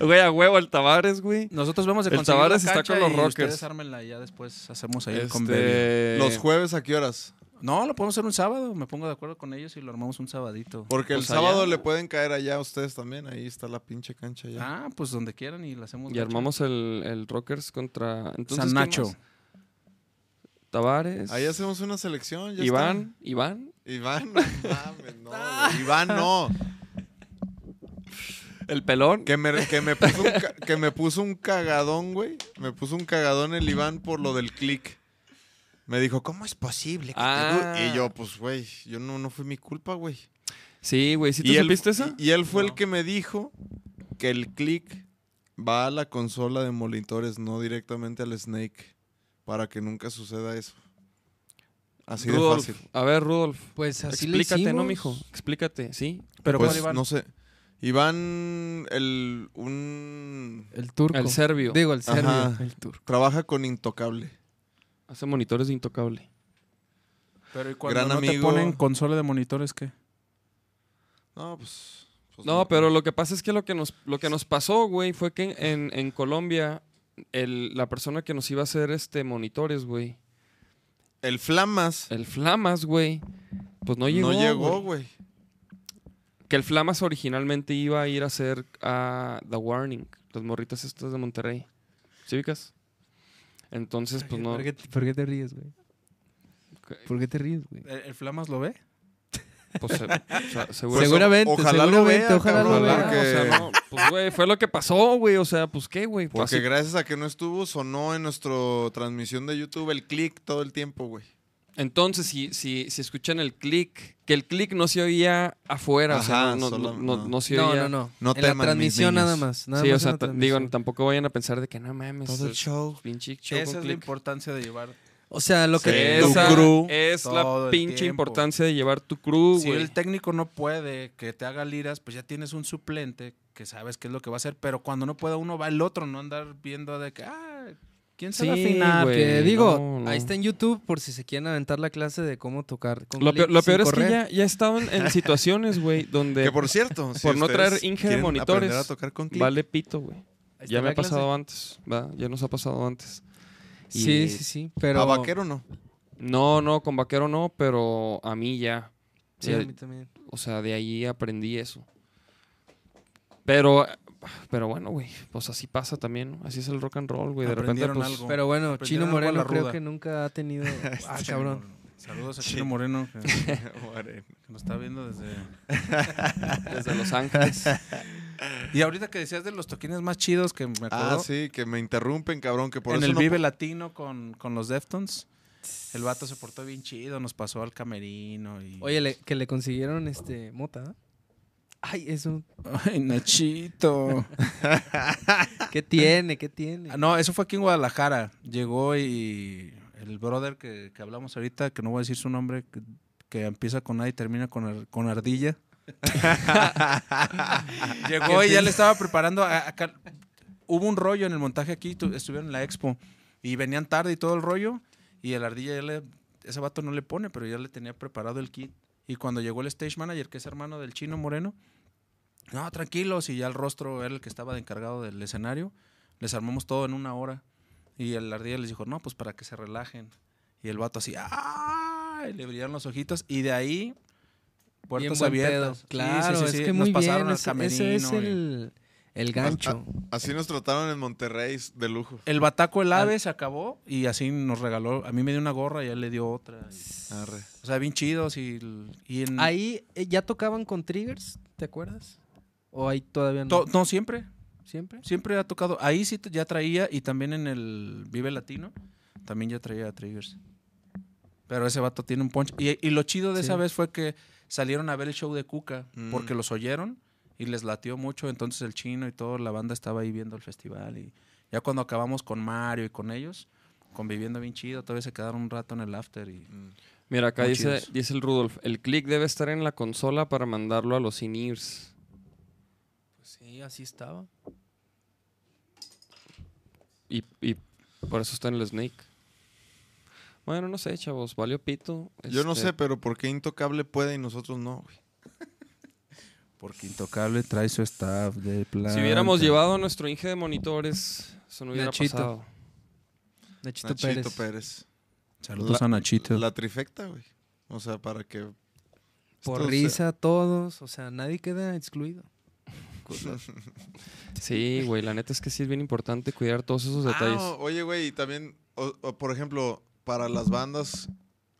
Speaker 3: Güey, a huevo, al Tavares, güey.
Speaker 5: Nosotros vemos de
Speaker 3: El
Speaker 5: conseguir la
Speaker 3: Tavares está
Speaker 5: cancha
Speaker 3: con los
Speaker 5: y
Speaker 3: Rockers.
Speaker 5: ustedes ármenla y ya después hacemos ahí el convenio.
Speaker 3: Este...
Speaker 4: (laughs) Los jueves, ¿a qué horas?
Speaker 5: No, lo podemos hacer un sábado. Me pongo de acuerdo con ellos y lo armamos un sabadito.
Speaker 4: Porque el
Speaker 3: Pues
Speaker 4: sábado
Speaker 3: allá.
Speaker 4: le pueden caer allá a ustedes también. Ahí está la pinche cancha ya.
Speaker 5: Ah, pues donde quieran y lo hacemos.
Speaker 3: Y armamos el, el Rockers contra... Entonces,
Speaker 5: San
Speaker 3: ¿quién
Speaker 5: Nacho.
Speaker 3: más? Tavares.
Speaker 4: Ahí hacemos una selección. ya
Speaker 3: Iván. Iván.
Speaker 4: está. Iván, no mames, no. güey. Iván, no.
Speaker 3: El pelón.
Speaker 4: Que me, que, me puso un ca- que me puso un cagadón, güey. Me puso un cagadón el Iván por lo del click. Me dijo, ¿cómo es posible? que te
Speaker 3: Ah.
Speaker 4: du-?" Y yo, pues, güey, yo no, no fue mi culpa, güey.
Speaker 3: Sí, güey. ¿Sí te
Speaker 4: y él,
Speaker 3: supiste esa?
Speaker 4: Y, y él fue el que me dijo que el click va a la consola de monitores, no directamente al Snake, para que nunca suceda eso. Así
Speaker 3: Rudolf.
Speaker 4: de fácil.
Speaker 3: A ver, Rudolf.
Speaker 6: Pues así le
Speaker 3: Explícate, ¿no,
Speaker 6: hicimos.
Speaker 3: mijo? Explícate, ¿sí?
Speaker 5: Pero
Speaker 4: Pues,
Speaker 5: ¿cuál, Iván?
Speaker 4: no sé. Iván, el, un...
Speaker 6: El turco.
Speaker 3: El serbio.
Speaker 6: Digo, el serbio.
Speaker 4: Ajá.
Speaker 6: El turco.
Speaker 4: Trabaja con Intocable.
Speaker 3: Hace monitores de intocable.
Speaker 5: Pero ¿y cuando
Speaker 4: gran
Speaker 5: no te
Speaker 4: amigo.
Speaker 5: ponen consola de monitores qué?
Speaker 4: No, pues... pues
Speaker 3: No, pero lo que pasa es que lo que nos, lo que nos pasó, güey, fue que en, en Colombia el- la persona que nos iba a hacer este monitores, güey,
Speaker 4: El Flamas
Speaker 3: el Flamas, güey, pues no llegó.
Speaker 4: no llegó, güey.
Speaker 3: Que el Flamas originalmente iba a ir a hacer a The Warning, las morritas estas de Monterrey. ¿Sí ubicas? Entonces, pues no.
Speaker 6: ¿Por, qué, por qué te ríes, güey?
Speaker 3: Ok.
Speaker 6: ¿Por qué te ríes, güey?
Speaker 5: ¿El, el Flamas lo ve?
Speaker 3: Pues, se- o
Speaker 4: (laughs)
Speaker 3: sea, seguro-
Speaker 4: Pues,
Speaker 6: seguramente,
Speaker 4: ojalá lo
Speaker 6: seguramente,
Speaker 4: vea,
Speaker 6: ojalá
Speaker 4: cabrón,
Speaker 6: lo vea.
Speaker 3: Ojalá,
Speaker 4: porque-
Speaker 3: o sea, no, pues, güey, fue lo que pasó, güey. O sea, pues, ¿qué, güey?
Speaker 4: Porque
Speaker 3: Así-
Speaker 4: gracias a que no estuvo, sonó en nuestra transmisión de YouTube el click todo el tiempo, güey.
Speaker 3: Entonces, si, si, si escuchan el click, que el click no se oía afuera, o sea, no,
Speaker 4: Ajá,
Speaker 3: no-
Speaker 4: solo-
Speaker 3: no-
Speaker 4: no.
Speaker 3: no se
Speaker 6: No,
Speaker 3: oía.
Speaker 6: no, no.
Speaker 4: No
Speaker 6: en la
Speaker 4: teman, mis
Speaker 6: transmisión
Speaker 4: niños.
Speaker 6: nada más. nada
Speaker 3: sí, o
Speaker 6: más en
Speaker 3: sea,
Speaker 6: la
Speaker 3: t- digo,
Speaker 6: transmisión.
Speaker 3: tampoco vayan a pensar de que no mames.
Speaker 4: Todo el
Speaker 3: es
Speaker 4: show.
Speaker 3: Pinche show
Speaker 5: Esa
Speaker 3: con
Speaker 5: es la
Speaker 3: click.
Speaker 5: importancia de llevar.
Speaker 6: O sea, lo que...
Speaker 5: Sí,
Speaker 6: lo-
Speaker 3: Esa
Speaker 5: tu crew
Speaker 3: es
Speaker 5: todo
Speaker 3: la
Speaker 5: el
Speaker 3: pinche
Speaker 5: tiempo.
Speaker 3: importancia de llevar tu crew,
Speaker 5: Si
Speaker 3: güey.
Speaker 5: el técnico no puede que te haga liras, pues ya tienes un suplente que sabes qué es lo que va a hacer, pero cuando no pueda uno va el otro, no andar viendo de que, ah, ¿quién se va a
Speaker 3: Sí,
Speaker 5: afinar?
Speaker 3: güey.
Speaker 6: que digo,
Speaker 3: no, no.
Speaker 6: ahí está en YouTube por si se quieren aventar la clase de cómo tocar. con
Speaker 3: Lo
Speaker 6: clic
Speaker 3: peor, lo
Speaker 6: sin
Speaker 3: peor es
Speaker 6: correr.
Speaker 3: que ya, ya he estado en,
Speaker 6: (laughs)
Speaker 3: en situaciones, güey, donde
Speaker 4: Que
Speaker 3: (laughs)
Speaker 4: por cierto, si
Speaker 3: Por no
Speaker 4: ustedes
Speaker 3: traer Inge de
Speaker 4: quieren
Speaker 3: monitores,
Speaker 4: aprender a tocar con click,
Speaker 3: vale pito, güey.
Speaker 6: Ahí está
Speaker 3: Ya me
Speaker 6: la
Speaker 3: ha pasado antes, ¿va? Ya nos ha pasado antes. Y-
Speaker 6: Sí, sí, sí, pero...
Speaker 4: a vaquero no.
Speaker 3: No, no, con vaquero no, pero a mí ya.
Speaker 6: Sí,
Speaker 3: Ya-
Speaker 6: a mí también.
Speaker 3: O sea, de ahí aprendí eso. Pero, pero bueno, güey, pues así pasa también, ¿no? Así es el rock and roll, güey. De repente,
Speaker 5: Aprendieron
Speaker 3: pues,
Speaker 5: algo.
Speaker 6: Pero bueno,
Speaker 5: Aprendieron
Speaker 6: Chino
Speaker 5: algo a la
Speaker 6: Moreno creo
Speaker 5: ruda. Este
Speaker 6: que nunca ha
Speaker 5: (laughs)
Speaker 6: tenido... Ah, cabrón.
Speaker 5: Saludos a
Speaker 4: Sí.
Speaker 5: Chino Moreno, que, que (laughs)
Speaker 4: Moreno.
Speaker 5: nos está viendo desde...
Speaker 3: desde Los
Speaker 6: (laughs)
Speaker 3: Ángeles.
Speaker 5: Y ahorita que decías de los toquines más chidos que me acuerdo,
Speaker 4: Ah, sí, que me interrumpen, cabrón, que por
Speaker 5: en
Speaker 4: eso
Speaker 5: el
Speaker 4: no-
Speaker 5: Vive Latino con, con los Deftones, el vato se portó bien chido, nos pasó al camerino y...
Speaker 6: Oye, le- que le consiguieron este mota. ¿ah? Ay, eso.
Speaker 5: (laughs) Ay, Nachito.
Speaker 6: (laughs) ¿Qué tiene? ¿Qué tiene?
Speaker 5: Ah, (laughs) No, eso fue aquí en Guadalajara. Llegó y el brother que, que hablamos ahorita, que no voy a decir su nombre, que, que empieza con A y termina con, ar- con (laughs) Ardilla. Llegó y ya le estaba preparando. a- acá- hubo un rollo en el montaje aquí, tu- estuvieron en la expo y venían tarde y todo el rollo. Y el Ardilla ya le. Ese vato no le pone, pero ya le tenía preparado el kit. Y cuando llegó el stage manager, que es hermano del chino moreno, no, tranquilos. Y ya el rostro era el que estaba de encargado del escenario. Les armamos todo en una hora. Y el ardilla les dijo, no, pues para que se relajen. Y el vato así, ¡ah! Y le brillaron los ojitos. Y de ahí, puertas
Speaker 6: buen
Speaker 5: abiertas.
Speaker 6: pedo.
Speaker 5: Sí,
Speaker 6: Claro,
Speaker 5: sí, sí, sí.
Speaker 6: es que
Speaker 5: Nos
Speaker 6: muy
Speaker 5: pasaron
Speaker 6: bien.
Speaker 5: al
Speaker 6: Ese, ese es
Speaker 5: camerino y-
Speaker 6: el, el gancho.
Speaker 4: Así nos trataron en Monterrey de lujo.
Speaker 5: El bataco,
Speaker 6: Ah.
Speaker 5: el ave, se acabó. Y así nos regaló. A mí me dio una gorra y a él le dio otra. Y-
Speaker 4: Arre.
Speaker 5: o sea, bien chidos. Y, el- y en-
Speaker 6: Ahí eh, ya tocaban con triggers, ¿te acuerdas? ¿O ahí todavía no?
Speaker 5: to- no, siempre.
Speaker 6: ¿Siempre?
Speaker 5: Siempre ha tocado. Ahí sí t- ya traía, y también en el Vive Latino, también ya traía a Triggers. Pero ese vato tiene un punch. Y, y lo chido de
Speaker 6: Sí.
Speaker 5: esa vez fue que salieron a ver el show de Cuca,
Speaker 4: Mm.
Speaker 5: porque los oyeron y les latió mucho. Entonces el chino y toda la banda estaba ahí viendo el festival. Y ya cuando acabamos con Mario y con ellos, conviviendo bien chido, todavía se quedaron un rato en el after. Y,
Speaker 3: Mira, acá
Speaker 5: Muy
Speaker 3: dice,
Speaker 5: chidos.
Speaker 3: dice el Rudolf, el click debe estar en la consola para mandarlo a los in-ears.
Speaker 6: Sí, así estaba.
Speaker 3: Y, y por eso está en el Snake. Bueno, no sé, chavos, valió pito.
Speaker 4: Yo no
Speaker 3: este,
Speaker 4: sé, pero ¿por qué Intocable puede y nosotros no, güey?
Speaker 5: porque Intocable trae su staff de plan.
Speaker 3: Si hubiéramos llevado nuestro Inge de monitores, eso no hubiera
Speaker 6: Nachito.
Speaker 3: pasado.
Speaker 6: Nachito,
Speaker 4: Nachito
Speaker 6: Pérez.
Speaker 4: Pérez.
Speaker 5: Saludos
Speaker 4: la-
Speaker 5: a Nachito.
Speaker 4: La trifecta, güey. O sea, para que...
Speaker 6: Por
Speaker 4: esto se-
Speaker 6: risa,
Speaker 5: eh,
Speaker 6: todos. O sea, nadie queda
Speaker 5: (laughs)
Speaker 6: excluido.
Speaker 3: Sí, güey, la neta es que sí es bien importante cuidar todos esos
Speaker 4: Ah,
Speaker 3: detalles.
Speaker 4: o- oye, güey, y también, o- o, por ejemplo, para las bandas,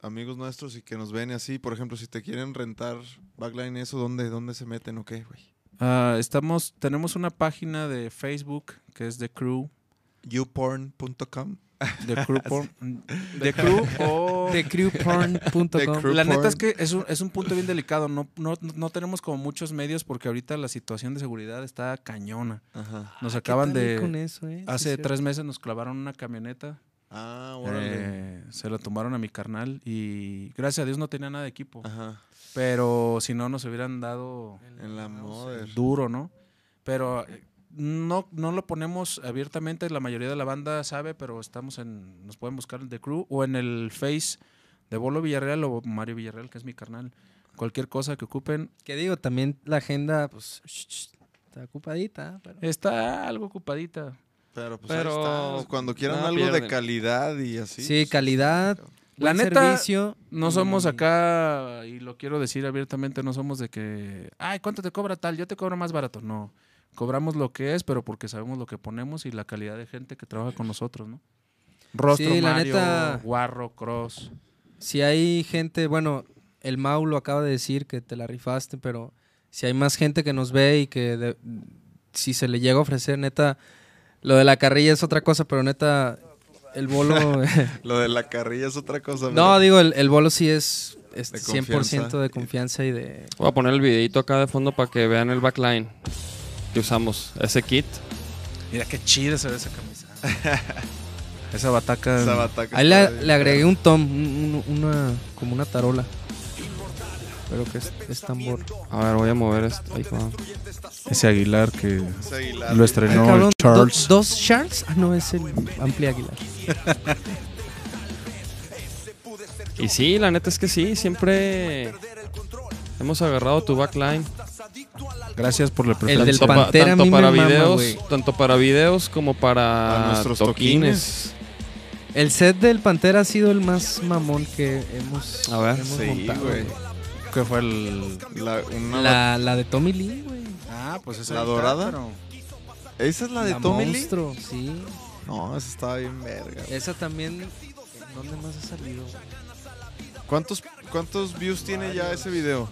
Speaker 4: amigos nuestros y que nos ven y así, por ejemplo, si te quieren rentar backline eso, ¿dónde, dónde se meten o qué, güey?
Speaker 5: Ah, estamos, tenemos una página de Facebook que es The Crew.
Speaker 4: Youporn.com.
Speaker 5: The
Speaker 4: (laughs)
Speaker 5: Crew Porn. mm, The Crew o. (laughs)
Speaker 6: TheCrewPorn.com.
Speaker 5: La neta
Speaker 4: Porn.
Speaker 5: es que es un, es un punto bien delicado. No, no, no tenemos como muchos medios porque ahorita la situación de seguridad está cañona.
Speaker 4: Ajá.
Speaker 6: Ah,
Speaker 5: Nos acaban
Speaker 6: Con
Speaker 5: de.
Speaker 6: eso, eh? Sí,
Speaker 5: Hace
Speaker 6: cierto.
Speaker 5: tres meses nos clavaron una camioneta.
Speaker 4: Ah, órale.
Speaker 5: Eh, se la tomaron a mi carnal y gracias a Dios no tenía nada de equipo.
Speaker 4: Ajá.
Speaker 5: Pero si no, nos hubieran dado
Speaker 4: En la moda.
Speaker 5: duro, ¿no? Pero eh, no, no lo ponemos abiertamente, la mayoría de la banda sabe, pero estamos en, nos pueden buscar en The Crew o en el Face de Bolo Villarreal o Mario Villarreal, que es mi carnal. Cualquier cosa que ocupen,
Speaker 6: Que digo, también la agenda, pues, sh- sh- está ocupadita, pero...
Speaker 5: está algo ocupadita.
Speaker 4: Pero pues
Speaker 3: Pero-
Speaker 4: ahí está. Cuando quieran
Speaker 3: nada
Speaker 4: algo
Speaker 3: pierden.
Speaker 4: de calidad y así.
Speaker 6: Sí,
Speaker 4: pues,
Speaker 6: calidad.
Speaker 5: La
Speaker 6: buen
Speaker 5: neta,
Speaker 6: servicio
Speaker 5: no somos
Speaker 6: y-
Speaker 5: acá, y lo quiero decir abiertamente, no somos de que, ay, ¿cuánto te cobra tal? Yo te cobro más barato. No, cobramos lo que es, pero porque sabemos lo que ponemos y la calidad de gente que trabaja con nosotros, ¿no? Rostro,
Speaker 6: Sí, la
Speaker 5: Mario,
Speaker 6: neta.
Speaker 5: Guarro, Cross.
Speaker 6: Si hay gente, bueno, el Mau lo acaba de decir que te la rifaste, pero si hay más gente que nos ve y que de- si se le llega a ofrecer, neta, lo de la carrilla es otra cosa, pero neta, el (laughs) bolo...
Speaker 4: Lo de la carrilla es otra cosa.
Speaker 6: no,
Speaker 4: ¿verdad?
Speaker 6: digo, el, el bolo sí es, es
Speaker 4: De
Speaker 6: 100% de confianza y de...
Speaker 3: Voy a poner el videito acá de fondo para que vean el backline que usamos. Ese kit.
Speaker 5: Mira qué chida se ve esa camisa. esa bataca.
Speaker 4: Esa bataca
Speaker 6: Em, Ahí la-
Speaker 4: está bien
Speaker 6: le agregué un tom, un- un- una, como una tarola, pero que es, es tambor.
Speaker 3: A ver, voy a mover esto. Ahí, va.
Speaker 5: Ese Aguilar que
Speaker 4: Ese Aguilar.
Speaker 5: lo
Speaker 6: Ay,
Speaker 5: estrenó
Speaker 6: cabrón,
Speaker 5: el Charles.
Speaker 6: do- ¿Dos Charles? Ah, no, es el Amplia Aguilar.
Speaker 3: Y sí, la neta es que sí, siempre hemos agarrado tu backline.
Speaker 5: Gracias por la
Speaker 6: El del
Speaker 5: preferencia.
Speaker 3: pa-
Speaker 6: Pantera a mí me
Speaker 3: para
Speaker 6: mama,
Speaker 3: videos,
Speaker 6: güey.
Speaker 3: tanto para videos como para
Speaker 4: Para nuestros
Speaker 3: toquines.
Speaker 6: El set del Pantera ha sido el más mamón que hemos,
Speaker 3: A ver,
Speaker 6: hemos
Speaker 4: Sí,
Speaker 6: montado.
Speaker 4: güey.
Speaker 5: que fue el.
Speaker 4: La, una bat-
Speaker 6: La, la de Tommy Lee, güey.
Speaker 5: Ah, pues esa.
Speaker 4: ¿La
Speaker 5: guitarra,
Speaker 4: dorada?
Speaker 5: pero-
Speaker 4: ¿Esa es la Ah, de
Speaker 6: La
Speaker 4: Tommy Lee?
Speaker 6: monstruo, sí.
Speaker 4: No, esa estaba bien verga. güey.
Speaker 6: Esa también. ¿Dónde más ha salido?
Speaker 4: ¿Cuántos, ¿Cuántos views tiene ya ese video?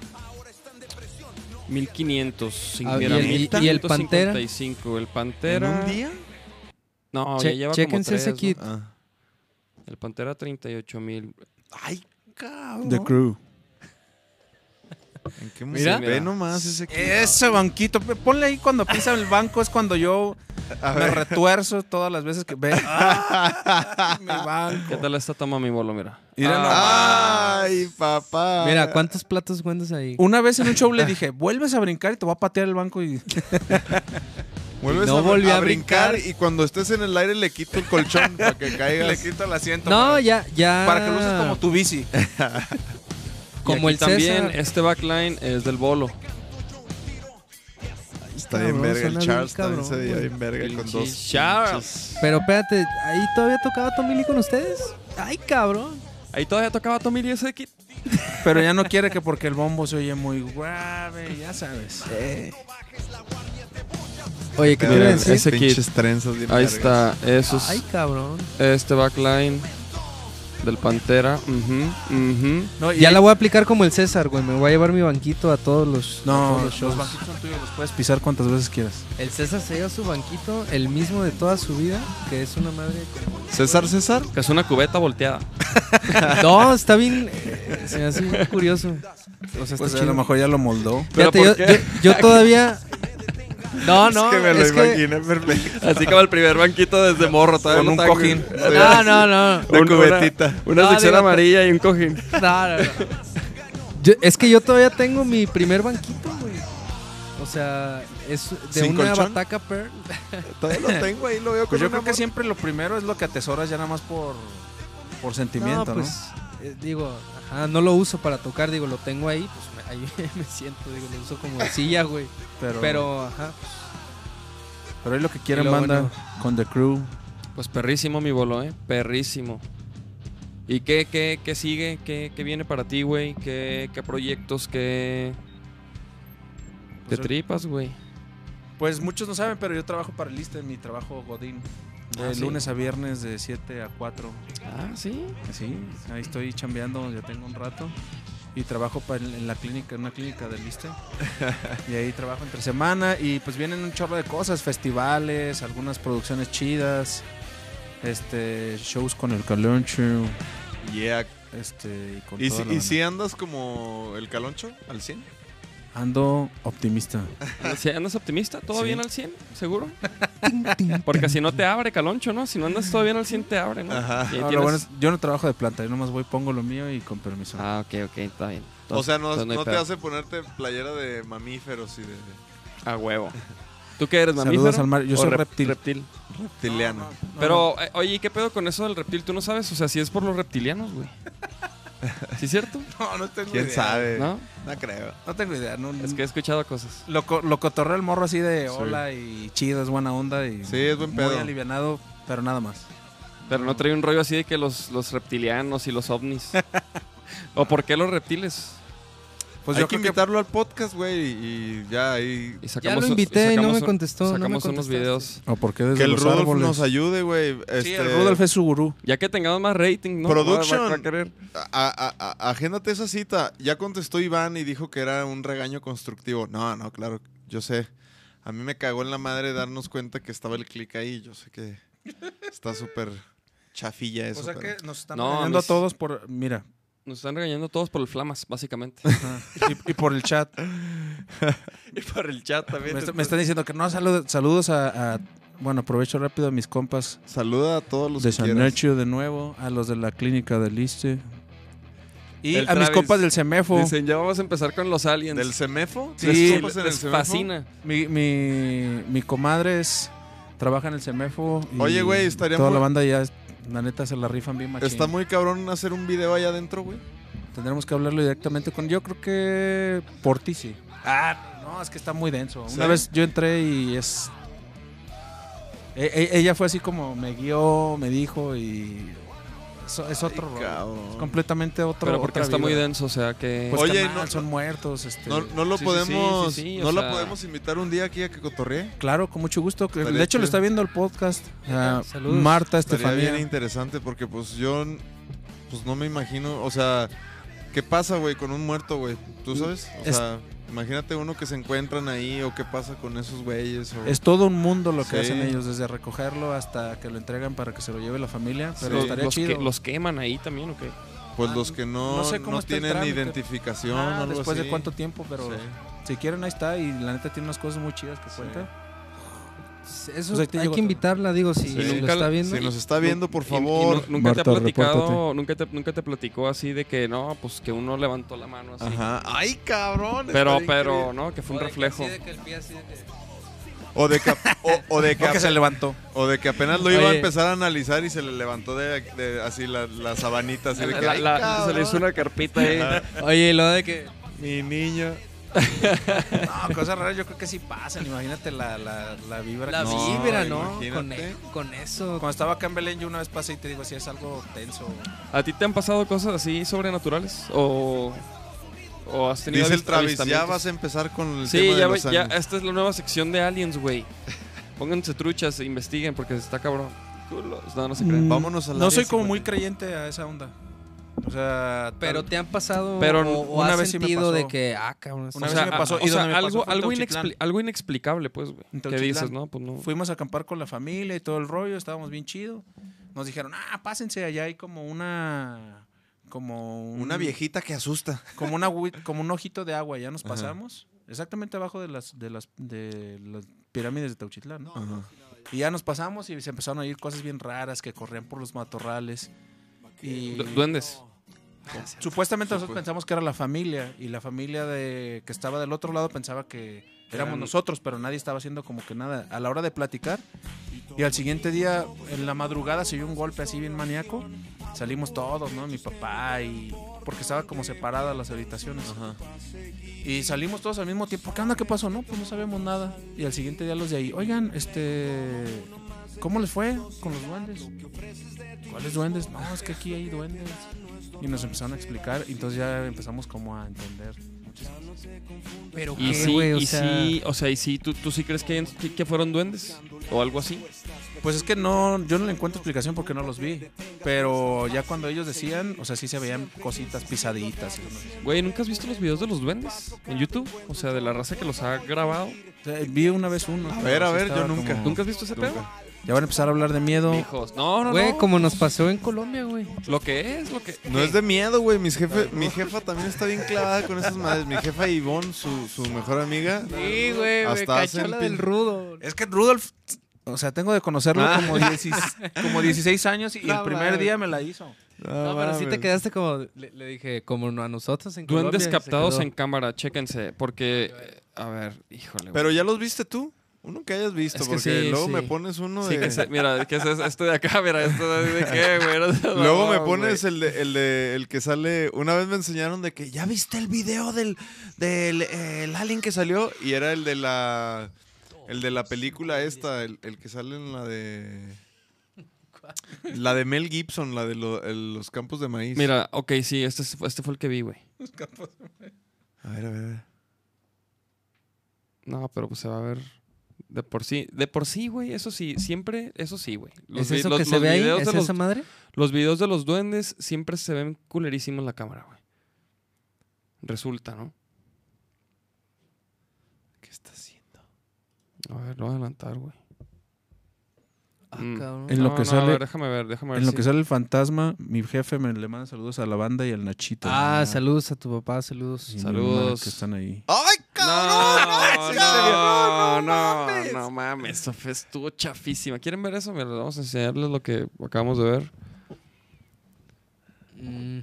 Speaker 3: 1500.
Speaker 6: Ah, y
Speaker 3: mira,
Speaker 6: el- y- y el Pantera.
Speaker 3: 1555, El Pantera.
Speaker 4: ¿En un día?
Speaker 3: No, ya
Speaker 6: Che-
Speaker 3: lleva como
Speaker 6: chéquense
Speaker 3: tres,
Speaker 6: ese
Speaker 3: ¿no?
Speaker 6: kit.
Speaker 4: Ah.
Speaker 3: El Pantera 38000.
Speaker 4: Ay, cabrón.
Speaker 5: Ah, The Crew.
Speaker 4: ¿En qué
Speaker 3: Mira.
Speaker 4: música? Ve nomás ese que-
Speaker 5: Ese banquito. pe- Ponle ahí cuando pisa el banco. Es cuando yo me retuerzo todas las veces que ve. Ah, mi
Speaker 3: ¿Qué
Speaker 5: banco.
Speaker 3: tal esta toma mi bolo? Mira.
Speaker 5: Mira nomás.
Speaker 6: Ah,
Speaker 4: Ay, papá.
Speaker 6: Mira, ¿cuántos platos cuentas ahí?
Speaker 5: Una vez en un show le dije, vuelves a brincar y te voy a patear el banco y
Speaker 4: Vuelves
Speaker 6: No
Speaker 4: a,
Speaker 6: volvió
Speaker 4: a
Speaker 6: a
Speaker 4: brincar,
Speaker 6: brincar.
Speaker 4: y cuando estés en el aire le quito el colchón para que caigas.
Speaker 5: le quito el asiento.
Speaker 6: No,
Speaker 5: para,
Speaker 6: ya, ya.
Speaker 5: para que luces (laughs) como tu bici.
Speaker 4: Ah,
Speaker 6: Como
Speaker 3: y
Speaker 6: el
Speaker 3: aquí también
Speaker 6: César.
Speaker 3: este backline es del bolo.
Speaker 4: Está bien
Speaker 6: Cabrón,
Speaker 4: verga el
Speaker 6: suena
Speaker 4: Charles,
Speaker 6: bien
Speaker 4: también se veía
Speaker 6: cabrón,
Speaker 4: bien verga con
Speaker 3: Pinche
Speaker 4: dos.
Speaker 3: Charles.
Speaker 6: Pero espérate, ¿ahí todavía tocaba Tommy Lee con ustedes? Ay, cabrón.
Speaker 3: Ahí todavía tocaba Tommy Lee ese kit.
Speaker 5: Pero ya no quiere que porque el bombo se oye muy grave, ya sabes.
Speaker 6: Oye, ¿qué te iba a
Speaker 4: Miren,
Speaker 6: decir?
Speaker 3: ese kit.
Speaker 4: pinches trenzas bien
Speaker 3: Ahí
Speaker 4: vergas.
Speaker 3: está. Eso es
Speaker 6: Ay, cabrón.
Speaker 3: este backline del Pantera. Ujú, ujú.
Speaker 5: No, y-
Speaker 6: Ya la voy a aplicar como el César, güey. Me voy a llevar mi banquito a todos los, a
Speaker 5: No,
Speaker 6: todos los
Speaker 5: los,
Speaker 6: shows.
Speaker 5: banquitos son tuyos, los puedes pisar cuantas veces quieras.
Speaker 6: El César se lleva su banquito, el mismo de toda su vida, que es una madre. como-
Speaker 4: César, César.
Speaker 3: Que es una cubeta volteada.
Speaker 6: (laughs) No, está bien. eh, Se me hace bien curioso. O sea, está
Speaker 5: Pues a
Speaker 6: chido.
Speaker 5: lo mejor ya lo moldó.
Speaker 3: ¿Pero
Speaker 6: Fíjate, yo,
Speaker 3: por qué?
Speaker 6: yo- yo todavía. No, no.
Speaker 4: es que me lo
Speaker 6: es que-
Speaker 4: imaginé perfecto.
Speaker 3: Así que va el primer banquito desde morro.
Speaker 5: Con un cojín.
Speaker 3: Ah.
Speaker 6: No, no, no.
Speaker 4: Una
Speaker 3: Un-
Speaker 4: cubetita.
Speaker 3: Una
Speaker 6: No,
Speaker 3: sección
Speaker 6: digo,
Speaker 3: amarilla y un cojín.
Speaker 6: No, no, no. Yo- es que yo todavía tengo mi primer banquito, güey. O sea, es de
Speaker 4: ¿Sin
Speaker 6: una
Speaker 4: colchón?
Speaker 6: bataca Pearl.
Speaker 4: Todavía lo tengo ahí, lo veo con
Speaker 5: Pues yo
Speaker 4: una
Speaker 5: creo que
Speaker 4: mor-
Speaker 5: siempre lo primero es lo que atesoras ya nada más por, por sentimiento, ¿no?
Speaker 6: pues, eh, digo, ajá, no lo uso para tocar, digo, lo tengo ahí, pues me- ahí (laughs) me siento, digo, lo uso como de silla, güey.
Speaker 5: Pero, pero,
Speaker 6: Pero, ajá.
Speaker 5: es lo que quieren
Speaker 6: y lo
Speaker 5: banda
Speaker 6: bueno.
Speaker 5: con The Crew.
Speaker 3: Pues perrísimo mi bolo, ¿eh? Perrísimo. ¿Y qué, qué, qué sigue? ¿Qué, qué viene para ti, güey? ¿Qué, ¿Qué proyectos? ¿Qué, qué
Speaker 5: Pues,
Speaker 3: tripas, güey?
Speaker 5: Pues muchos no saben, pero yo trabajo para el Liste, mi trabajo Godín. De
Speaker 3: Ah, sí.
Speaker 5: lunes a viernes de 7 a 4.
Speaker 3: Ah, sí.
Speaker 5: Sí, ahí estoy chambeando, ya tengo un rato. Y trabajo pa- en la clínica, en una clínica del (laughs) Liste. y ahí trabajo entre semana. Y pues vienen un chorro de cosas, festivales, algunas producciones chidas, este shows con el Caloncho,
Speaker 4: Yeah.
Speaker 5: este y con
Speaker 4: ¿Y,
Speaker 5: toda
Speaker 4: si,
Speaker 5: la
Speaker 4: ¿Y
Speaker 5: banda.
Speaker 4: si andas como el caloncho al 100?
Speaker 5: Ando optimista.
Speaker 3: Si Ah, ¿Andas optimista? ¿Todo
Speaker 5: Sí.
Speaker 3: bien al 100? ¿Seguro? Porque si no te abre, caloncho, ¿no? Si no andas todo bien al 100, te abre, ¿no?
Speaker 4: Ajá.
Speaker 3: Y ahí
Speaker 5: Ah, lo
Speaker 3: tienes-
Speaker 5: bueno es- yo no trabajo de planta, yo nomás voy, pongo lo mío y con permiso.
Speaker 3: Ah, ok, ok, está bien.
Speaker 4: O
Speaker 3: Entonces-
Speaker 4: sea, no,
Speaker 3: entonces hay
Speaker 4: no te
Speaker 3: pedo.
Speaker 4: hace ponerte playera de mamíferos y de
Speaker 3: A huevo. ¿Tú qué eres,
Speaker 5: Saludos
Speaker 3: mamífero?
Speaker 5: al mar- yo
Speaker 3: ¿O
Speaker 5: soy
Speaker 3: rep-
Speaker 5: reptil.
Speaker 4: reptiliano.
Speaker 3: Pero, eh, oye, ¿y ¿qué pedo con eso del reptil? ¿Tú no sabes? O sea, si es por los reptilianos, güey. ¿Sí es cierto?
Speaker 5: No, no tengo
Speaker 4: ¿Quién
Speaker 5: idea.
Speaker 4: sabe?
Speaker 3: ¿No?
Speaker 4: No creo.
Speaker 5: No tengo idea. No,
Speaker 3: Es que he escuchado cosas.
Speaker 5: lo, co- lo cotorreo el morro así de
Speaker 4: Sí.
Speaker 5: hola y chido, es buena onda y
Speaker 4: Sí, es buen pedo.
Speaker 5: muy alivianado, pero nada más.
Speaker 3: Pero no trae un rollo así de que los, los reptilianos y los ovnis. ¿O por qué los reptiles?
Speaker 5: Pues
Speaker 4: Hay
Speaker 5: yo
Speaker 4: que
Speaker 5: creo que-
Speaker 4: invitarlo al podcast, güey, y ya ahí.
Speaker 3: Y
Speaker 6: Ya
Speaker 3: sacamos
Speaker 6: lo
Speaker 3: un-
Speaker 6: invité y no
Speaker 3: sacamos
Speaker 6: me
Speaker 3: un-
Speaker 6: contestó. no me
Speaker 3: Sacamos unos
Speaker 6: contestaste.
Speaker 3: videos.
Speaker 5: ¿O por qué desde
Speaker 4: Que el
Speaker 5: los
Speaker 4: Rudolf
Speaker 5: árboles?
Speaker 4: nos ayude, güey.
Speaker 5: Sí,
Speaker 4: este,
Speaker 5: el Rudolf es su gurú.
Speaker 3: Ya que tengamos más rating, ¿no?
Speaker 4: Production.
Speaker 3: Va- va- va a querer.
Speaker 4: a- a- a- agéndate esa cita. Ya contestó Iván y dijo que era un regaño constructivo. No, no, claro, yo sé. A mí me cagó en la madre darnos cuenta que estaba el clic ahí. Yo sé que está súper chafilla eso.
Speaker 5: o sea
Speaker 4: pero-
Speaker 5: que nos están
Speaker 3: No,
Speaker 5: no,
Speaker 3: mis-
Speaker 5: a todos por. Mira.
Speaker 3: Nos están regañando todos por el flamas, básicamente.
Speaker 5: y, y por
Speaker 4: (laughs)
Speaker 5: el chat.
Speaker 3: y por el chat también.
Speaker 5: Me, está- me están diciendo que no, saludo- saludos a, a- Bueno, aprovecho rápido a mis compas
Speaker 4: Saluda a todos los
Speaker 5: de
Speaker 4: que
Speaker 5: San
Speaker 4: quieras.
Speaker 5: Nacho de nuevo, a los de la clínica del Liste. Y
Speaker 3: El
Speaker 5: a mis
Speaker 3: Travis.
Speaker 5: compas del
Speaker 3: (laughs)
Speaker 5: Semefo.
Speaker 3: Dicen, ya vamos a empezar con los aliens.
Speaker 4: ¿Del Semefo?
Speaker 5: Sí,
Speaker 4: ¿Tres
Speaker 3: les,
Speaker 4: compas en el
Speaker 3: les
Speaker 4: Semefo?
Speaker 3: fascina.
Speaker 5: Mi, mi, mi comadre es- trabaja en el Semefo. y
Speaker 4: Oye, güey, estaría
Speaker 5: Toda
Speaker 4: muy-
Speaker 5: la banda ya, la neta, se la rifan bien machín.
Speaker 4: Está muy cabrón hacer un video allá adentro, güey.
Speaker 5: Tendremos que hablarlo directamente con. Yo creo que por ti sí. Ah, no, es que está muy denso. Una
Speaker 4: Sí.
Speaker 5: vez yo entré y es. e- e- ella fue así como me guió, me dijo y. eso- es otro rollo.
Speaker 4: cabrón.
Speaker 5: Es completamente otro.
Speaker 3: Pero porque
Speaker 5: otra
Speaker 3: está muy
Speaker 5: vibra.
Speaker 3: denso, o sea que.
Speaker 5: Pues
Speaker 4: Oye,
Speaker 5: carnal,
Speaker 4: no-
Speaker 5: son muertos. Este,
Speaker 4: No, no lo
Speaker 3: Sí, sí, sí,
Speaker 4: podemos.
Speaker 3: sí, sí, o
Speaker 4: no la
Speaker 3: sea-
Speaker 4: podemos invitar un día aquí a que cotorree.
Speaker 5: Claro, con mucho gusto. De
Speaker 4: Estaría
Speaker 5: hecho,
Speaker 4: chido.
Speaker 5: lo está viendo el podcast. Ah,
Speaker 6: Saludos.
Speaker 5: Marta,
Speaker 4: Estaría bien
Speaker 5: Estefanía.
Speaker 4: interesante porque pues yo n- pues no me imagino, o sea, ¿qué pasa, güey, con un muerto, güey? ¿Tú sabes? O
Speaker 5: Mm, Es-
Speaker 4: sea, imagínate uno que se encuentran ahí o qué pasa con esos güeyes o-
Speaker 5: Es todo un mundo lo que
Speaker 4: Sí.
Speaker 5: hacen ellos, desde recogerlo hasta que lo entregan para que se lo lleve la familia. Pero
Speaker 4: Sí.
Speaker 5: estaría
Speaker 3: los,
Speaker 5: chido.
Speaker 3: que- los queman ahí también, ¿o qué?
Speaker 4: pues los que no
Speaker 5: ah, no sé cómo
Speaker 4: no
Speaker 5: está el
Speaker 4: tienen
Speaker 5: trámite.
Speaker 4: identificación
Speaker 5: Ah,
Speaker 4: o algo
Speaker 5: después
Speaker 4: así.
Speaker 5: de cuánto tiempo, pero
Speaker 4: Sí.
Speaker 5: si quieren ahí está y la neta tiene unas cosas muy chidas que cuenta.
Speaker 6: Eso
Speaker 5: Pues ahí te
Speaker 6: hay
Speaker 5: llegó
Speaker 6: que
Speaker 5: todo.
Speaker 6: invitarla, digo, si
Speaker 4: Sí.
Speaker 6: lo
Speaker 3: Nunca
Speaker 6: está
Speaker 3: la-
Speaker 6: viendo.
Speaker 4: Si nos está viendo, por
Speaker 3: Y- y nu-
Speaker 4: favor.
Speaker 3: nunca te
Speaker 5: Marta,
Speaker 3: ha platicado,
Speaker 5: repórtate.
Speaker 3: nunca te, nunca te platicó así de que no, pues que uno levantó la mano así.
Speaker 4: Ajá. Ay, cabrón.
Speaker 3: Pero,
Speaker 4: está
Speaker 3: pero,
Speaker 4: increíble.
Speaker 3: ¿no? Que fue un
Speaker 6: Oye,
Speaker 3: reflejo.
Speaker 6: así de que el pie, así de que-
Speaker 4: O de que, o, o de que,
Speaker 5: Porque se levantó.
Speaker 4: o de que apenas lo iba a
Speaker 6: Oye.
Speaker 4: empezar a analizar y se le levantó de, de- así la, la sabanita, así de que
Speaker 3: La-
Speaker 4: ay,
Speaker 3: la- se
Speaker 4: cabrón.
Speaker 3: le hizo una carpita ahí.
Speaker 6: Oye, y lo de que.
Speaker 4: mi niño.
Speaker 5: (laughs) No, cosas raras yo creo que sí pasan. Imagínate la, la, la vibra.
Speaker 6: La
Speaker 5: que-
Speaker 4: No,
Speaker 6: vibra, ¿no? Con, e,
Speaker 4: imagínate.
Speaker 6: con eso.
Speaker 5: Cuando estaba acá en Belén, yo una vez pasé y te digo, si es algo tenso.
Speaker 3: ¿A ti te han pasado cosas así sobrenaturales? ¿O, o has tenido
Speaker 4: Dice el
Speaker 3: avist-
Speaker 4: Travis, ya
Speaker 3: avistamientos?
Speaker 4: vas a empezar con el
Speaker 3: Sí,
Speaker 4: tema
Speaker 3: ya,
Speaker 4: de los
Speaker 3: ve- ya,
Speaker 4: aliens".
Speaker 3: esta es la nueva sección de aliens, güey. Pónganse truchas e investiguen porque está cabrón. Culos. No, no se creen.
Speaker 4: Vámonos al
Speaker 5: No
Speaker 4: área
Speaker 5: soy como muy
Speaker 4: 50.
Speaker 5: creyente a esa onda. O sea,
Speaker 6: Pero
Speaker 5: tal-
Speaker 6: te han pasado.
Speaker 3: Pero
Speaker 6: o, o
Speaker 5: una
Speaker 6: has
Speaker 5: vez sí me
Speaker 6: sentido
Speaker 5: pasó.
Speaker 6: de que. Ah,
Speaker 3: o
Speaker 5: Una
Speaker 6: cabrón. esto-
Speaker 5: vez
Speaker 3: sea,
Speaker 5: sí me
Speaker 3: a-
Speaker 5: pasó,
Speaker 3: o
Speaker 5: y
Speaker 3: sea,
Speaker 5: donde me
Speaker 3: algo,
Speaker 5: pasó fue en
Speaker 3: algo,
Speaker 5: Teuchitlán.
Speaker 3: inexpli- algo inexplicable, pues, güey.
Speaker 5: En
Speaker 3: ¿Qué dices,
Speaker 5: Teuchitlán.
Speaker 3: no? Pues no.
Speaker 5: fuimos a acampar con la familia y todo el rollo, estábamos bien chido. Nos dijeron, ah, pásense, allá hay como una... Como un-
Speaker 4: Una viejita que asusta.
Speaker 5: (laughs) como una agüi- como un ojito de agua, ya nos pasamos. Exactamente abajo de las de las de las pirámides de Teuchitlán, ¿no? Y ya nos pasamos y se empezaron a oír cosas bien raras que corrían por los matorrales. Y
Speaker 3: Du- Duendes.
Speaker 5: supuestamente nosotros pensamos que era la familia y la familia de que estaba del otro lado pensaba que éramos
Speaker 3: Eran-
Speaker 5: nosotros, pero nadie estaba haciendo como que nada a la hora de platicar. Y al siguiente día, en la madrugada, se oyó un golpe así bien maníaco. Salimos todos, ¿no? Mi papá y... Porque estaba como separada las habitaciones. Y salimos todos al mismo tiempo. ¿Qué onda? ¿Qué pasó? No, pues no sabemos nada. Y al siguiente día los de ahí, oigan, este... ¿Cómo les fue con los duendes? ¿Cuáles duendes? No, es que aquí hay duendes. Y nos empezaron a explicar y entonces ya empezamos como a entender.
Speaker 6: Pero
Speaker 3: Y
Speaker 6: qué,
Speaker 3: sí,
Speaker 6: Ah, güey. o
Speaker 3: y
Speaker 6: sea,
Speaker 3: sí, o sea, y sí, ¿tú, tú sí crees que, que- que fueron duendes? ¿O algo así?
Speaker 5: Pues es que no, yo no le encuentro explicación porque no los vi. Pero ya cuando ellos decían, o sea, sí se veían cositas pisaditas. y demás.
Speaker 3: Güey, ¿nunca has visto los videos de los duendes en YouTube? O sea, de la raza que los ha grabado.
Speaker 5: O sea, vi una vez uno.
Speaker 4: A ver, a ver, yo nunca.
Speaker 3: ¿Nunca has visto ese pedo?
Speaker 5: Ya van a empezar a hablar de miedo.
Speaker 3: Hijos, no, no,
Speaker 6: Güey,
Speaker 3: no.
Speaker 6: como nos pasó en Colombia, güey.
Speaker 3: Lo que es, lo que...
Speaker 4: No es de miedo, güey. Mis jefe, mi jefa también está bien clavada con esas madres. Mi jefa Ivonne, su, su mejor amiga.
Speaker 6: Sí, güey.
Speaker 4: Hasta
Speaker 6: Me cachó
Speaker 4: hacen
Speaker 6: la
Speaker 4: pin-
Speaker 6: del rudo.
Speaker 5: Es que Rudolf, o sea, tengo de conocerlo
Speaker 4: Ah.
Speaker 5: como, 16, como 16 años y
Speaker 6: No,
Speaker 5: el primer
Speaker 6: mames.
Speaker 5: día me la hizo.
Speaker 6: No, pero sí
Speaker 4: Ah,
Speaker 6: te
Speaker 4: mames.
Speaker 6: quedaste como. Le, le dije, como no a nosotros en Colombia.
Speaker 3: Duendes
Speaker 6: se
Speaker 3: captados
Speaker 6: quedó.
Speaker 3: en cámara, chéquense, porque... eh, A ver, híjole. güey.
Speaker 4: Pero ya los viste tú. Uno que hayas visto,
Speaker 3: Es que
Speaker 4: porque
Speaker 3: sí,
Speaker 4: luego
Speaker 3: sí.
Speaker 4: me pones uno
Speaker 3: Sí,
Speaker 4: de.
Speaker 3: que se- mira, que es es- este de acá, mira, este de qué, güey. No seas
Speaker 4: Luego me
Speaker 3: mamón,
Speaker 4: pones
Speaker 3: güey.
Speaker 4: el de, el de el que sale. Una vez me enseñaron de que ya viste el video del del eh, el alien que salió y era el de la el de la película esta, el, el que sale en la de la de Mel Gibson, la de lo- el- los campos de maíz.
Speaker 3: este Mira, ok, sí, este, es- este fue el que vi, güey.
Speaker 4: A ver, a ver, a ver.
Speaker 3: No, pero pues se va a ver. De por sí, de por sí, güey, eso sí, siempre, eso sí, güey. Los
Speaker 6: ¿Es
Speaker 3: vi-
Speaker 6: eso
Speaker 3: los-
Speaker 6: que se
Speaker 3: los
Speaker 6: ve ahí?
Speaker 3: videos de
Speaker 6: ¿Es
Speaker 3: los-
Speaker 6: esa madre?
Speaker 3: Los videos de los duendes siempre se ven culerísimos en la cámara, güey. Resulta, ¿no?
Speaker 8: ¿Qué está haciendo?
Speaker 3: A ver, lo voy a adelantar, güey.
Speaker 6: Ah,
Speaker 3: Mm.
Speaker 6: cabrón.
Speaker 5: En lo
Speaker 3: No, no,
Speaker 5: que
Speaker 3: a
Speaker 5: sale-
Speaker 3: ver, déjame ver, déjame ver.
Speaker 5: En lo
Speaker 3: si-
Speaker 5: que sale el fantasma, mi jefe me le manda saludos a la banda y al Nachito.
Speaker 6: Ah, saludos a tu papá, saludos.
Speaker 5: Y mi
Speaker 3: Saludos.
Speaker 5: mamá Que están ahí.
Speaker 8: ¡Ay,
Speaker 3: No,
Speaker 8: cabrón!
Speaker 3: no, no, no, no mames. Eso fue- estuvo chafísima. ¿Quieren ver eso? Mira, vamos a enseñarles lo que acabamos de ver.
Speaker 6: Mm,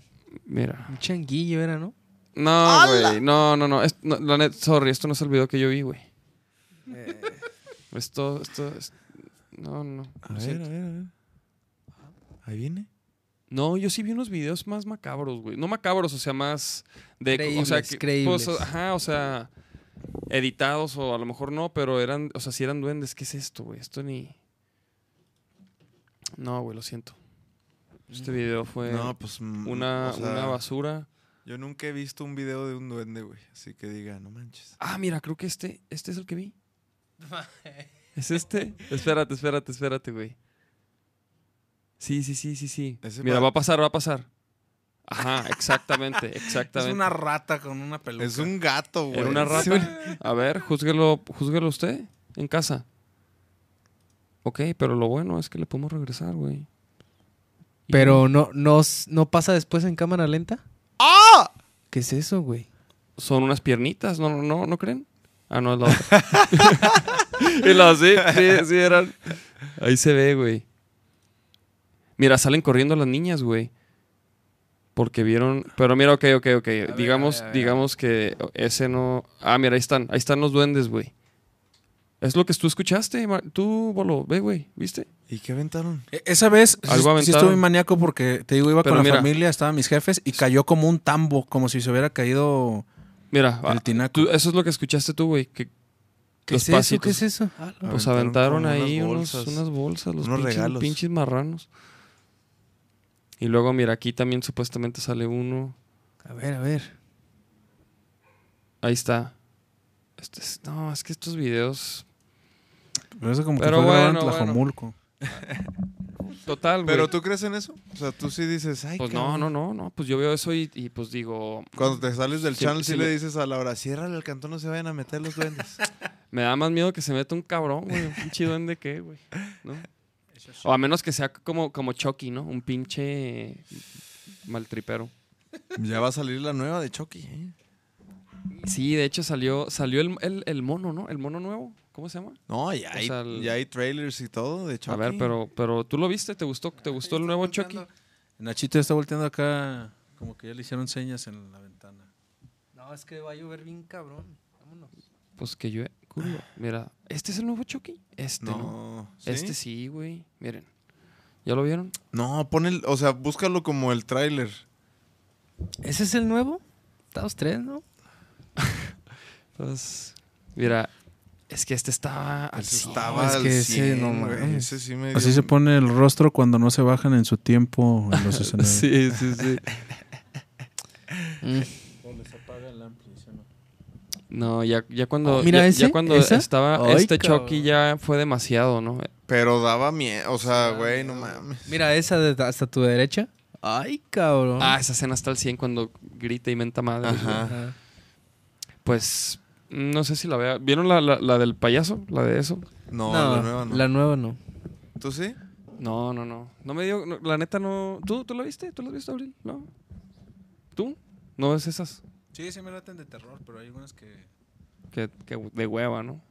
Speaker 3: Mira.
Speaker 6: un changuillo era, ¿no?
Speaker 3: No, güey. No, no, no. Es- no, la net, sorry, esto no es el video que yo vi, güey.
Speaker 6: Eh.
Speaker 3: Esto, esto, es- no, no.
Speaker 4: A
Speaker 3: lo
Speaker 4: ver,
Speaker 3: siento.
Speaker 4: a ver, a ver. Ahí viene.
Speaker 3: No, yo sí vi unos videos más macabros, güey. No macabros, o sea, más de. o sea,
Speaker 6: Creíbles, creíbles.
Speaker 3: pues, ajá, o sea, editados o a lo mejor no, pero eran, o sea, si eran duendes, ¿qué es esto, güey? Esto ni. No, güey, lo siento. Este video fue
Speaker 4: Mm. No, pues. mm,
Speaker 3: una,
Speaker 4: o sea,
Speaker 3: una basura.
Speaker 4: Yo nunca he visto un video de un duende, güey. Así que diga, no manches.
Speaker 3: Ah, mira, creo que este, este es el que vi.
Speaker 5: (laughs)
Speaker 3: ¿Es este? Espérate, espérate, espérate, güey. Sí, sí, sí, sí, sí.
Speaker 4: Ese
Speaker 3: Mira,
Speaker 4: pa-
Speaker 3: va a pasar, va a pasar. Ajá, exactamente,
Speaker 5: (laughs) Es
Speaker 3: exactamente.
Speaker 5: una rata con una peluca.
Speaker 4: Es un gato, güey.
Speaker 3: ¿Era una rata? A ver, júzguelo, júzguelo usted en casa. Ok, pero lo bueno es que le podemos regresar, güey. Y-
Speaker 6: Pero no, no, s- no pasa después en cámara lenta.
Speaker 8: ¡Ah!
Speaker 6: ¿Qué es eso, güey?
Speaker 3: Son unas piernitas, ¿no, no, no, ¿no creen? Ah, no, es la otra. y la sí, sí, sí, eran. Ahí se ve, güey. Mira, salen corriendo las niñas, güey. Porque vieron. Pero mira, ok, ok, ok. digamos,
Speaker 6: a ver, a ver.
Speaker 3: digamos que ese no. Ah, mira, ahí están. Ahí están los duendes, güey. Es lo que tú escuchaste, Mar- tú, bolo, ve, güey, ¿viste?
Speaker 4: ¿Y qué aventaron?
Speaker 5: E- Esa vez sí-
Speaker 3: Algo
Speaker 5: sí,
Speaker 3: aventaron.
Speaker 5: estuve muy maníaco porque te digo, iba
Speaker 3: Pero
Speaker 5: con
Speaker 3: mira.
Speaker 5: la familia, estaban mis jefes y cayó como un tambo, como si se hubiera caído
Speaker 3: Mira, ah,
Speaker 5: el tinaco.
Speaker 3: tú- eso es lo que escuchaste tú, güey. Que
Speaker 6: ¿Qué
Speaker 3: los
Speaker 6: es eso?
Speaker 3: pasitos.
Speaker 6: ¿Qué es eso?
Speaker 3: Pues
Speaker 4: Aventaron
Speaker 3: aventaron
Speaker 4: como
Speaker 3: ahí
Speaker 4: unas
Speaker 3: unos-
Speaker 4: bolsas.
Speaker 3: unas bolsas, los
Speaker 4: Unos
Speaker 3: pinches,
Speaker 4: regalos.
Speaker 3: pinches marranos. Y luego, mira, aquí también supuestamente sale uno.
Speaker 6: Ah, A ver, a ver.
Speaker 3: Ahí está. Este es- no, es que estos videos.
Speaker 5: Pero pues, eso como
Speaker 3: Pero
Speaker 5: que fue grabado
Speaker 3: bueno,
Speaker 5: en
Speaker 3: bueno.
Speaker 5: Tlajomulco.
Speaker 3: Total, güey.
Speaker 4: ¿Pero tú crees en eso? O sea, tú sí dices, ay,
Speaker 3: Pues no,
Speaker 4: cabrón.
Speaker 3: no, no, no. Pues yo veo eso y, y, pues digo,
Speaker 4: Cuando te sales del
Speaker 3: Sí,
Speaker 4: channel, sí,
Speaker 3: sí
Speaker 4: le
Speaker 3: le-
Speaker 4: dices a Laura, ciérrale el cantón, no se vayan a meter
Speaker 3: (laughs)
Speaker 4: los duendes.
Speaker 3: me da más miedo que se meta un cabrón, güey. Un pinche duende que, güey. ¿no? O a menos que sea como, como Chucky, ¿no? Un pinche maltripero.
Speaker 4: ya va a salir la nueva de Chucky, ¿eh?
Speaker 3: Sí, de hecho salió, salió el, el- el mono, ¿no? El mono nuevo. ¿Cómo se llama?
Speaker 4: No, ya hay,
Speaker 3: sea, el-
Speaker 4: ya hay trailers y todo de Chucky.
Speaker 3: A ver, pero, pero tú lo viste, te gustó, te gustó el nuevo Chucky.
Speaker 5: Nachito ya está volteando acá, como que ya le hicieron señas en la ventana.
Speaker 6: No, es que va a llover bien cabrón. Vámonos.
Speaker 3: Pues que yo, culo. Mira, este es el nuevo Chucky. Este, ¿no?
Speaker 4: No, ¿sí?
Speaker 3: Este sí, güey. Miren. ¿Ya lo vieron?
Speaker 4: No, pon el, o sea, búscalo como el trailer.
Speaker 6: ¿Ese es el nuevo? Estados tres, ¿no?
Speaker 3: Pues, mira, es que este estaba al
Speaker 4: Ese
Speaker 3: cien,
Speaker 4: pues, estaba
Speaker 6: es
Speaker 4: al
Speaker 6: que ese,
Speaker 4: 100,
Speaker 6: no
Speaker 4: güey.
Speaker 6: mames.
Speaker 4: Ese sí me dio
Speaker 5: Así se
Speaker 4: un-
Speaker 5: pone el rostro cuando no se bajan en su tiempo en los
Speaker 4: (laughs)
Speaker 5: escenarios.
Speaker 3: Sí, sí, sí. (laughs) Mm. No, ya, ya cuando,
Speaker 6: Ah, mira
Speaker 3: ya, ya
Speaker 6: ese,
Speaker 3: cuando
Speaker 6: esa.
Speaker 3: estaba
Speaker 6: Ay,
Speaker 3: este
Speaker 6: cabrón.
Speaker 3: Chucky ya fue demasiado, ¿no?
Speaker 4: Pero daba miedo, o sea, güey, no mames.
Speaker 6: Mira, esa de hasta tu derecha. Ay, cabrón.
Speaker 3: Ah, esa escena está al 100 cuando grita y menta madre.
Speaker 4: Ajá.
Speaker 6: Ah.
Speaker 3: Pues, no sé si la vea. ¿Vieron la, la- la del payaso? ¿La de eso?
Speaker 4: No, la nueva no.
Speaker 6: La nueva no.
Speaker 4: ¿Tú sí?
Speaker 3: No, no, no. No me dio. no, la neta no. ¿Tú, ¿Tú la viste? ¿Tú la viste, Abril? ¿No? ¿Tú? ¿No ves esas?
Speaker 5: Sí, sí me laten de terror, pero hay algunas que...
Speaker 3: Que, que de hueva, ¿no?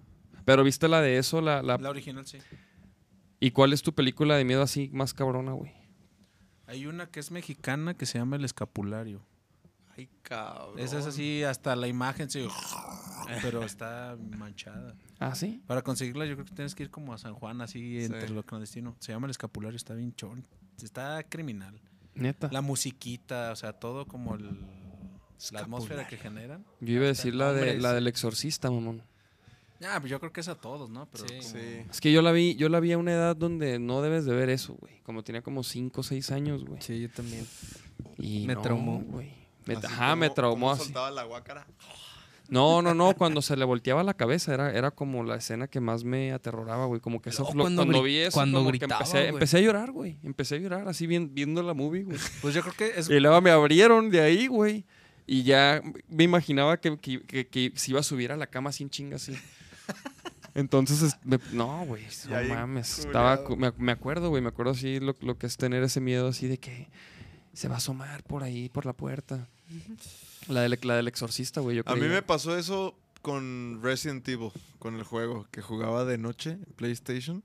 Speaker 3: Pero viste la de eso, la, la-
Speaker 5: La original sí.
Speaker 3: ¿Y cuál es tu película de miedo así más cabrona, güey?
Speaker 5: Hay una que es mexicana que se llama El Escapulario.
Speaker 8: Ay, cabrón.
Speaker 5: Esa es así, hasta la imagen se... (laughs) Pero está manchada.
Speaker 3: ¿Ah, sí?
Speaker 5: Para conseguirla yo creo que tienes que ir como a San Juan, así entre lo clandestino. Se llama El Escapulario, está bien chon. Está criminal.
Speaker 3: Neta.
Speaker 5: La musiquita, o sea, todo como el- la atmósfera que generan.
Speaker 3: Yo iba a decir la, de,
Speaker 5: Nombres.
Speaker 3: la del exorcista, mamón.
Speaker 5: Ah, pues yo creo que es a todos, ¿no? Pero como-
Speaker 3: Es que yo la vi, yo la vi a una edad donde no debes de ver eso, güey. Como tenía como 5 o 6 años, güey.
Speaker 6: Sí, yo también.
Speaker 3: Y
Speaker 6: Me
Speaker 3: no,
Speaker 6: traumó.
Speaker 3: güey. Me-
Speaker 4: Así
Speaker 3: eh, ajá,
Speaker 4: como-
Speaker 3: me traumó
Speaker 4: como
Speaker 3: así.
Speaker 4: soltaba la guácara.
Speaker 3: No, no, no, cuando se le volteaba la cabeza era, era como la escena que más me aterroraba, güey. Como que eso,
Speaker 6: No,
Speaker 3: lo-
Speaker 6: cuando
Speaker 3: cuando,
Speaker 6: gri-
Speaker 3: vi eso,
Speaker 6: cuando
Speaker 3: como
Speaker 6: gritaba,
Speaker 3: que empecé,
Speaker 6: güey.
Speaker 3: empecé a llorar, güey. Empecé a llorar así bien, viendo la movie, güey.
Speaker 5: Pues yo creo que es.
Speaker 3: Y luego me abrieron de ahí, güey. Y ya me imaginaba que, que- que- que se iba a subir a la cama sin chinga así. Entonces, es- me- no, güey, no
Speaker 4: ahí
Speaker 3: mames.
Speaker 4: culeado.
Speaker 3: Estaba, cu- me, ac- me acuerdo, güey, me acuerdo así lo, lo que es tener ese miedo así de que se va a asomar por ahí, por la puerta. La del, la del exorcista, güey, yo
Speaker 4: A mí
Speaker 3: creía.
Speaker 4: me pasó eso con Resident Evil, con el juego que jugaba de noche, en PlayStation,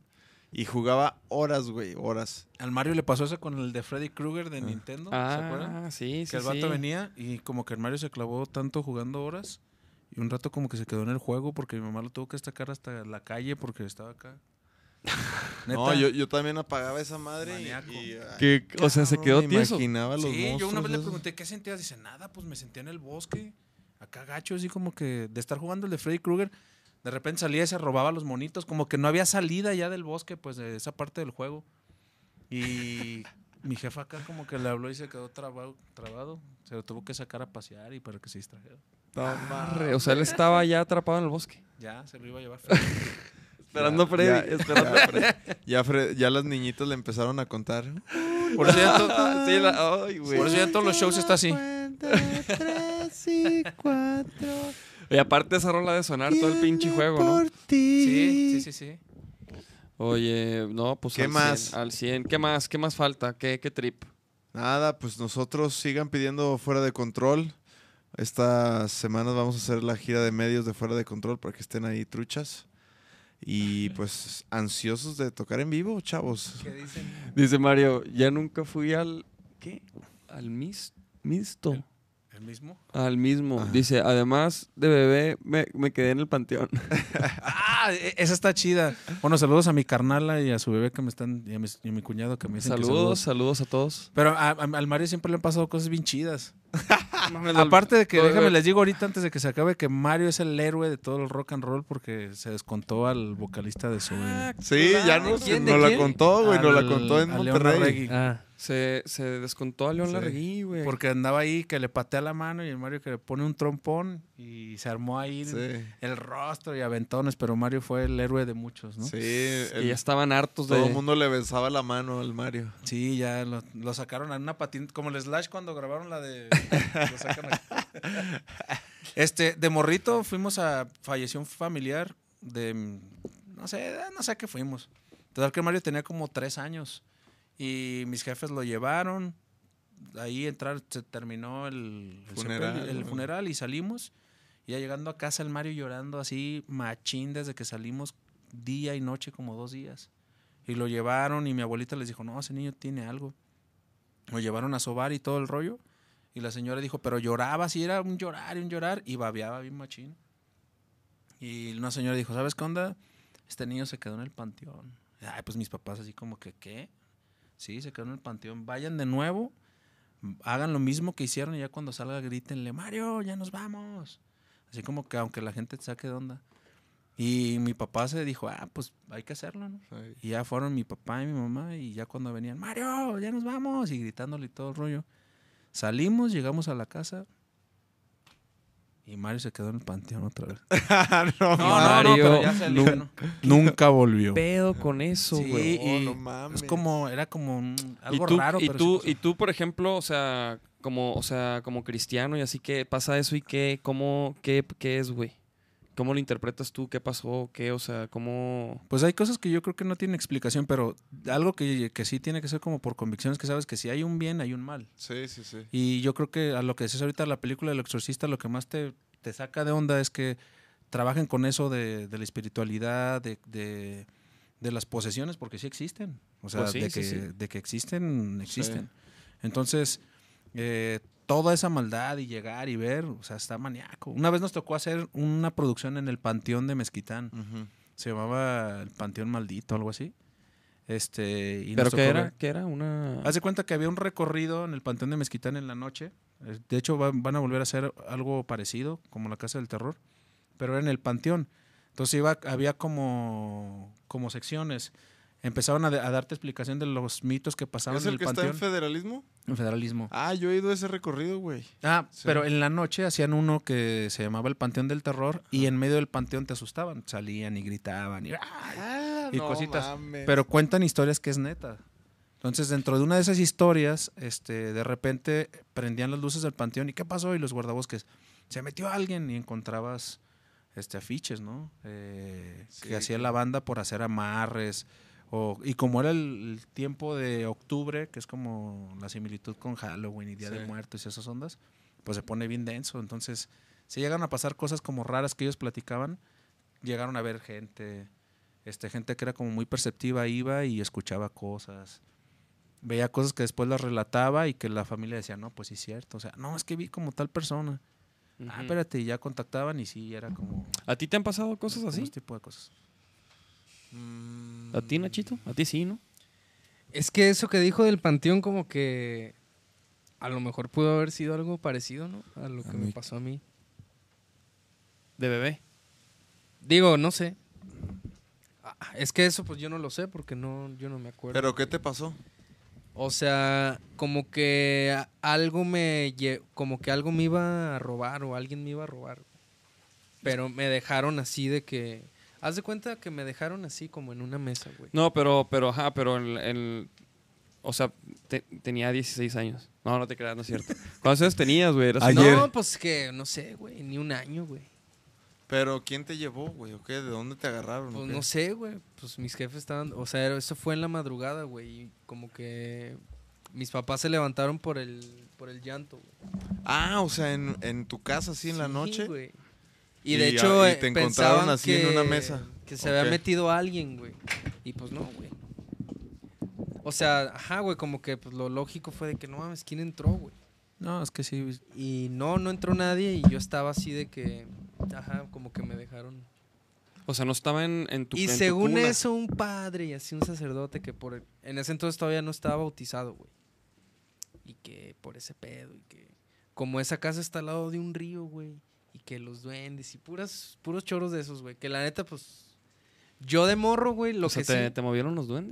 Speaker 4: y jugaba horas, güey, horas.
Speaker 5: Al Mario le pasó eso con el de Freddy Krueger
Speaker 4: Ah.
Speaker 5: de Nintendo. ¿Se acuerdan?
Speaker 3: Ah, sí, sí,
Speaker 5: que el vato
Speaker 3: sí.
Speaker 5: venía y como que el Mario se clavó tanto jugando horas y un rato como que se quedó en el juego porque mi mamá lo tuvo que destacar hasta la calle porque estaba acá. Neta.
Speaker 4: (laughs) No, yo, yo también apagaba esa madre y-
Speaker 5: Maníaco.
Speaker 4: y... ay,
Speaker 3: Que, o sea, se quedó
Speaker 4: me
Speaker 3: tieso.
Speaker 4: imaginaba los
Speaker 5: Sí, yo una
Speaker 4: monstruos
Speaker 5: vez le
Speaker 4: esos.
Speaker 5: pregunté qué sentías. Dice, nada, pues me sentía en el bosque, acá gacho, así como que de estar jugando el de Freddy Krueger. De repente salía y se robaba los monitos, como que no había salida ya del bosque, pues de esa parte del juego. Y mi jefa acá como que le habló y se quedó trabado, trabado. Se lo tuvo que sacar a pasear y para que se distrajera. Ah,
Speaker 3: Arre, O sea, él estaba ya atrapado en el bosque.
Speaker 5: Ya, se lo iba a llevar.
Speaker 3: Esperando a Freddy,
Speaker 4: ya,
Speaker 3: esperando
Speaker 4: ya, (laughs) ya Fre- ya las niñitas le empezaron a contar.
Speaker 5: Por eso ya, to-
Speaker 3: Sí, la- ay, güey.
Speaker 5: por eso ya en todos los shows está así.
Speaker 3: Y aparte esa rola de sonar todo el pinche juego, ¿no?
Speaker 5: Sí, sí, sí, sí.
Speaker 3: Oye, no, pues
Speaker 4: ¿Qué
Speaker 3: al
Speaker 4: más?
Speaker 3: 100, al 100. ¿Qué más? ¿Qué más falta? ¿Qué, qué trip?
Speaker 4: Nada, pues nosotros sigan pidiendo fuera de control. Estas semanas vamos a hacer la gira de medios de fuera de control para que estén ahí truchas. Y pues ansiosos de tocar en vivo, chavos.
Speaker 3: Dice Mario, ya nunca fui al... ¿Qué? Al mis, misto.
Speaker 5: ¿El mismo?
Speaker 3: Al mismo.
Speaker 4: Ajá.
Speaker 3: Dice, además de bebé, me, me quedé en el panteón.
Speaker 5: Ah, e- esa está chida. Bueno, saludos a mi carnala y a su bebé que me están, y a mis- y a mi, cuñado que me dicen que
Speaker 3: saludos, saludos a todos.
Speaker 5: Pero a- a- al Mario siempre le han pasado cosas bien chidas. Aparte de que, déjame les digo ahorita antes de que se acabe, que Mario es el héroe de todo el rock and roll porque se descontó al vocalista de su
Speaker 4: Sí, ya nos,
Speaker 6: quién, de
Speaker 4: nos la
Speaker 6: quién?
Speaker 4: contó, güey, nos la
Speaker 5: Al-
Speaker 4: contó en
Speaker 5: a León
Speaker 4: Monterrey.
Speaker 5: Larregui.
Speaker 6: Ah,
Speaker 3: Se, se descontó a León
Speaker 4: Sí.
Speaker 3: Larregui, güey.
Speaker 5: Porque andaba ahí que le patea la mano y el Mario que le pone un trompón y se armó ahí
Speaker 4: Sí,
Speaker 5: el rostro y aventones, pero Mario fue el héroe de muchos, ¿no?
Speaker 4: sí.
Speaker 3: Y
Speaker 4: el-
Speaker 3: ya estaban hartos de...
Speaker 4: todo el mundo le besaba la mano al Mario.
Speaker 5: Sí, ya lo, lo sacaron en una patineta, como el Slash cuando grabaron la de... lo sacan acá. este, de morrito fuimos a... Falleció un familiar de... mm, No sé, no sé a qué fuimos. Total que Mario tenía como tres años y mis jefes lo llevaron. Ahí entrar, se terminó el el
Speaker 4: Funeral,
Speaker 5: sepelio- el
Speaker 4: ¿no?
Speaker 5: funeral y salimos. Y ya llegando a casa el Mario llorando así machín desde que salimos día y noche como dos días. Y lo llevaron y mi abuelita les dijo, no, ese niño tiene algo. Lo llevaron a sobar y todo el rollo. Y la señora dijo, pero lloraba, sí, era un llorar y un llorar. Y babeaba bien machín. Y una señora dijo, ¿sabes qué onda? Este niño se quedó en el panteón. Ay, pues mis papás así como que, ¿qué? Sí, se quedó en el panteón. Vayan de nuevo, m- hagan lo mismo que hicieron y ya cuando salga grítenle, Mario, ya nos vamos. Así como que aunque la gente te saque de onda. Y mi papá se dijo, ah, pues hay que hacerlo, ¿no?
Speaker 4: (laughs) Sí.
Speaker 5: Y ya fueron mi papá y mi mamá y ya cuando venían, Mario, ya nos vamos, y gritándole y todo el rollo. Salimos, llegamos a la casa y Mario se quedó en el panteón otra vez.
Speaker 4: Ah, no,
Speaker 5: No,
Speaker 3: no, no, pero ya
Speaker 5: se
Speaker 8: Nunca volvió.
Speaker 3: pedo con e-, eso,
Speaker 5: Sí,
Speaker 3: güey?
Speaker 5: y
Speaker 4: no mames.
Speaker 5: es como, era como un-
Speaker 3: Y
Speaker 5: algo
Speaker 3: tú-
Speaker 5: raro.
Speaker 3: Y
Speaker 5: pero
Speaker 3: tú,
Speaker 5: sí
Speaker 3: y tú, por ejemplo, o sea, como, o sea, como cristiano y así que pasa eso y qué, cómo, qué, qué es, güey. ¿Cómo lo interpretas tú? ¿Qué pasó? ¿Qué? O sea, ¿cómo?
Speaker 5: pasó. pues hay cosas que yo creo que no tienen explicación, pero algo que, que sí tiene que ser como por convicciones, que sabes que si hay un bien, hay un mal.
Speaker 4: Sí, sí, sí.
Speaker 5: Y yo creo que a lo que decías ahorita, la película del exorcista, lo que más te, te saca de onda es que trabajen con eso de, de la espiritualidad, de, de- de las posesiones, porque sí existen. O sea,
Speaker 3: Pues sí,
Speaker 5: de,
Speaker 3: sí,
Speaker 5: que,
Speaker 3: sí.
Speaker 5: de que existen, existen. Entonces, eh, toda esa maldad y llegar y ver, o sea, está maníaco. Una vez nos tocó hacer una producción en el Panteón de Mezquitán.
Speaker 4: Ujú.
Speaker 5: Se llamaba el Panteón Maldito, algo así. Este, y
Speaker 3: ¿Pero
Speaker 5: nos tocó
Speaker 3: qué
Speaker 5: ver- Ah,
Speaker 3: era? ¿Qué era? Una...
Speaker 5: Haz de cuenta que había un recorrido en el Panteón de Mezquitán en la noche. Eh, De hecho, va- van a volver a hacer algo parecido, como la Casa del Terror, pero era en el Panteón. Entonces iba, había como, como secciones. empezaban a, de- a darte explicación de los mitos que pasaban
Speaker 4: ¿Es
Speaker 5: en
Speaker 4: el
Speaker 5: el
Speaker 4: que
Speaker 5: panteón.
Speaker 4: está en federalismo?
Speaker 5: en federalismo.
Speaker 4: Ah, yo he ido a ese recorrido, güey.
Speaker 5: Ah,
Speaker 4: Sí.
Speaker 5: pero en la noche hacían uno que se llamaba el Panteón del Terror y en medio del panteón te asustaban, salían y gritaban y, y cositas. Pero cuentan historias que es neta. Entonces, dentro de una de esas historias, este, de repente prendían las luces del panteón y ¿qué pasó? Y los guardabosques, se metió alguien y encontrabas este, afiches, ¿no? Eh,
Speaker 4: Sí.
Speaker 5: Que hacía la banda por hacer amarres. O, y como era el el tiempo de octubre, que es como la similitud con Halloween y Día
Speaker 4: Sí.
Speaker 5: de Muertos y esas ondas, pues se pone bien denso. Entonces, si llegan a pasar cosas como raras que ellos platicaban, llegaron a ver gente, este, gente que era como muy perceptiva, iba y escuchaba cosas. Veía cosas que después las relataba y que la familia decía, no, pues sí es cierto. O sea, no, es que vi como tal persona. Ah,
Speaker 3: Ujú.
Speaker 5: espérate, y ya contactaban y sí, era como...
Speaker 3: ¿A ti te han pasado cosas
Speaker 5: como
Speaker 3: así?
Speaker 5: ese tipo de cosas.
Speaker 4: Mm.
Speaker 3: ¿A ti, Nachito? ¿A ti sí, no?
Speaker 6: Es que eso que dijo del panteón, como que a lo mejor pudo haber sido algo parecido, ¿no? A lo que
Speaker 4: A
Speaker 6: me
Speaker 4: mí-
Speaker 6: pasó a mí.
Speaker 3: De bebé.
Speaker 6: Digo, no sé. Ah, Es que eso pues yo no lo sé porque no, yo no me acuerdo.
Speaker 4: ¿Pero qué te pasó?
Speaker 6: O sea, como que a- algo me lle- como que algo me iba a robar o alguien me iba a robar. Pero me dejaron así de que haz de cuenta que me dejaron así como en una mesa, güey.
Speaker 3: No, pero, pero, ajá, pero el, el- o sea, te- tenía 16 años. No, no te creas, no es
Speaker 5: (laughs)
Speaker 3: cierto. ¿Cuántos años tenías, güey? Eras-
Speaker 8: Ay.
Speaker 6: No,
Speaker 8: ayer.
Speaker 6: pues que no sé, güey, ni un año, güey.
Speaker 4: ¿Pero quién te llevó, güey? ¿O qué? ¿De dónde te agarraron? o
Speaker 6: Pues
Speaker 4: qué?
Speaker 6: no sé, güey. Pues mis jefes estaban. O sea, era- eso fue en la madrugada, güey. Y como que mis papás se levantaron por el, por el llanto, güey.
Speaker 4: Ah, o sea, en, en tu casa, así en la
Speaker 6: Sí,
Speaker 4: noche.
Speaker 6: güey. Y,
Speaker 4: Y
Speaker 6: de
Speaker 4: a-
Speaker 6: hecho,
Speaker 4: y
Speaker 6: eh,
Speaker 4: te encontraron
Speaker 6: pensaban
Speaker 4: así en
Speaker 6: que-
Speaker 4: una mesa.
Speaker 6: Que se había
Speaker 4: Ok.
Speaker 6: metido alguien, güey. Y pues no, güey. O sea, ajá, güey, como que pues, lo lógico fue de que no mames, ¿quién entró, güey?
Speaker 5: No, es que sí,
Speaker 6: Y no, no entró nadie y yo estaba así de que, ajá, como que me dejaron
Speaker 3: O sea, no estaba en, en tu
Speaker 6: y
Speaker 3: en tu
Speaker 6: según
Speaker 3: cuna.
Speaker 6: eso, un padre y así un sacerdote que por en ese entonces todavía no estaba bautizado, güey. Y que por ese pedo y que como esa casa está al lado de un río, güey, y que los duendes y puras puros choros de esos, güey, que la neta pues yo de morro, güey, lo
Speaker 3: o sea,
Speaker 6: que
Speaker 3: te,
Speaker 6: sí
Speaker 3: te movieron los duendes.